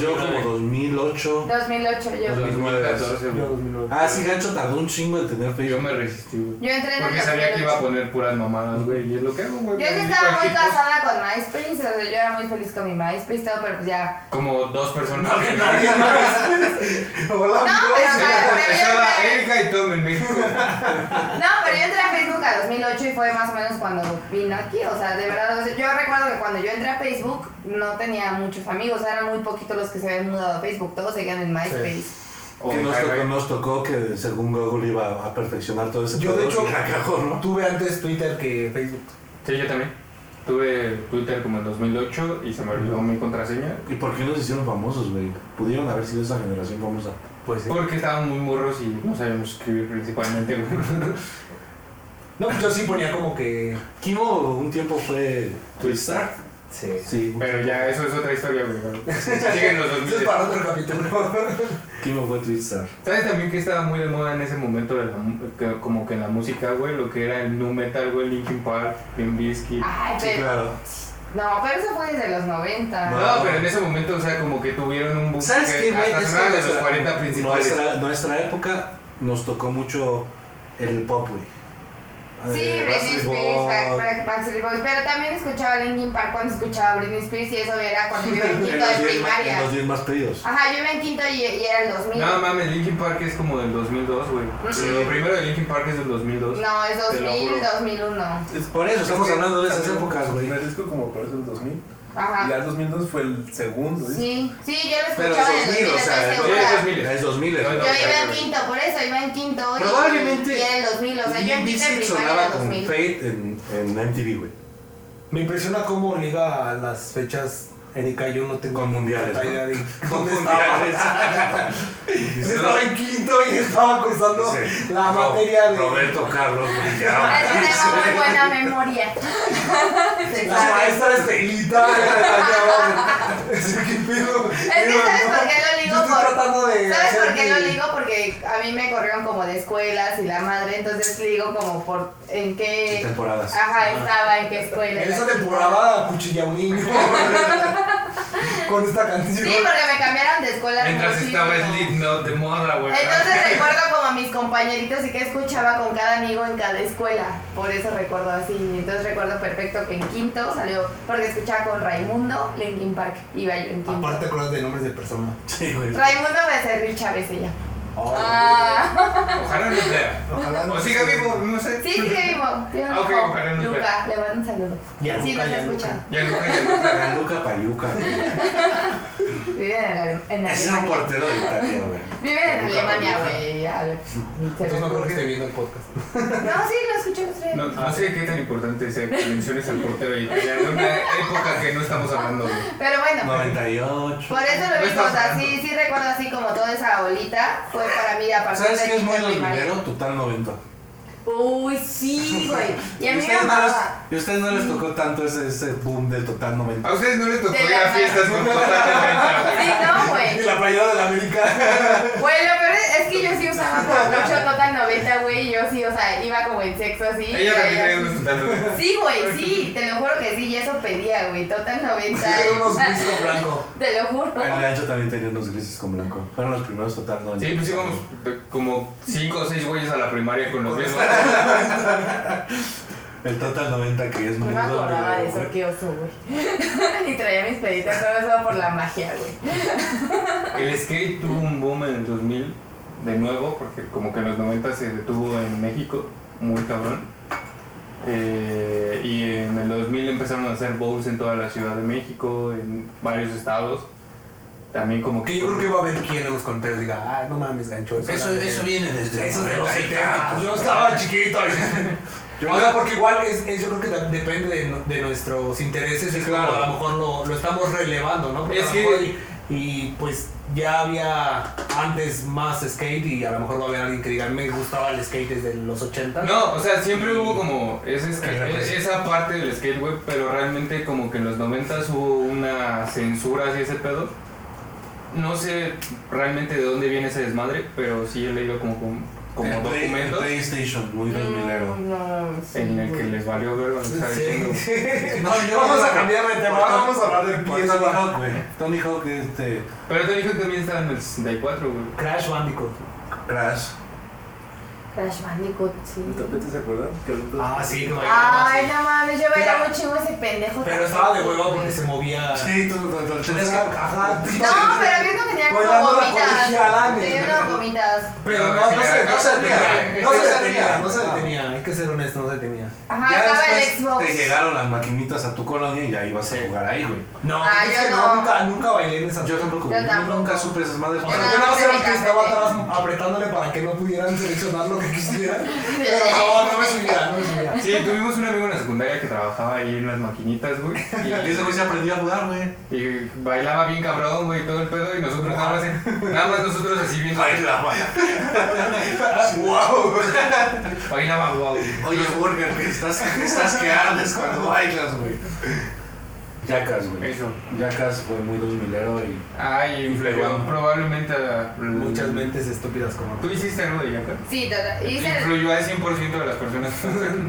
Speaker 4: Yo como 2008.
Speaker 5: 2008 yo.
Speaker 3: 2014,
Speaker 6: Yo
Speaker 3: güey.
Speaker 6: 2009.
Speaker 4: Ah, sí, Gancho tardó un chingo en tener
Speaker 3: Yo
Speaker 4: Facebook.
Speaker 3: me resistí, güey.
Speaker 5: Yo entré en el
Speaker 3: Porque sabía que iba a
Speaker 5: 2008.
Speaker 3: poner puras mamadas, güey. Y es lo que hago, güey.
Speaker 5: Yo sí
Speaker 3: me
Speaker 5: estaba
Speaker 3: dedico a
Speaker 5: muy
Speaker 3: hippies.
Speaker 5: casada con MySpace, o sea, yo era muy feliz con mi MySpace y todo, pero pues ya.
Speaker 3: Como dos personas. que
Speaker 6: Ah,
Speaker 5: No, pero, pero, pero yo
Speaker 3: Empezaba
Speaker 5: entré-
Speaker 3: Erika y Tom en México.
Speaker 5: no, pero yo entré a Facebook a 2008 y fue más o menos cuando vino aquí, o sea, de verdad, o sea, yo recuerdo que cuando yo entré a Facebook no tenía muchos amigos, eran muy poquitos los que se habían mudado a Facebook, todos seguían en MySpace.
Speaker 3: O
Speaker 4: Que nos
Speaker 3: Hi-Fi.
Speaker 4: tocó, nos tocó que según Google iba a perfeccionar todo ese
Speaker 6: Yo, de
Speaker 4: pedo,
Speaker 6: hecho,
Speaker 4: y la cagó, ¿no?
Speaker 6: tuve antes Twitter que Facebook.
Speaker 3: Sí, yo también. Tuve Twitter como en 2008 y se me olvidó mi contraseña.
Speaker 4: ¿Y por qué nos hicieron famosos, güey? Pudieron haber sido esa generación famosa.
Speaker 6: Pues sí.
Speaker 3: Porque estábamos muy morros y no sabíamos escribir principalmente. güey.
Speaker 6: No, pues yo sí ponía como que.
Speaker 4: Kimo un tiempo fue Twitter.
Speaker 6: Sí.
Speaker 4: Sí,
Speaker 3: Pero ya, eso es otra historia, güey. Siguen los
Speaker 6: Eso
Speaker 3: 2000.
Speaker 6: es para otro capítulo.
Speaker 4: Kimo fue Twitter.
Speaker 3: ¿Sabes también que estaba muy de moda en ese momento? de la mu- que- como que en la música, güey, lo que era el nu metal, güey, Linkin Park, Limp Bizkit.
Speaker 5: Ay,
Speaker 4: Sí,
Speaker 5: pero.
Speaker 4: claro.
Speaker 5: No, pero eso fue desde los 90.
Speaker 4: Ah, No.
Speaker 3: No, pero en ese momento, o sea, como que tuvieron un boom
Speaker 4: Pues, ¿Sabes
Speaker 3: que
Speaker 4: qué, güey?
Speaker 3: hasta
Speaker 4: Es que
Speaker 3: sonaban de los
Speaker 4: nuestra-
Speaker 3: 40 principales.
Speaker 4: Nuestra, nuestra época nos tocó mucho el pop, güey.
Speaker 5: Sí,
Speaker 4: Eh,
Speaker 5: Britney
Speaker 4: Backstreet
Speaker 5: Spears, Back-
Speaker 4: Boys.
Speaker 5: Back- Backstreet Boys, pero también escuchaba Linkin Park cuando escuchaba Britney Spears y eso era cuando yo iba en
Speaker 4: En
Speaker 5: quinto
Speaker 4: los diez más-
Speaker 5: de
Speaker 4: en los
Speaker 5: primaria.
Speaker 4: 10 más pedidos.
Speaker 5: Ajá, yo iba en quinto y, y era el 2000.
Speaker 3: No mames, Linkin Park es como del 2002, güey. Lo primero de Linkin Park es del 2002.
Speaker 5: No, es
Speaker 3: Te lo
Speaker 5: 2000,
Speaker 3: juro.
Speaker 5: 2001.
Speaker 4: Por eso estamos hablando de esas
Speaker 7: También
Speaker 4: épocas, güey.
Speaker 7: El disco como por eso el 2000. Y ya
Speaker 5: Ajá.
Speaker 7: el 2002 fue el segundo. ¿sí?
Speaker 5: Ah. Sí, sí, yo lo
Speaker 4: Pero
Speaker 5: escuchaba en el
Speaker 4: 2000,
Speaker 5: 2000,
Speaker 4: o sea,
Speaker 3: sí,
Speaker 5: estoy
Speaker 3: es
Speaker 5: segura.
Speaker 3: 2000.
Speaker 4: es 2000.
Speaker 3: No,
Speaker 5: Yo
Speaker 3: no,
Speaker 5: iba en quinto, por eso iba en quinto. y-
Speaker 4: Probablemente
Speaker 5: Y era el 2000, o sea, yo en
Speaker 4: Limp
Speaker 5: quinto de
Speaker 4: Bizkit
Speaker 5: primaria era
Speaker 4: sonaba
Speaker 5: el
Speaker 4: con
Speaker 5: 2000.
Speaker 4: Fate en, en MTV, güey.
Speaker 6: Me impresiona cómo liga las fechas Erika, yo no tengo
Speaker 4: Con mundiales,
Speaker 6: puta
Speaker 4: ¿no?
Speaker 6: idea de
Speaker 4: Con
Speaker 6: dónde estaba. estaba en quinto y estaba cursando
Speaker 4: Sí.
Speaker 6: la
Speaker 4: Ro-
Speaker 6: materia de.
Speaker 4: Roberto Carlos brillaba.
Speaker 5: tenemos muy buena memoria. Se
Speaker 6: La
Speaker 5: sabe.
Speaker 6: maestra Estelita. Es que pedo.
Speaker 5: Es que
Speaker 6: Digo,
Speaker 5: sabes
Speaker 6: no,
Speaker 5: por qué lo digo
Speaker 6: yo estoy
Speaker 5: por-
Speaker 6: tratando de
Speaker 5: ¿Sabes
Speaker 6: hacer
Speaker 5: por qué
Speaker 6: mi-
Speaker 5: lo digo? Porque a mí me corrieron como de escuelas y la madre, entonces le digo como por en qué
Speaker 4: Temporadas.
Speaker 5: ajá estaba, en qué escuela.
Speaker 6: En esa temporada cuchilla un niño. Con esta canción.
Speaker 5: Sí, porque me cambiaron de escuela.
Speaker 3: Mientras
Speaker 5: muchísimo.
Speaker 3: estaba Slipknot de moda, güey.
Speaker 5: Entonces recuerdo como a mis compañeritos y que escuchaba con cada amigo en cada escuela. Por eso recuerdo así. Entonces recuerdo perfecto que en quinto salió, porque escuchaba con Raimundo Linkin Park. Iba yo en quinto.
Speaker 6: Aparte, acuerdas de nombres de personas.
Speaker 4: Sí, güey.
Speaker 5: Raimundo Becerril Chávez ella. Ah.
Speaker 3: Ojalá no sea.
Speaker 6: Ojalá no
Speaker 4: Pues
Speaker 3: O siga
Speaker 6: sea.
Speaker 3: vivo, no sé.
Speaker 5: Sí, sí que vivo. Tiene un
Speaker 3: Ah, ok,
Speaker 5: hijo,
Speaker 3: ojalá no
Speaker 5: Luca, le mando un saludo.
Speaker 6: Y a
Speaker 5: sí,
Speaker 6: Luca,
Speaker 5: nos
Speaker 6: y a
Speaker 5: escucha.
Speaker 6: Luca.
Speaker 3: Ya no ya
Speaker 4: Granduca Payuca. güey.
Speaker 5: Vive en, Ale- en
Speaker 4: Ese es un
Speaker 5: Alemania.
Speaker 4: portero de Italia, güey.
Speaker 5: Vive en
Speaker 4: Luca
Speaker 5: Alemania,
Speaker 4: Paluca.
Speaker 5: güey. a ver, se
Speaker 6: Entonces
Speaker 5: me
Speaker 6: no creo que
Speaker 5: ocurre.
Speaker 6: esté viendo el podcast.
Speaker 5: No, sí, lo escuché los tres.
Speaker 3: no. No,
Speaker 7: Ah.
Speaker 3: no sé qué tan importante sea que menciones al portero de Italia en una época que no estamos hablando, güey.
Speaker 5: Pero bueno.
Speaker 4: 98.
Speaker 5: Por eso
Speaker 3: No
Speaker 5: lo mismo, o
Speaker 3: estás
Speaker 5: sea,
Speaker 3: hablando.
Speaker 5: sí, sí recuerdo así como toda esa bolita fue para mí a partir
Speaker 4: ¿Sabes
Speaker 5: de
Speaker 4: qué es bueno
Speaker 5: quinto
Speaker 4: el
Speaker 5: primaria.
Speaker 4: dinero? Total 90.
Speaker 5: Uy, sí, güey. Y a mí me
Speaker 4: ustedes, no les,
Speaker 5: amaba.
Speaker 4: y ustedes no les tocó tanto ese, ese boom del Total 90.
Speaker 3: A ustedes no les tocó
Speaker 5: De
Speaker 3: ir a
Speaker 5: la-
Speaker 3: fiestas con toda la tendencia,
Speaker 5: Sí, no,
Speaker 4: Y
Speaker 5: güey.
Speaker 4: la playera de la América.
Speaker 5: Güey, lo peor es, es que yo sí usaba como mucho Total 90, güey. Y yo sí, o sea, iba como en sexo así.
Speaker 3: güey. Ella
Speaker 5: y
Speaker 3: también tenía
Speaker 5: era así.
Speaker 3: unos pantalones.
Speaker 5: Sí, güey, sí, te lo juro que sí, y eso pedía, güey. Total 90.
Speaker 6: Tiene unos discos blancos.
Speaker 5: Te lo juro.
Speaker 4: El ancho también tenía unos grises con blanco. Fueron los primeros Total 90.
Speaker 3: Sí, pues íbamos eh, como 5 o 6 güeyes a la primaria con los mismos.
Speaker 4: El Total 90 que es
Speaker 5: No
Speaker 4: muy
Speaker 5: me acordaba de
Speaker 4: doble,
Speaker 5: eso,
Speaker 4: güey.
Speaker 5: qué oso, güey. y traía mis peditas, todo eso por la magia, güey.
Speaker 3: El skate tuvo un boom en el 2000, de nuevo, porque como que en los 90 se detuvo en México, muy cabrón. Eh, y en el 2000 empezaron a hacer bowls en toda la Ciudad de México, en varios estados. También como
Speaker 6: Que
Speaker 3: que...
Speaker 6: yo creo que va a haber quien en los comentarios diga, ah, no mames, gancho. era-
Speaker 4: viene desde
Speaker 6: Eso de
Speaker 4: de
Speaker 6: los
Speaker 4: los
Speaker 6: 70.
Speaker 4: 70.
Speaker 6: Yo estaba chiquito. O sea, porque igual es, es- yo creo que da- depende de, no- de nuestros intereses. Es
Speaker 3: Claro.
Speaker 6: como a lo mejor lo, lo estamos relevando, ¿no? Porque
Speaker 3: Es
Speaker 6: a lo
Speaker 3: que-
Speaker 6: mejor y, y, pues ya había antes más skate y a lo mejor va a haber alguien que diga, me gustaba el skate desde los 80.
Speaker 3: No, o sea, siempre hubo como ese skate- e-,
Speaker 6: Ahí representa.
Speaker 3: esa parte del skate web, pero realmente como que en los 90 hubo una censura hacia ese pedo. No sé realmente de dónde viene ese desmadre, pero sí he leído como, como, como
Speaker 4: Como documento.
Speaker 3: documentos
Speaker 4: PlayStation, muy dos milero.
Speaker 5: Mm, No, no, sí,
Speaker 3: en el que
Speaker 5: güey.
Speaker 3: les valió ver lo que estaba diciendo.
Speaker 6: vamos a cambiar de tema, vamos a hablar del
Speaker 4: Por
Speaker 6: pieza.
Speaker 4: Tony Hawk, güey. Tony Hawk, este.
Speaker 3: Pero te dijo que también estaba en el 64, güey.
Speaker 6: Crash Bandicoot.
Speaker 4: Crash.
Speaker 5: Crash Bandicoot, sí.
Speaker 7: ¿Tapete se acuerdan? Que hablando-
Speaker 6: Ah, sí, no,
Speaker 5: Ay, no mames, yo bailaba
Speaker 6: Mira.
Speaker 5: un chingo ese pendejo.
Speaker 6: Pero
Speaker 5: también,
Speaker 6: estaba de
Speaker 5: güey.
Speaker 6: huevo porque se movía.
Speaker 4: Sí, tú, tú, tú,
Speaker 6: Tenías que- ajá.
Speaker 5: No, pero a mí no tenía como
Speaker 6: Bailando la
Speaker 5: gomitas.
Speaker 6: colegiala, ni-
Speaker 5: Tenía unas gomitas.
Speaker 6: Pero no, no se, no se detenía, no se detenía, no se detenía, hay que ser honesto, no se detenía.
Speaker 5: Ajá,
Speaker 4: Ya
Speaker 5: estaba el
Speaker 4: después
Speaker 5: Xbox.
Speaker 4: Te llegaron las maquinitas a tu colonia y ya ibas a jugar ahí, güey.
Speaker 6: No,
Speaker 5: Ah,
Speaker 6: es
Speaker 5: yo
Speaker 6: que
Speaker 5: no.
Speaker 6: nunca, nunca bailé en esas.
Speaker 4: Yo tampoco,
Speaker 5: Yo
Speaker 4: güey.
Speaker 5: tampoco.
Speaker 4: nunca supe esas madres.
Speaker 6: o sea, yo nada más era el que estaba atrás apretándole para que no pudieran seleccionar lo que quisieran. Pero no, no me subía, no me subía.
Speaker 3: Sí, tuvimos un amigo en la secundaria que trabajaba ahí en las maquinitas, güey.
Speaker 4: Y ese güey se aprendió a jugar, güey.
Speaker 3: Y, y bailaba bien cabrón, güey, todo el pedo. Y nosotros nada más, en- nada más nosotros así viendo.
Speaker 4: Baila, ¡Wow!
Speaker 3: Bailaba guau. güey.
Speaker 4: Oye, Burger, que estás, estás que ardes cuando bailas, güey. Yacas, güey.
Speaker 3: Eso.
Speaker 4: Yacas fue muy dos milero y.
Speaker 3: Ay, influyó
Speaker 4: Influyó.
Speaker 3: probablemente a
Speaker 6: Muchas mentes estúpidas como
Speaker 3: ¿Tú hiciste algo de Yaka?
Speaker 5: Sí, total. Y se-
Speaker 3: Influyó al 100% de las personas.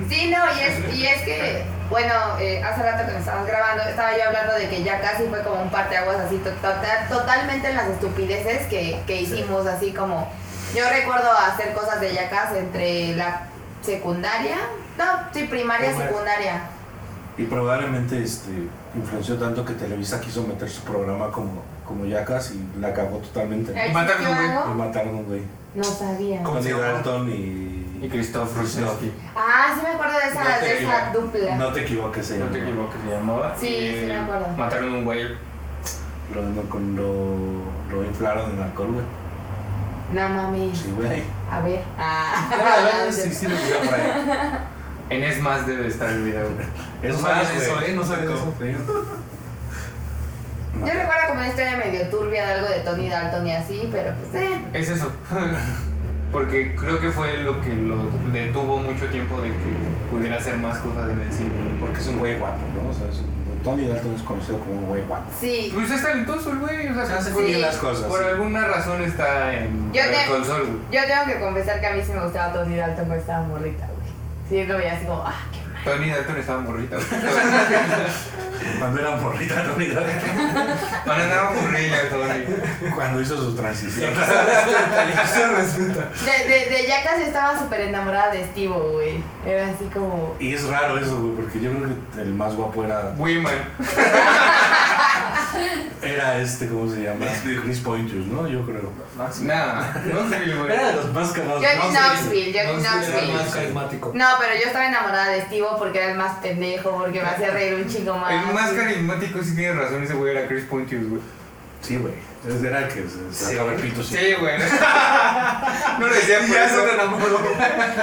Speaker 5: Sí, no, y es, y es que, bueno, eh, hace rato que nos estábamos grabando, estaba yo hablando de que ya casi fue como un parteaguas así, to- to- totalmente en las estupideces que, que hicimos, así como, yo recuerdo hacer cosas de yacas entre la secundaria, no, sí, primaria,
Speaker 6: Primaria.
Speaker 5: secundaria.
Speaker 4: Y probablemente este, influenció tanto que Televisa quiso meter su programa como, como Yacas y la cagó totalmente.
Speaker 5: ¿Existió
Speaker 3: mataron un güey.
Speaker 4: Y
Speaker 5: algo?
Speaker 4: mataron a un güey.
Speaker 5: No sabía.
Speaker 6: ¿Cómo
Speaker 4: Tony
Speaker 6: se llama?
Speaker 4: Dalton y.
Speaker 3: Y Christoph Rusnowski.
Speaker 5: Ah, sí me acuerdo de esa,
Speaker 4: No te
Speaker 5: de esa
Speaker 4: equivo-
Speaker 5: dupla.
Speaker 4: No te equivoques, eh, se
Speaker 3: No
Speaker 4: llama.
Speaker 3: te equivoques, se llamaba.
Speaker 5: Sí,
Speaker 3: Y,
Speaker 5: sí me acuerdo.
Speaker 3: Mataron a un güey.
Speaker 4: Lo, lo, con- lo, lo inflaron en alcohol, güey.
Speaker 5: No, mami.
Speaker 4: Sí, güey.
Speaker 5: A ver. Ah.
Speaker 4: sí, sí, lo vi por ahí.
Speaker 3: En es más debe estar el video. eh,
Speaker 4: Es
Speaker 6: No
Speaker 4: más,
Speaker 6: sabía eso,
Speaker 4: güey.
Speaker 6: ¿eh? No sabía
Speaker 4: Sí.
Speaker 5: Yo recuerdo como una historia medio turbia de algo de Tony Dalton y así, pero pues eh.
Speaker 3: Es eso. Porque creo que fue lo que lo detuvo mucho tiempo de que pudiera hacer más cosas en el cine.
Speaker 8: Porque es un güey guapo, ¿no? O sea, es un- Tony Dalton es conocido como un güey guapo.
Speaker 5: Sí.
Speaker 3: Pues es talentoso el güey, o sea,
Speaker 4: Se hace
Speaker 3: por,
Speaker 4: bien las cosas.
Speaker 3: por
Speaker 4: sí.
Speaker 3: alguna razón está en
Speaker 5: Yo
Speaker 3: el
Speaker 5: te-
Speaker 3: console. güey.
Speaker 5: Yo tengo que confesar que a mí sí me gustaba Tony Dalton cuando estaba morrita, güey. Sí, lo veía así como, ah, qué mal.
Speaker 3: Tony Dalton estaba morrita. güey.
Speaker 4: Cuando era morrita, no Mira,
Speaker 3: Cuando andaba morrilla, Tony.
Speaker 4: Cuando hizo su transición.
Speaker 5: De, de, de ya casi estaba súper enamorada de Steve, güey. Era así como.
Speaker 4: Y es raro eso, güey, porque yo creo que el más guapo era,
Speaker 3: Women.
Speaker 4: era este, ¿cómo se llama? Chris Pointus, ¿no? Yo creo.
Speaker 3: Nah, no sé, güey.
Speaker 4: Era de los más cagados.
Speaker 5: Johnny
Speaker 4: No,
Speaker 5: Knoxville,
Speaker 3: no
Speaker 5: Johnny
Speaker 3: sé,
Speaker 6: Era el
Speaker 5: Knoxville.
Speaker 6: más carismático.
Speaker 5: No, pero yo estaba enamorada de Steve porque era el más pendejo, porque me hacía reír un chico más.
Speaker 3: El más carismático, sí tiene razón, ese güey era Chris Pontius, güey.
Speaker 4: Sí, güey. Entonces Era el que se sacaba el pito.
Speaker 3: Sí, güey. No lo decía por eso.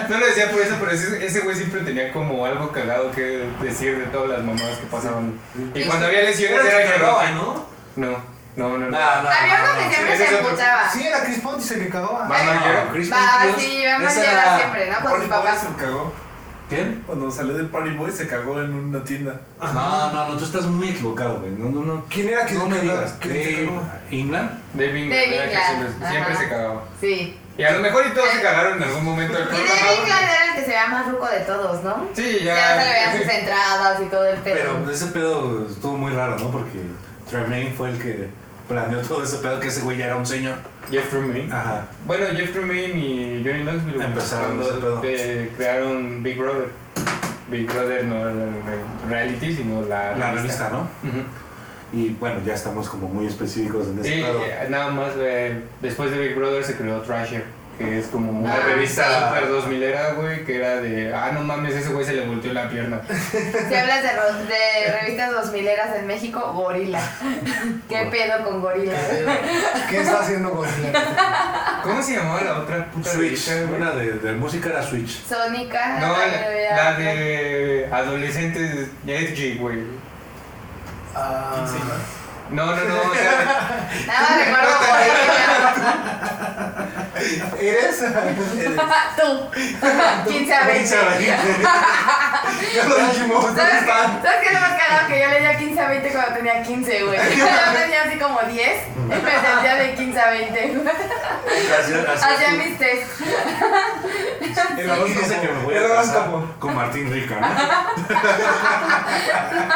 Speaker 3: No lo decía por eso, pero ese ese güey siempre tenía como algo cagado que decir de todas las mamadas que pasaban. Y cuando había lesiones era el que
Speaker 4: cagaba,
Speaker 3: ¿no? No, no, no.
Speaker 4: Nah,
Speaker 6: Ah,
Speaker 4: nah,
Speaker 5: Había
Speaker 4: nah,
Speaker 5: uno que
Speaker 4: nah.
Speaker 5: siempre
Speaker 3: ese es
Speaker 5: se
Speaker 3: otro.
Speaker 5: emputaba.
Speaker 6: Sí, era Chris Ponti, se le cagaba.
Speaker 3: Mamá,
Speaker 5: Ay,
Speaker 3: yo-
Speaker 4: Chris
Speaker 5: Va,
Speaker 4: Pontius,
Speaker 5: sí, Batman
Speaker 4: esa
Speaker 5: llega
Speaker 4: era-
Speaker 5: siempre, ¿no? Con su
Speaker 7: Boy
Speaker 5: papá.
Speaker 7: se cagó.
Speaker 4: ¿Quién? Ah,
Speaker 7: Cuando salió del Party Boy se cagó en una tienda.
Speaker 4: No, no, no, tú estás muy equivocado, güey. No, no, no.
Speaker 6: ¿Quién era que
Speaker 4: No
Speaker 6: se
Speaker 4: me
Speaker 6: cagaba?
Speaker 4: digas.
Speaker 6: ¿Quién se
Speaker 4: ¿Qué?
Speaker 6: cagó?
Speaker 4: ¿Ingland?
Speaker 3: David Inglaterra,
Speaker 5: David
Speaker 3: que
Speaker 5: Inglaterra,
Speaker 3: siempre, siempre
Speaker 5: ajá.
Speaker 3: se cagaba.
Speaker 5: Sí.
Speaker 3: Y a lo mejor y todos se cagaron en algún momento del
Speaker 5: Y
Speaker 3: programa.
Speaker 5: David Clark era el que se veía más ruco de todos, ¿no?
Speaker 3: Sí, ya.
Speaker 5: Ya se le veían sus entradas y todo el pedo.
Speaker 4: Pero ese pedo estuvo muy raro, ¿no? Porque Tremaine fue el que planeó todo ese pedo, que ese güey ya era un señor.
Speaker 3: Jeff Tremaine.
Speaker 4: Ajá.
Speaker 3: Bueno, Jeff Tremaine y Johnny Knoxville güey,
Speaker 4: Ah, Empezaron ese
Speaker 3: cuando
Speaker 4: pedo.
Speaker 3: eh, crearon Big Brother. Big Brother no era el re- reality, sino la,
Speaker 4: La revista, ¿no?
Speaker 3: Ujú.
Speaker 4: Y bueno, ya estamos como muy específicos en ese
Speaker 3: Sí,
Speaker 4: pedo.
Speaker 3: eh, nada más eh, después de Big Brother se creó Thrasher, que es como una
Speaker 5: Ah,
Speaker 3: revista super 2000 era, güey, que era de, ah, no mames, ese güey se le volteó la pierna.
Speaker 5: Si hablas de, ro- de revistas 2000 eras en México, Gorila. ¿Qué pedo con Gorila?
Speaker 6: ¿Qué está haciendo con
Speaker 3: ¿Cómo se llamaba la otra puta
Speaker 4: Switch,
Speaker 3: revista, güey?
Speaker 4: una de, de música era Switch.
Speaker 5: Sónica.
Speaker 3: No,
Speaker 5: ay,
Speaker 3: la,
Speaker 5: vea.
Speaker 3: la de adolescentes edgy, güey.
Speaker 6: Ah,
Speaker 3: No, no, no, o sea,
Speaker 5: Nada más recuerdo Gorila.
Speaker 6: ¿Eres?
Speaker 5: Tú. 15 a 20.
Speaker 6: Ya lo dijimos.
Speaker 5: ¿Sabes qué? ¿Sabes qué es lo más cagado? Que yo leía 15 a 20 cuando tenía 15, güey. Yo tenía así como 10. Me sentía de 15 a 20. güey. Hacía mis test.
Speaker 4: El horóscopo. Dice que me voy a
Speaker 6: El
Speaker 4: casar
Speaker 6: horóscopo.
Speaker 4: con Martín Rica, ¿no?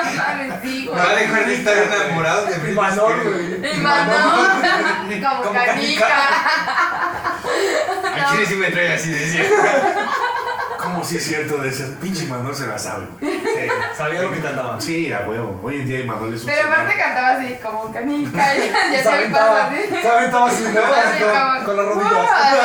Speaker 5: Mames, sí,
Speaker 3: no
Speaker 5: güey.
Speaker 3: va a dejar de estar enamorado de Britney
Speaker 6: Manol,
Speaker 3: Spears.
Speaker 6: güey.
Speaker 5: Y mandó como canica.
Speaker 3: A Chile sí me trae así de cierto.
Speaker 4: Como si es cierto de ese pinche Manuel se la sabe, güey.
Speaker 6: Sabía lo que cantaba.
Speaker 4: Sí, a huevo. Hoy en día Manuel es un
Speaker 5: Pero
Speaker 4: señor.
Speaker 5: aparte cantaba así, como un canica. y Ya
Speaker 6: Se
Speaker 5: se me pasa
Speaker 6: aventaba,
Speaker 5: así.
Speaker 6: se aventaba así, ¿no?
Speaker 5: Así
Speaker 6: Con,
Speaker 5: como,
Speaker 6: con las
Speaker 5: "Wow",
Speaker 6: rodillas.
Speaker 5: así.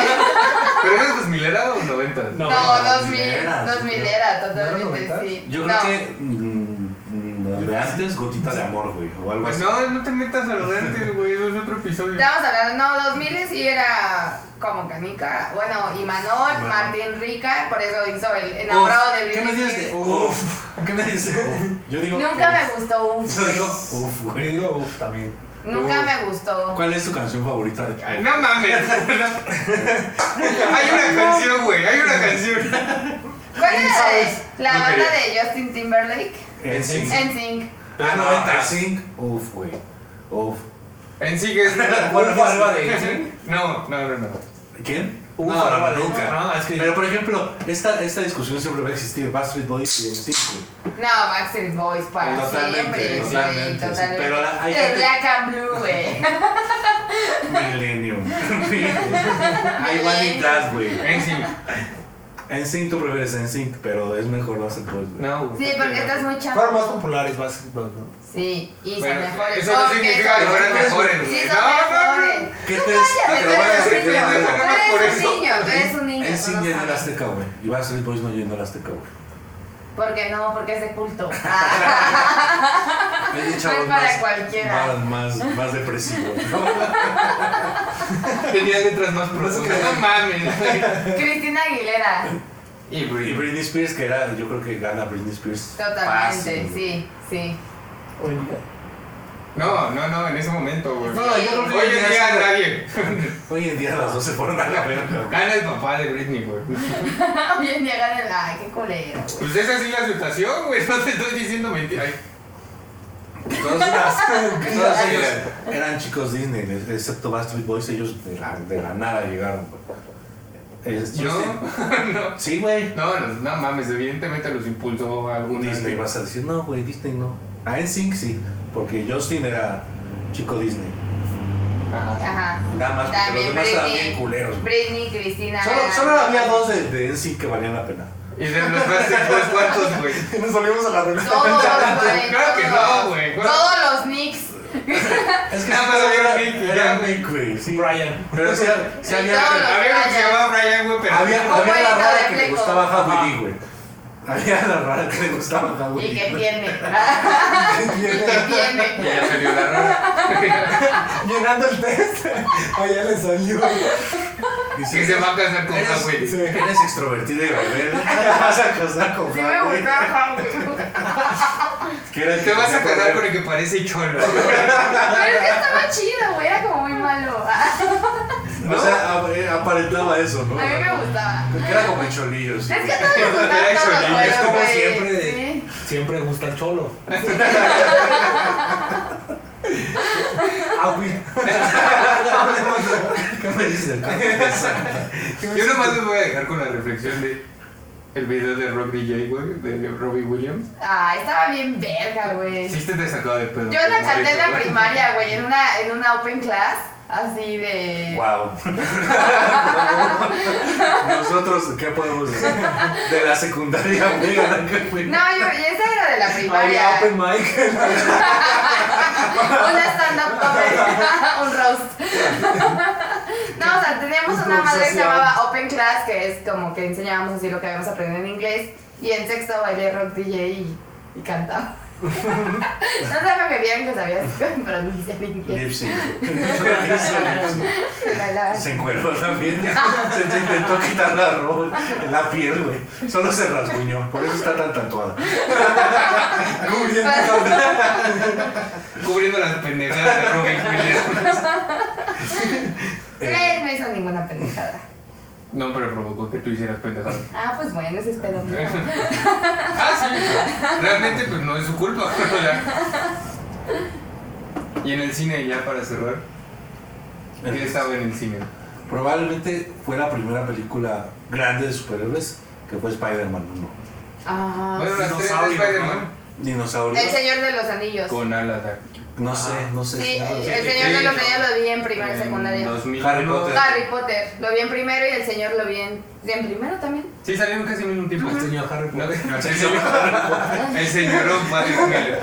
Speaker 3: ¿Pero eres 2000 era o 90?
Speaker 6: No.
Speaker 5: No, 2000,
Speaker 4: Era, sí,
Speaker 5: 2000 era
Speaker 6: ¿No
Speaker 5: totalmente,
Speaker 6: era noventa?
Speaker 5: sí.
Speaker 4: Yo creo
Speaker 5: No.
Speaker 4: que mm, mm, de antes gotita de amor, güey, o algo
Speaker 3: Pues
Speaker 4: así.
Speaker 3: no, no te metas a los dentes, güey, eso es otro episodio.
Speaker 5: Estamos hablando, no, 2000 sí era como Canica, bueno, y Manol,
Speaker 4: Bueno.
Speaker 5: Martín Rica, por eso hizo el enamorado de
Speaker 6: ¿Qué
Speaker 5: Britney
Speaker 6: me dices?
Speaker 5: Spears.
Speaker 6: Uf. ¿Qué me dices?
Speaker 4: Yo digo
Speaker 5: Nunca
Speaker 4: uf.
Speaker 5: me gustó un
Speaker 4: Yo digo uf, güey.
Speaker 6: Digo, uf, también.
Speaker 5: Nunca me gustó.
Speaker 4: ¿Cuál es tu canción favorita? de-
Speaker 3: Ay, No mames. hay una canción, güey, hay una canción.
Speaker 5: ¿Cuál era la de- la
Speaker 3: No
Speaker 5: banda
Speaker 3: quería.
Speaker 5: de Justin Timberlake?
Speaker 4: En Sync.
Speaker 5: NSYNC.
Speaker 4: Ah, no, en Sync. Uf, güey. Uf.
Speaker 3: En sí que es.
Speaker 4: Bueno, ¿cuál es la de-
Speaker 3: No, no, no, no.
Speaker 4: ¿Quién?
Speaker 6: Uf,
Speaker 4: no, no,
Speaker 6: ahora
Speaker 4: nunca.
Speaker 6: no, es que-
Speaker 4: Pero por ejemplo, esta, esta discusión siempre va a existir. Backstreet Boys y en Sync. güey.
Speaker 5: No, Backstreet Boys para
Speaker 4: Totalmente,
Speaker 5: siempre. sí,
Speaker 4: totalmente, sí.
Speaker 5: totalmente.
Speaker 4: Pero la- hay
Speaker 5: El
Speaker 4: gente-
Speaker 5: Black and Blue, güey.
Speaker 4: Millennium. Hay igualitas, güey.
Speaker 3: En sí.
Speaker 4: En Sync tú prefieres En Sync, pero es mejor Backstreet Boys, güey.
Speaker 3: No, güey.
Speaker 5: Sí, porque estás muy
Speaker 6: Fueron más
Speaker 5: chavo.
Speaker 6: populares, básicamente. ¿no?
Speaker 5: Sí, y
Speaker 3: Bueno,
Speaker 5: son mejores.
Speaker 3: eso no
Speaker 5: porque
Speaker 3: significa
Speaker 5: son-
Speaker 3: que fueran mejores,
Speaker 5: Sí,
Speaker 3: güey.
Speaker 5: son
Speaker 3: No, no, no.
Speaker 5: mejores.
Speaker 4: ¿Qué
Speaker 5: Tú
Speaker 4: te- te
Speaker 5: cállate, tú
Speaker 4: Pues, lo van a
Speaker 5: eres un
Speaker 4: decir, te lo van a
Speaker 5: niño,
Speaker 4: decir.
Speaker 5: tú eres
Speaker 3: Por
Speaker 5: un
Speaker 3: eso.
Speaker 5: niño, tú eres un niño.
Speaker 4: En
Speaker 5: tú
Speaker 4: sí
Speaker 5: no
Speaker 4: llenó el
Speaker 5: sabes.
Speaker 4: Azteca, güey. Y Backstreet Boys no llenó el Azteca, güey.
Speaker 5: ¿Por qué no? Porque es de culto. Ah,
Speaker 4: Es de
Speaker 5: No
Speaker 4: chavos
Speaker 5: es para
Speaker 4: más,
Speaker 5: cualquiera.
Speaker 4: Más, más, más depresivo.
Speaker 3: Tenía letras más profundas. No mames.
Speaker 5: Cristina Aguilera.
Speaker 3: Y
Speaker 4: Y
Speaker 3: Britney.
Speaker 4: Britney Spears, que era, yo creo que gana Britney Spears.
Speaker 5: Totalmente,
Speaker 4: fácil.
Speaker 5: sí, sí.
Speaker 6: Hoy en día.
Speaker 3: No, no, no, en ese momento, güey.
Speaker 6: No, yo creo que
Speaker 3: Hoy en
Speaker 6: ya
Speaker 3: día
Speaker 6: está-
Speaker 3: nadie.
Speaker 4: Hoy en día las dos se fueron a la verga.
Speaker 3: Gana el papá de Britney, güey.
Speaker 5: Hoy en día ganan, ay, qué culero.
Speaker 3: Pues esa sí es la aceptación, güey. No te estoy diciendo mentira. Ay,
Speaker 4: Todos, ellos- todos ellos eran chicos Disney, excepto Backstreet Boys, ellos de la, de la nada llegaron. güey. Es- yo
Speaker 3: No,
Speaker 4: sé-
Speaker 3: no.
Speaker 4: Sí, güey.
Speaker 3: No, no, no mames, evidentemente los impulsó algún
Speaker 4: Disney vas a decir, no, güey, Disney no. A NSYNC sí, porque Justin era chico Disney.
Speaker 3: Ajá.
Speaker 5: Ajá.
Speaker 4: Nada más porque los
Speaker 5: También
Speaker 4: demás estaban bien
Speaker 5: Britney,
Speaker 4: culeros. güey.
Speaker 5: Britney, Cristina.
Speaker 4: Solo,
Speaker 6: Ah.
Speaker 4: solo había dos de, de NSYNC que valían la pena.
Speaker 3: Y de los más después, ¿cuántos, güey?
Speaker 4: Nos volvimos a la
Speaker 5: Todos, güey.
Speaker 3: Claro que
Speaker 5: todos.
Speaker 3: no, güey.
Speaker 5: Todos los Knicks.
Speaker 4: Es que
Speaker 6: Ah,
Speaker 3: Nada
Speaker 4: sí,
Speaker 3: más había
Speaker 4: era-
Speaker 3: Nick, ya.
Speaker 4: era Nick, güey. sí.
Speaker 6: Brian.
Speaker 4: Pero sí, sí
Speaker 5: Todos
Speaker 4: había.
Speaker 5: los
Speaker 3: Había uno que se
Speaker 5: Bryant.
Speaker 3: llamaba Brian, güey, pero.
Speaker 4: Había, había
Speaker 5: Un
Speaker 4: la
Speaker 5: güerito de
Speaker 4: rara que le
Speaker 5: flecos.
Speaker 4: gustaba Huawei, güey. Había la rara que le gustaba Huawei.
Speaker 5: Y que tiene.
Speaker 4: Y
Speaker 5: Y
Speaker 4: era-
Speaker 5: que tiene.
Speaker 3: Y ya salió la rara.
Speaker 4: Llenando el test. Allá le salió.
Speaker 3: Que se va a casar con
Speaker 4: eres,
Speaker 3: Huawei.
Speaker 4: sí, eres extrovertido y rebelde. Te vas a casar con
Speaker 5: Sí me
Speaker 4: Huawei.
Speaker 5: gustaba. güey.
Speaker 4: Que era el
Speaker 3: Te
Speaker 4: que
Speaker 3: vas a
Speaker 4: tenía
Speaker 3: casar con
Speaker 4: poder.
Speaker 3: el que parece cholo.
Speaker 5: Pero es que estaba chido, güey. Era como muy malo. A
Speaker 4: O sea, ap- eh, aparentaba eso, ¿no?
Speaker 5: mí me gustaba.
Speaker 4: Que era como el cholillo, sí.
Speaker 5: Es que todos los
Speaker 3: Era
Speaker 5: gustaban todos
Speaker 3: excelente,
Speaker 5: los güeyes,
Speaker 4: es como
Speaker 5: güey.
Speaker 4: siempre de-
Speaker 5: Sí.
Speaker 6: Siempre gusta el cholo.
Speaker 4: Ah, güey. ¿Qué me dices?
Speaker 3: Yo nomás les voy a dejar con la reflexión de el video de Rock DJ, güey, de Robbie Williams.
Speaker 5: Ah, estaba bien verga, güey.
Speaker 3: Sí, te sacó de pedo.
Speaker 5: Yo la canté en la
Speaker 3: Güey.
Speaker 5: primaria, güey, en una, en una open class, así de...
Speaker 4: Wow. Nosotros, ¿qué podemos decir? De la secundaria, amiga, la que fui.
Speaker 5: No, yo, esa era de la primaria.
Speaker 4: Había open mic.
Speaker 5: Una stand-up comedy, un roast. no, o sea, teníamos una madre que se llamaba Open Class, que es como que enseñábamos así lo que habíamos aprendido en inglés. Y en sexto bailé rock DJ y, y cantaba. no sabía que vieron que sabías pronunciar
Speaker 4: Lip
Speaker 5: inglés.
Speaker 4: sync.
Speaker 5: Bailaba.
Speaker 4: Se encueró también. Se, se intentó quitar la ropa, la piel, güey. Solo se rasguñó. Por eso está tan tatuada.
Speaker 3: Cubriendo las pendejadas de Robbie Williams.
Speaker 5: Tres Eh, no hizo ninguna pendejada.
Speaker 3: No, pero provocó que tú hicieras pendejadas.
Speaker 5: Ah, pues bueno, ese es pedo mío.
Speaker 3: Ah, sí. Realmente, pues no es su culpa. o sea. Y en el cine, ya para cerrar, ¿qué estaba en el cine?
Speaker 4: Probablemente fue la primera película grande de superhéroes que fue Spider-Man 1.
Speaker 5: Ah,
Speaker 3: Bueno, las tres de
Speaker 6: dinosaurio,
Speaker 3: Spider-Man.
Speaker 4: Dinosaurio.
Speaker 5: el Señor de los Anillos.
Speaker 3: Con alas. de-
Speaker 4: No sé, no sé.
Speaker 5: Sí,
Speaker 4: no lo
Speaker 5: el
Speaker 4: sé.
Speaker 5: Señor de los Anillos lo vi en primaria y
Speaker 3: en
Speaker 5: secundaria.
Speaker 3: 2000.
Speaker 4: Harry Potter.
Speaker 5: Ah, Harry Potter, lo vi en primero y el señor lo vi en, en primero también.
Speaker 3: Sí, salieron casi al mismo tiempo.
Speaker 6: El señor Harry
Speaker 3: No,
Speaker 6: Potter.
Speaker 3: El señor El señorón Patrick Miller.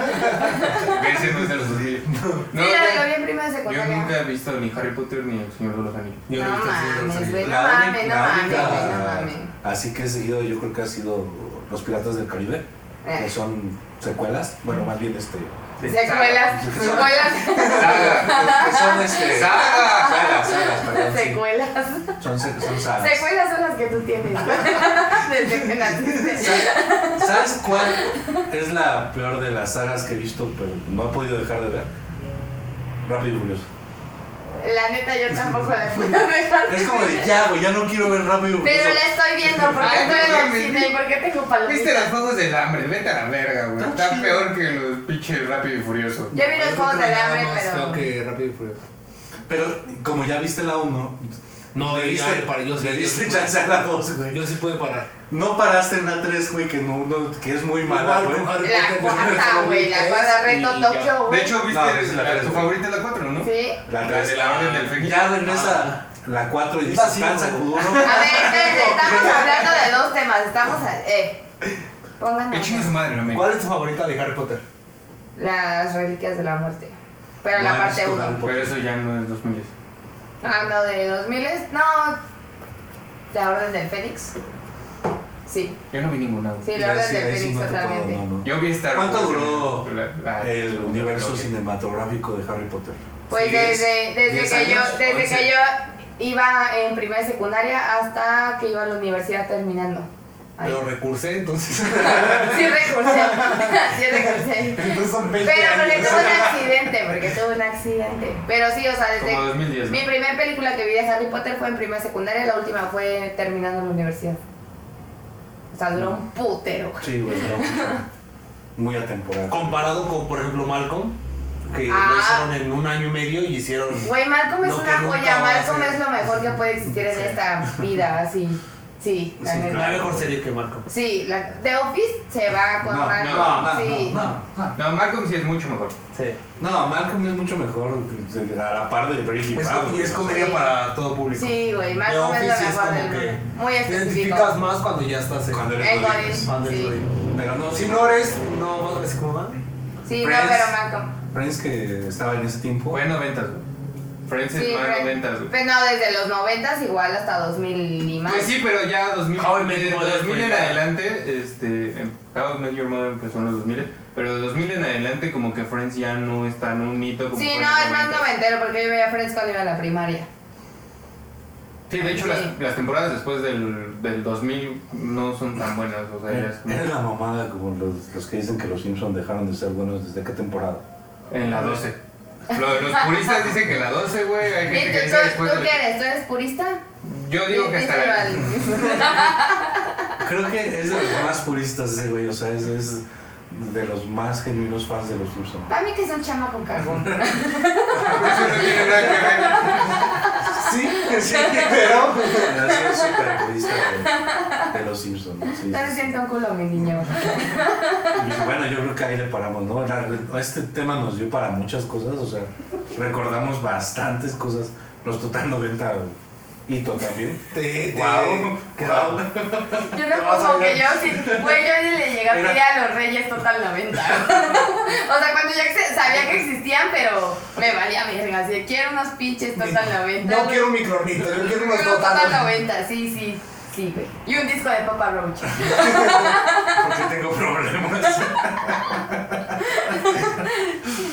Speaker 3: Que Ese no es de los 2000. No,
Speaker 5: sí, la- lo
Speaker 3: yo,
Speaker 5: vi en primero y
Speaker 3: yo
Speaker 5: secundaria.
Speaker 3: nunca he visto ni Harry Potter ni El Señor de los Anillos.
Speaker 6: Yo
Speaker 5: No
Speaker 6: no he visto el Señor de
Speaker 5: mames, güey,
Speaker 6: los Anillos.
Speaker 5: no
Speaker 4: La única-
Speaker 5: mames, no
Speaker 4: la
Speaker 5: mames,
Speaker 4: única-
Speaker 5: güey, no mames.
Speaker 4: Así que he seguido, yo creo que ha sido Los Piratas del Caribe, que
Speaker 5: Eh,
Speaker 4: son secuelas, bueno, más bien este. que
Speaker 5: Secuelas, secuelas,
Speaker 3: ¡Saga!
Speaker 4: son este.
Speaker 3: ¡Saga!
Speaker 4: Sagas, sagas, perdón. sí.
Speaker 5: secuelas.
Speaker 4: Son, se- son sagas.
Speaker 5: Secuelas son las que tú tienes. Desde que naciste.
Speaker 4: ¿Sabes- ¿Sabes cuál es la peor de las sagas que he visto, pero no he podido dejar de ver? Rápido y Furioso.
Speaker 5: La neta, yo tampoco la puedo dejar.
Speaker 4: Es como de ya, güey, ya no quiero ver Rápido y
Speaker 5: Pero
Speaker 4: Furioso.
Speaker 5: la estoy viendo porque
Speaker 3: Ay,
Speaker 5: estoy en el
Speaker 3: mames.
Speaker 5: cine y porque tengo palomitas.
Speaker 3: ¿Viste los juegos del hambre? Vete a la verga, güey. Está peor que los pinches rápido y furioso.
Speaker 5: Yo vi los
Speaker 6: Yo
Speaker 5: juegos
Speaker 6: creo
Speaker 5: del
Speaker 6: que
Speaker 5: hambre,
Speaker 6: nada más
Speaker 5: pero.
Speaker 6: Creo que rápido y furioso.
Speaker 4: Pero como ya viste la 1,
Speaker 6: No,
Speaker 4: le
Speaker 6: ya,
Speaker 4: diste,
Speaker 6: para yo sí.
Speaker 4: le
Speaker 6: yo
Speaker 4: diste
Speaker 6: sí
Speaker 4: chance a la 2,
Speaker 6: pude-
Speaker 4: güey.
Speaker 6: Yo sí pude parar.
Speaker 4: No paraste en la 3, güey, que, no, no- que es muy mala,
Speaker 6: Igual
Speaker 4: güey.
Speaker 6: con Harry
Speaker 5: La
Speaker 6: Potter,
Speaker 5: cuarta,
Speaker 6: Harry
Speaker 5: güey, la
Speaker 6: Potter
Speaker 5: cuarta
Speaker 6: tres,
Speaker 5: reto
Speaker 6: y ya.
Speaker 5: Tokio, güey.
Speaker 3: De hecho, viste,
Speaker 4: No, es la
Speaker 3: la-
Speaker 4: tres,
Speaker 3: tu
Speaker 4: güey.
Speaker 3: favorita es la 4, ¿no?
Speaker 5: Sí.
Speaker 4: La
Speaker 3: La
Speaker 4: 3
Speaker 3: de la Orden del Fénix.
Speaker 4: Ya regresa la 4 y
Speaker 6: Iba
Speaker 4: dices,
Speaker 6: así,
Speaker 4: tan
Speaker 6: güey.
Speaker 4: seguro.
Speaker 5: A ver, espérense, estamos hablando de dos temas. Estamos. a- Eh. Pongan
Speaker 3: Que chingue su madre, no me.
Speaker 6: ¿Cuál es tu favorita de Harry Potter?
Speaker 5: las reliquias de la muerte. Pero la
Speaker 4: No,
Speaker 5: parte
Speaker 4: es tu
Speaker 5: 1.
Speaker 3: Pero eso ya no es 2000.
Speaker 5: Hablando de 2000, no. La Orden del Fénix. Sí,
Speaker 3: Yo no vi ninguna. güey.
Speaker 5: sí,
Speaker 4: Ya
Speaker 5: la Orden
Speaker 4: sí, ahí
Speaker 5: del
Speaker 4: sí
Speaker 5: Fénix
Speaker 4: no te puedo,
Speaker 5: totalmente.
Speaker 4: no, no.
Speaker 3: Yo vi Star
Speaker 4: ¿Cuánto
Speaker 3: Wars,
Speaker 4: duró
Speaker 3: la- la-
Speaker 4: El universo
Speaker 3: Ok.
Speaker 4: cinematográfico de Harry Potter.
Speaker 5: Pues
Speaker 4: Diez-
Speaker 5: desde, desde
Speaker 4: diez
Speaker 5: que yo,
Speaker 4: años,
Speaker 5: desde
Speaker 4: once.
Speaker 5: que yo iba en primera y secundaria hasta que iba a la universidad terminando. Ahí.
Speaker 6: Pero recursé, entonces.
Speaker 5: Sí recursé, sí recursé.
Speaker 6: entonces son 20
Speaker 5: Pero no le
Speaker 6: años.
Speaker 5: tuve un accidente porque tuve un accidente. Pero sí, o sea, desde.
Speaker 3: Como 2010, ¿no?
Speaker 5: Mi primera película que vi de Harry Potter fue en primera secundaria, la última fue terminando la universidad. O sea, duró un putero. güey.
Speaker 4: Sí, güey, no. Muy atemporal.
Speaker 6: Comparado con, por ejemplo, Malcolm, que lo
Speaker 5: Ah.
Speaker 6: hicieron en un año y medio y hicieron.
Speaker 5: Güey, Malcolm es
Speaker 6: Lo que
Speaker 5: una
Speaker 6: nunca
Speaker 5: joya,
Speaker 6: va a
Speaker 5: Malcolm
Speaker 6: ser.
Speaker 5: es lo mejor que puede existir en esta vida, así. Sí, la
Speaker 6: Sí,
Speaker 5: neta.
Speaker 6: la mejor serie que Malcolm.
Speaker 5: Sí, la, The Office se va con
Speaker 6: No,
Speaker 5: Malcolm.
Speaker 3: no,
Speaker 5: sí.
Speaker 6: No, no.
Speaker 3: No, Malcolm sí es mucho mejor.
Speaker 6: Sí.
Speaker 4: No, Malcolm es mucho mejor a la par de Breaking
Speaker 6: Es,
Speaker 4: Bad.
Speaker 6: y es
Speaker 4: güey.
Speaker 6: comedia para todo público.
Speaker 5: Sí, güey,
Speaker 6: The
Speaker 5: Malcolm es lo
Speaker 6: Office
Speaker 5: mejor del mundo. Muy
Speaker 6: te
Speaker 5: específico.
Speaker 6: identificas más cuando ya estás en.
Speaker 4: Cuando eres
Speaker 5: El
Speaker 4: Rodríguez.
Speaker 6: cuando eres
Speaker 5: sí.
Speaker 6: Rodrigo.
Speaker 4: Pero no,
Speaker 6: Si
Speaker 4: sí,
Speaker 6: no eres, no, es como va.
Speaker 5: Sí, no,
Speaker 4: Friends.
Speaker 5: pero Malcolm.
Speaker 4: Friends que estaba en ese tiempo.
Speaker 3: Fue en 90, güey. Friends
Speaker 5: Sí,
Speaker 3: es más
Speaker 5: Friends.
Speaker 3: 90, güey.
Speaker 5: Pero no, desde los 90 igual hasta 2000 y más.
Speaker 3: Pues sí, pero ya 2000,
Speaker 6: How I Met
Speaker 3: desde
Speaker 6: Your Mother
Speaker 3: 2000
Speaker 6: fue
Speaker 3: en
Speaker 6: ya.
Speaker 3: adelante, este, em, How I Met Your Mother empezó en los 2000, pero de 2000 en adelante como que Friends ya no es tan un hito como
Speaker 5: Sí,
Speaker 3: fue en
Speaker 5: no,
Speaker 3: los
Speaker 5: es más
Speaker 3: 90.
Speaker 5: noventero porque yo veía Friends cuando iba a la primaria.
Speaker 3: Sí, de hecho
Speaker 5: Sí.
Speaker 3: Las, las temporadas después del, del 2000 no son tan buenas, o sea, ya es como
Speaker 4: Era la mamada como los, los que dicen que los Simpsons dejaron de ser buenos desde qué temporada.
Speaker 3: en la 12. Los, los puristas dicen que la 12, güey, hay gente que
Speaker 5: ¿Y
Speaker 3: dice
Speaker 5: tú, tú,
Speaker 3: después
Speaker 5: tú
Speaker 3: del-
Speaker 5: qué eres? ¿Tú eres purista?
Speaker 3: Yo digo que hasta la...
Speaker 4: Creo que es de los más puristas ese güey, o sea, es, es de los más genuinos fans de los Simpsons.
Speaker 5: Para mí que es un chama con carbón.
Speaker 3: Eso no tiene nada que ver.
Speaker 4: Sí, sí, pero es súper purista de, de los Simpsons. ¿no? Sí,
Speaker 5: No
Speaker 4: sí,
Speaker 5: le
Speaker 4: sí.
Speaker 5: siento un culo, mi niño.
Speaker 4: Y bueno, yo creo que ahí le paramos, ¿no? La- este tema nos dio para muchas cosas, o sea, recordamos bastantes cosas, los total 90 hito también.
Speaker 9: Te, te-
Speaker 4: Guau, guau.
Speaker 5: Yo no como que yo sí. Güey, yo ni le llegué a pedir a los reyes total 90. o sea, cuando ya ex- sabía que existían, pero me valía verga. Así, de, quiero unos pinches total 90.
Speaker 9: No
Speaker 5: güey.
Speaker 9: quiero un micronito, yo quiero unos
Speaker 5: Quiero total
Speaker 9: total.
Speaker 5: 90, sí, sí. Sí, güey. Y un disco de Papa Roach.
Speaker 4: Porque tengo problemas.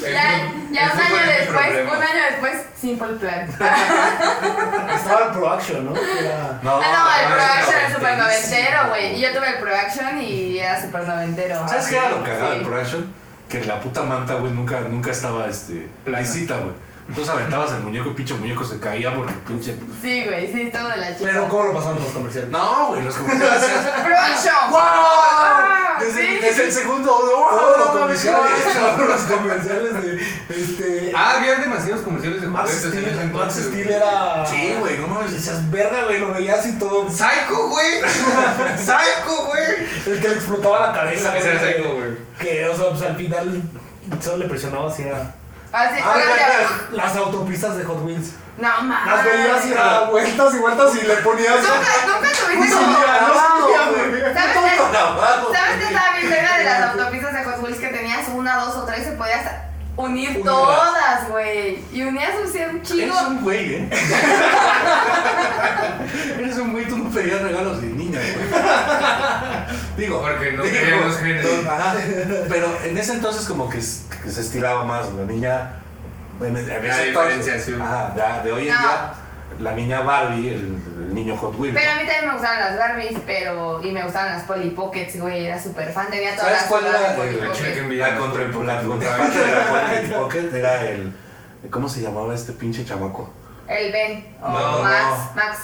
Speaker 5: Ya, ya
Speaker 3: El
Speaker 5: un
Speaker 3: fútbol
Speaker 5: año
Speaker 3: es mi
Speaker 5: después,
Speaker 3: problema.
Speaker 5: un año después, Simple Plan.
Speaker 9: Estaba el Pro Action, ¿no? Era-
Speaker 4: No,
Speaker 5: Ah, no, el Pro
Speaker 4: es
Speaker 5: Action es súper
Speaker 4: noventerísimo.
Speaker 5: noventero, güey. Y yo tuve el Pro Action y era súper noventero.
Speaker 4: ¿Sabes qué era lo cagado del
Speaker 5: Sí.
Speaker 4: Pro Action? Que la puta manta, güey, nunca, nunca estaba este,
Speaker 3: Plana.
Speaker 4: lisita, güey. Entonces aventabas el muñeco y pinche muñeco se caía por el pinche.
Speaker 5: Sí, güey, sí, todo de la chica.
Speaker 9: Pero ¿cómo lo pasaron los comerciales?
Speaker 4: No, güey, los comerciales.
Speaker 5: Pro Action.
Speaker 4: ¡Wow! Desde,
Speaker 5: Sí.
Speaker 4: desde el segundo. ¡Wow!
Speaker 9: Todos los
Speaker 4: No mames,
Speaker 9: comerciales,
Speaker 4: no,
Speaker 9: todos los comerciales de este.
Speaker 3: Ah, había demasiados comerciales de
Speaker 9: Max
Speaker 3: juguetes en ese
Speaker 9: Steel, Max
Speaker 3: entonces,
Speaker 9: Steel
Speaker 3: güey.
Speaker 9: era.
Speaker 4: Sí, güey, no mames.
Speaker 9: Decías, verga, güey, lo veías y todo.
Speaker 3: ¡Psycho, güey! ¡Psycho, güey!
Speaker 9: El que le explotaba la cabeza.
Speaker 3: Ese era
Speaker 9: güey,
Speaker 3: Psycho, güey.
Speaker 9: Que, o sea, pues al final solo le presionaba así a.
Speaker 5: Así
Speaker 9: Ah,
Speaker 5: creo que-
Speaker 9: las autopistas de Hot Wheels.
Speaker 5: No mames.
Speaker 9: Las veías y a vueltas y vueltas y le ponías.
Speaker 5: Nunca, nunca
Speaker 9: un
Speaker 5: tuviste como.
Speaker 9: subida, no subida, güey.
Speaker 5: ¿Sabes
Speaker 4: Todo
Speaker 5: qué?
Speaker 4: clavado.
Speaker 5: ¿Sabes qué estaba bien verga de las autopistas de Hot Wheels que tenías una, dos o tres? Se podías unir
Speaker 9: Unirlas.
Speaker 5: todas, güey. Y unías un, un chingo.
Speaker 4: Eres un güey, ¿eh? Eres un güey, tú no pedías regalos de niña, güey. Digo,
Speaker 3: Porque no
Speaker 4: digo,
Speaker 3: queríamos gente.
Speaker 4: no, ajá. Pero en ese entonces como que, es- que se estiraba más, la niña... En, en ese
Speaker 3: diferenciación.
Speaker 4: Ajá, ya, de hoy en
Speaker 5: No.
Speaker 4: día, la niña Barbie, el, el niño Hot Wheels.
Speaker 5: Pero a mí también me gustaban las Barbies, pero. Y me gustaban las Polly Pockets, güey. Era súper fan. Tenía todas
Speaker 4: ¿Sabes
Speaker 5: las
Speaker 4: cuál
Speaker 5: todas
Speaker 4: era
Speaker 5: las Polly
Speaker 4: el-
Speaker 3: La chica que
Speaker 5: Pockets.
Speaker 3: envidia.
Speaker 4: La contra la contraparte de la Polly Pocket era el... ¿Cómo se llamaba este pinche chamaco?
Speaker 5: El Ben. O
Speaker 4: No, no.
Speaker 5: Max. Max.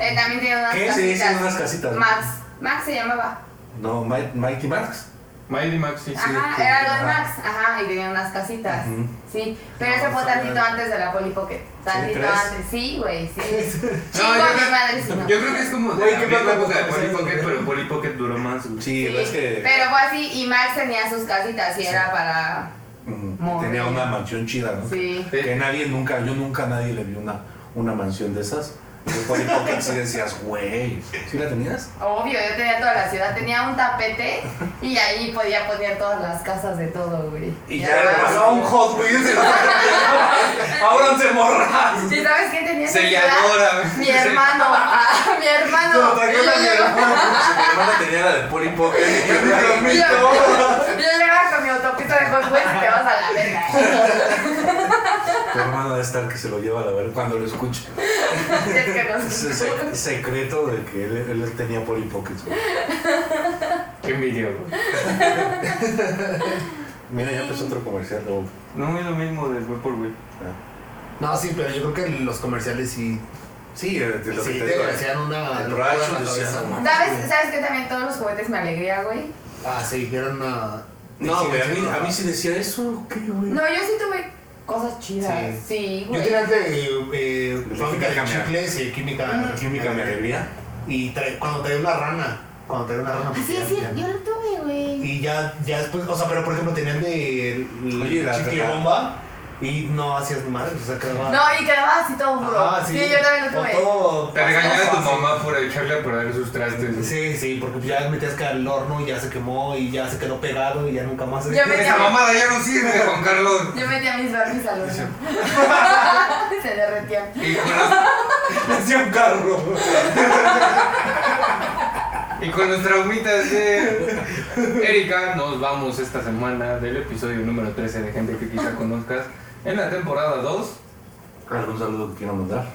Speaker 5: Él también tenía unas
Speaker 4: ¿Qué? Sí, sí,
Speaker 5: casitas.
Speaker 4: unas casitas.
Speaker 5: Max. Max se llamaba.
Speaker 4: No, Mi- Mighty Max.
Speaker 3: Mighty Max, sí, sí.
Speaker 5: Ajá,
Speaker 4: sí,
Speaker 5: era los
Speaker 4: ajá.
Speaker 5: Max, ajá, y tenía unas casitas.
Speaker 4: Ujú.
Speaker 5: Sí, pero eso fue tantito antes de la Polly Pocket. Tantito
Speaker 4: crees?
Speaker 5: antes, sí, güey, sí. Chico,
Speaker 3: No, yo
Speaker 5: a mi
Speaker 3: creo-
Speaker 5: madre, si no.
Speaker 3: Yo creo que es como de
Speaker 9: Güey,
Speaker 3: la
Speaker 9: ¿qué
Speaker 3: misma
Speaker 9: pasa con
Speaker 3: época de
Speaker 9: los
Speaker 3: Polly
Speaker 9: comerciales?
Speaker 3: Pocket, pero Polly Pocket duró más, güey.
Speaker 4: Sí,
Speaker 5: Sí,
Speaker 4: la verdad es que...
Speaker 5: Pero fue así, y Max tenía sus casitas y era para.
Speaker 4: Ujú,
Speaker 5: Muy
Speaker 4: Tenía
Speaker 5: bien.
Speaker 4: una mansión chida, ¿no?
Speaker 5: Sí.
Speaker 4: Que nadie nunca, yo nunca a nadie le vi una, una mansión de esas. Y Yo por Pocket sí decías, güey. ¿Sí la tenías?
Speaker 5: Obvio, yo tenía toda la ciudad, tenía un tapete y ahí podía poner todas las casas de todo, güey.
Speaker 4: Y
Speaker 5: además-
Speaker 4: ya le pasaba un Hot Wheels. Ahora se morra.
Speaker 5: ¿Y sabes qué tenía? esa ciudad?
Speaker 3: Selladora, güey.
Speaker 5: Mi hermano, ah, mi hermano.
Speaker 9: Lo trajeron a mi
Speaker 5: Yo-
Speaker 4: Mi hermana tenía la de Polly Pocket. Y yo
Speaker 5: Yo
Speaker 4: dije,
Speaker 5: llegaba con mi autopista de Hot Wheels y te vas a la verga. ¿eh?
Speaker 4: Tu hermana debe estar que se lo lleva a la ver cuando lo escuche.
Speaker 5: Es que no
Speaker 4: Es el
Speaker 5: sé.
Speaker 4: sec- secreto de que él, él tenía Polly Pockets, güey.
Speaker 3: Qué envidia, güey.
Speaker 4: Mira, ya empezó otro comercial de Old.
Speaker 3: No es lo mismo del Vaporwave.
Speaker 6: No, sí, pero yo creo que los comerciales sí.
Speaker 4: Sí, eh, de lo
Speaker 6: Sí,
Speaker 4: que te
Speaker 6: te
Speaker 4: digo,
Speaker 6: hacían una
Speaker 4: el
Speaker 6: locura en la
Speaker 4: racho,
Speaker 6: cabeza.
Speaker 4: decían,
Speaker 5: ¿Sabes, ¿Sabes que también todos los juguetes me alegría, güey?
Speaker 6: Ah, sí, eran una.
Speaker 4: No, güey, a mí,
Speaker 6: sí,
Speaker 4: a mí sí decía eso, ¿qué, güey?
Speaker 5: No, yo sí tuve cosas chidas. Sí,
Speaker 6: Yo
Speaker 5: güey.
Speaker 6: tenía el de eh,
Speaker 4: De
Speaker 6: fábrica de
Speaker 4: química.
Speaker 6: chicles y de química.
Speaker 4: Química me alegría.
Speaker 6: Y trae- cuando traía una rana. Cuando traía una rana.
Speaker 10: Ah,
Speaker 6: pues
Speaker 10: sí,
Speaker 6: ya-
Speaker 10: sí,
Speaker 6: ya-
Speaker 10: yo lo tuve, güey.
Speaker 6: Y ya, ya después, o sea, pero por ejemplo tenían de el-
Speaker 4: Oye, la-
Speaker 6: chicle
Speaker 4: la-
Speaker 6: bomba y no hacías ni madre, o sea, quedaba.
Speaker 5: No, y quedaba así todo duro.
Speaker 6: Ajá,
Speaker 5: sí. yo también lo
Speaker 6: O
Speaker 5: tuve.
Speaker 6: Ah, todo-
Speaker 3: Te regañaba tu
Speaker 6: fácil.
Speaker 3: mamá por echarle a perder sus trastes.
Speaker 6: Sí, sí, porque ya metías que al horno y ya se quemó y ya se quedó pegado y ya nunca más.
Speaker 5: Ya me-
Speaker 3: Esa mamada ya no sirve, Juan Carlos.
Speaker 5: Yo metía mis Barbies al horno. Se derretían.
Speaker 3: Y con los-
Speaker 6: hacía un carro.
Speaker 3: y con los traumitas de Erika, nos vamos esta semana del episodio número 13 de gente que quizá conozcas en la temporada 2.
Speaker 4: ¿Algún saludo que quieran mandar?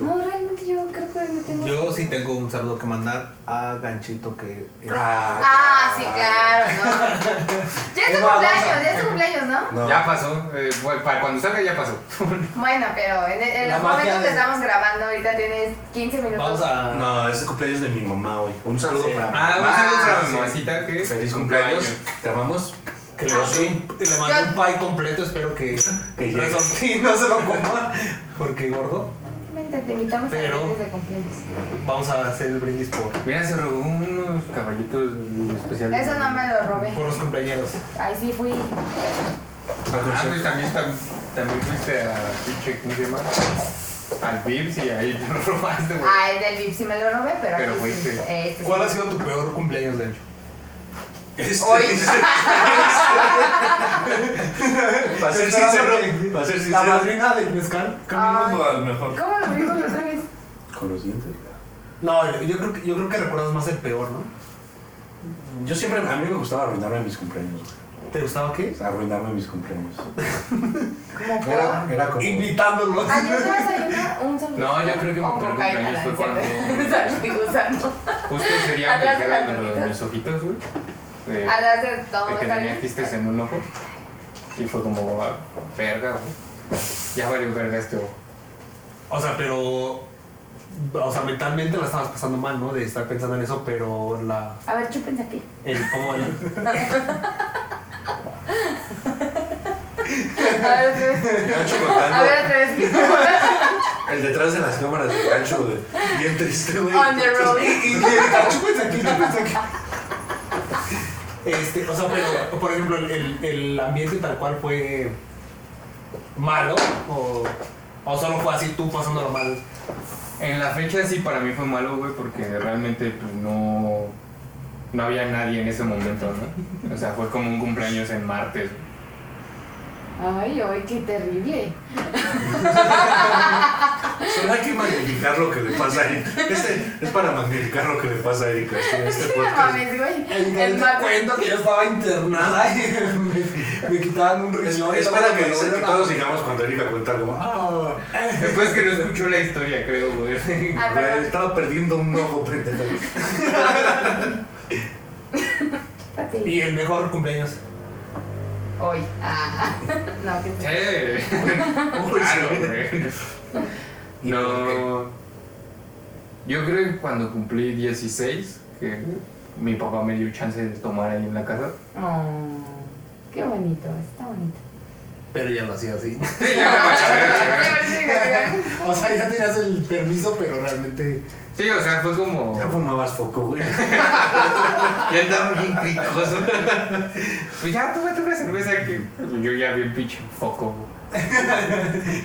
Speaker 5: No, realmente yo creo que no tengo.
Speaker 6: Yo sí tengo un saludo que mandar a Ganchito que. eh,
Speaker 5: Ah, sí, claro, no. Ya es tu cumpleaños,
Speaker 6: Emma, vamos a-
Speaker 5: ya es tu cumpleaños, ¿no?
Speaker 4: No.
Speaker 3: Ya pasó, eh, bueno, para cuando salga ya pasó.
Speaker 5: Bueno, pero en, en
Speaker 6: La
Speaker 5: los
Speaker 6: magia
Speaker 5: momentos que
Speaker 6: de-
Speaker 5: estamos grabando, ahorita tienes 15 minutos.
Speaker 6: Vamos a.
Speaker 4: No, es el cumpleaños de mi mamá hoy. Un saludo
Speaker 6: Sí.
Speaker 4: para mi
Speaker 3: Ah, un
Speaker 4: mamá.
Speaker 3: saludo para mi
Speaker 4: Sí.
Speaker 3: mamacita que
Speaker 4: Feliz cumpleaños. Te amamos.
Speaker 6: Que le mando un, le mando
Speaker 5: Yo-
Speaker 6: un pie completo, espero que.
Speaker 4: Que llegue.
Speaker 6: Resortín no se lo coma. Porque gordo.
Speaker 5: Vente, te invitamos
Speaker 6: Pero-
Speaker 5: a los de cumpleaños.
Speaker 6: Vamos a hacer el brindis por,
Speaker 3: Mira, se robó unos caballitos especiales.
Speaker 5: Eso no me lo robé.
Speaker 6: por los compañeros.
Speaker 5: Ahí sí fui.
Speaker 3: Ah, pues también, tam- también fuiste a pinche, ¿cómo se llama? Al Vips y ahí te lo robaste, güey.
Speaker 5: Ah, el del VIP sí me lo robé, pero.
Speaker 3: Pero
Speaker 5: aquí sí.
Speaker 3: fuiste.
Speaker 5: Este sí.
Speaker 6: ¿Cuál ha sido tu peor cumpleaños, Dencho?
Speaker 4: Este-
Speaker 5: Hoy.
Speaker 4: Para ser sincero, para ser
Speaker 6: La
Speaker 4: sincero.
Speaker 6: madrina del mezcal.
Speaker 11: Caminando al mejor.
Speaker 5: ¿Cómo lo vimos otra vez?
Speaker 4: Con los dientes.
Speaker 6: No, yo- yo creo, que, yo creo que recuerdas más el peor, ¿no?
Speaker 4: Yo siempre, a mí me gustaba arruinarme mis cumpleaños. güey.
Speaker 6: ¿Te gustaba qué?
Speaker 4: Arruinarme mis cumpleaños.
Speaker 5: Como por.
Speaker 4: Era, era como.
Speaker 6: Invitándolo.
Speaker 5: Ayer no desayuné un saludo.
Speaker 3: No, yo creo que mi
Speaker 5: O
Speaker 3: peor cumpleaños
Speaker 5: cocaína,
Speaker 3: fue
Speaker 5: ¿no?
Speaker 3: cuando-
Speaker 5: Salí gusano.
Speaker 3: Justo ese día me
Speaker 5: Atrás de la
Speaker 3: dijeron los,
Speaker 5: camita.
Speaker 3: mis ojitos, güey. Eh,
Speaker 5: A las de todo.
Speaker 3: de que
Speaker 5: está
Speaker 3: tenía
Speaker 5: bien.
Speaker 3: quistes en un ojo. Y fue como, ah, verga, güey. Ya valió verga este ojo.
Speaker 6: O sea, pero. O sea, mentalmente la estabas pasando mal, ¿no? De estar pensando en eso, pero la.
Speaker 5: A ver, chúpense aquí.
Speaker 6: El, ¿Cómo el-
Speaker 5: A ver, otra vez.
Speaker 4: Gancho
Speaker 5: A ver, otra vez.
Speaker 4: El detrás de las cámaras de gancho, güey. Bien triste, güey.
Speaker 5: On the road.
Speaker 6: Y- y-
Speaker 4: ah,
Speaker 6: chúpense aquí, chúpense aquí. Este, o sea, pero, por ejemplo, el- el, el ambiente tal cual fue malo o, o solo fue así tú pasándolo mal.
Speaker 3: En la fecha sí para mí fue malo, güey, porque realmente pues, no, no había nadie en ese momento, ¿no? O sea, fue como un cumpleaños en martes.
Speaker 5: Ay, ay, qué terrible.
Speaker 4: Solo hay que magnificar lo que le pasa a Erika. Este es para magnificar lo que le pasa a Erika. Este, este
Speaker 5: No
Speaker 4: podcast.
Speaker 5: mames,
Speaker 6: El,
Speaker 5: güey.
Speaker 6: el
Speaker 5: El
Speaker 6: me
Speaker 5: mago.
Speaker 6: cuento que yo estaba internada y me, me quitaban un
Speaker 4: Es,
Speaker 6: riñón.
Speaker 4: es
Speaker 6: y
Speaker 4: para
Speaker 6: luego
Speaker 4: que,
Speaker 6: me lo
Speaker 4: que
Speaker 6: dieron a-
Speaker 4: todos sigamos cuando Erika cuenta algo. Ah,
Speaker 3: Después que no escuchó la historia, creo, güey.
Speaker 5: Ah,
Speaker 4: güey,
Speaker 5: perdón.
Speaker 4: estaba perdiendo un ojo, pendejo.
Speaker 5: Pati.
Speaker 6: Y el mejor cumpleaños.
Speaker 5: Hoy. Ah, no, qué terrible.
Speaker 3: Sí. Claro, güey. No. Yo creo que cuando cumplí 16, que mi papá me dio chance de tomar ahí en la casa.
Speaker 5: Oh, qué bonito, está bonito.
Speaker 6: Pero ya lo hacía así.
Speaker 5: Qué
Speaker 6: O sea, ya tenías el permiso, pero realmente.
Speaker 3: Sí, o sea, fue como.
Speaker 4: Ya fumabas foco, güey.
Speaker 3: Ya andaba bien cricoso. Pues ya tómate una cerveza que. Yo ya bien pinche foco.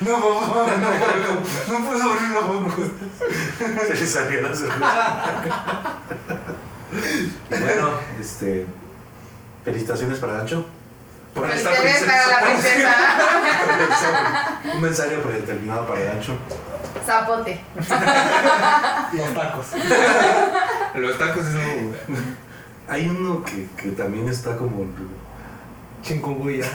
Speaker 6: No, no, no, no, no puedo abrir la boca.
Speaker 4: Se le salió la cerveza. Y bueno, este. Felicitaciones para Ancho. Por
Speaker 5: Pues
Speaker 4: esta
Speaker 5: Felicidades para la princesa.
Speaker 4: Un mensaje predeterminado para Gancho.
Speaker 5: Zapote.
Speaker 6: Los tacos.
Speaker 3: Los tacos es un.
Speaker 4: Hay uno que, que también está como.
Speaker 6: Chingunguya.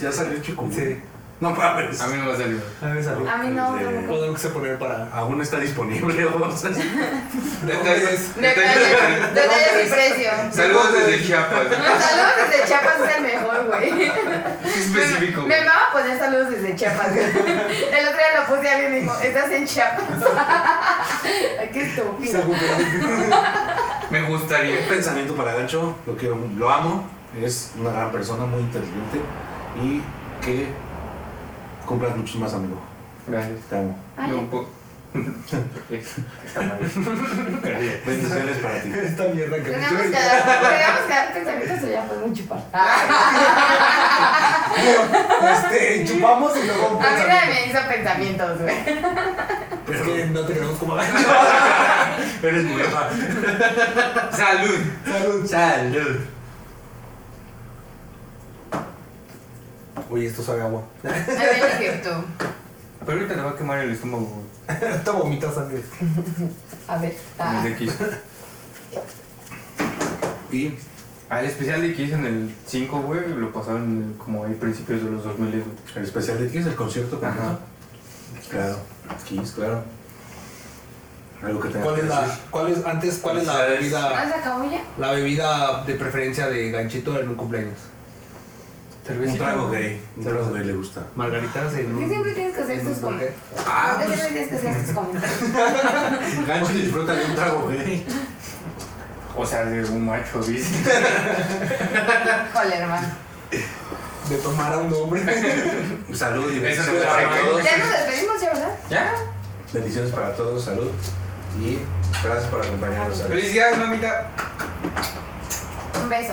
Speaker 4: Ya salió Chico.
Speaker 6: Sí.
Speaker 4: No mames.
Speaker 3: A mí no me ha salido.
Speaker 6: A ver, salud.
Speaker 5: A mí no, no me
Speaker 6: Todo lo que se poner para.
Speaker 4: Aún está disponible. o sea,
Speaker 3: Detalles.
Speaker 5: Detalles, detalles y precio.
Speaker 3: Saludos desde Chiapas.
Speaker 5: Saludos desde Chiapas es el mejor, güey.
Speaker 3: Es específico.
Speaker 5: Me va a poner saludos desde Chiapas. güey. El otro día lo puse a alguien y dijo, estás en Chiapas. Ay, Qué estúpido.
Speaker 3: Me gustaría.
Speaker 4: Un pensamiento para Gancho, lo quiero, lo amo, es una gran persona, muy inteligente y que compras muchos más amigos.
Speaker 3: Gracias.
Speaker 4: Te amo.
Speaker 3: No, po-
Speaker 4: Bendiciones para ti.
Speaker 6: Esta mierda que
Speaker 5: Tenemos que dar, tenemos que dar pensamientos pues, o ya fue muy chupar.
Speaker 3: Ah.
Speaker 5: A
Speaker 6: Este, chupamos y luego un
Speaker 5: mí
Speaker 6: pensamiento.
Speaker 5: nadie me hizo pensamientos, güey.
Speaker 6: Es que no te queremos como gancho.
Speaker 4: Eres muy ama.
Speaker 3: Salud.
Speaker 6: Salud.
Speaker 4: Salud.
Speaker 6: Oye, esto sabe a agua.
Speaker 5: A ver, dije tú.
Speaker 3: Pero ahorita le va a quemar el estómago.
Speaker 6: Te vomitas sangre.
Speaker 5: A ver, ah.
Speaker 3: Desde Kiss.
Speaker 4: Y
Speaker 3: Ah, el especial de Kiss en el 5, güey, lo pasaron en el- como ahí principios de los 2000, güey.
Speaker 4: el especial de Kiss, el concierto
Speaker 3: Ajá.
Speaker 4: completo. Claro. Kiss, claro. Algo que tenga
Speaker 6: ¿Cuál
Speaker 4: que
Speaker 6: es la,
Speaker 4: decir.
Speaker 6: cuál es, antes, cuál es la
Speaker 4: ¿Sabes?
Speaker 5: ¿Ah,
Speaker 6: bebida,
Speaker 5: se acabó ya?
Speaker 6: la bebida de preferencia de ganchito en un cumpleaños?
Speaker 4: Un trago
Speaker 3: güey.
Speaker 4: gay. Un trago gay le gusta.
Speaker 6: Margaritas en
Speaker 5: ¿Por qué
Speaker 6: un...
Speaker 5: siempre tienes que hacer tus
Speaker 6: ¿Por qué?
Speaker 5: comentarios? ¿Por qué siempre tienes que hacer tus comentarios?
Speaker 4: Gancho disfruta de un trago gay.
Speaker 3: O sea, de un macho, dice.
Speaker 5: Híjole, hermano.
Speaker 6: De tomar a un hombre.
Speaker 4: Salud y
Speaker 3: Eso no
Speaker 4: bendiciones
Speaker 3: es
Speaker 4: para
Speaker 3: trago.
Speaker 4: todos.
Speaker 5: Ya nos despedimos, ¿ya verdad?
Speaker 3: ¿Ya?
Speaker 4: Bendiciones para todos, salud. Y gracias por acompañarnos. Salud.
Speaker 3: Felicidades, mamita.
Speaker 5: Un beso.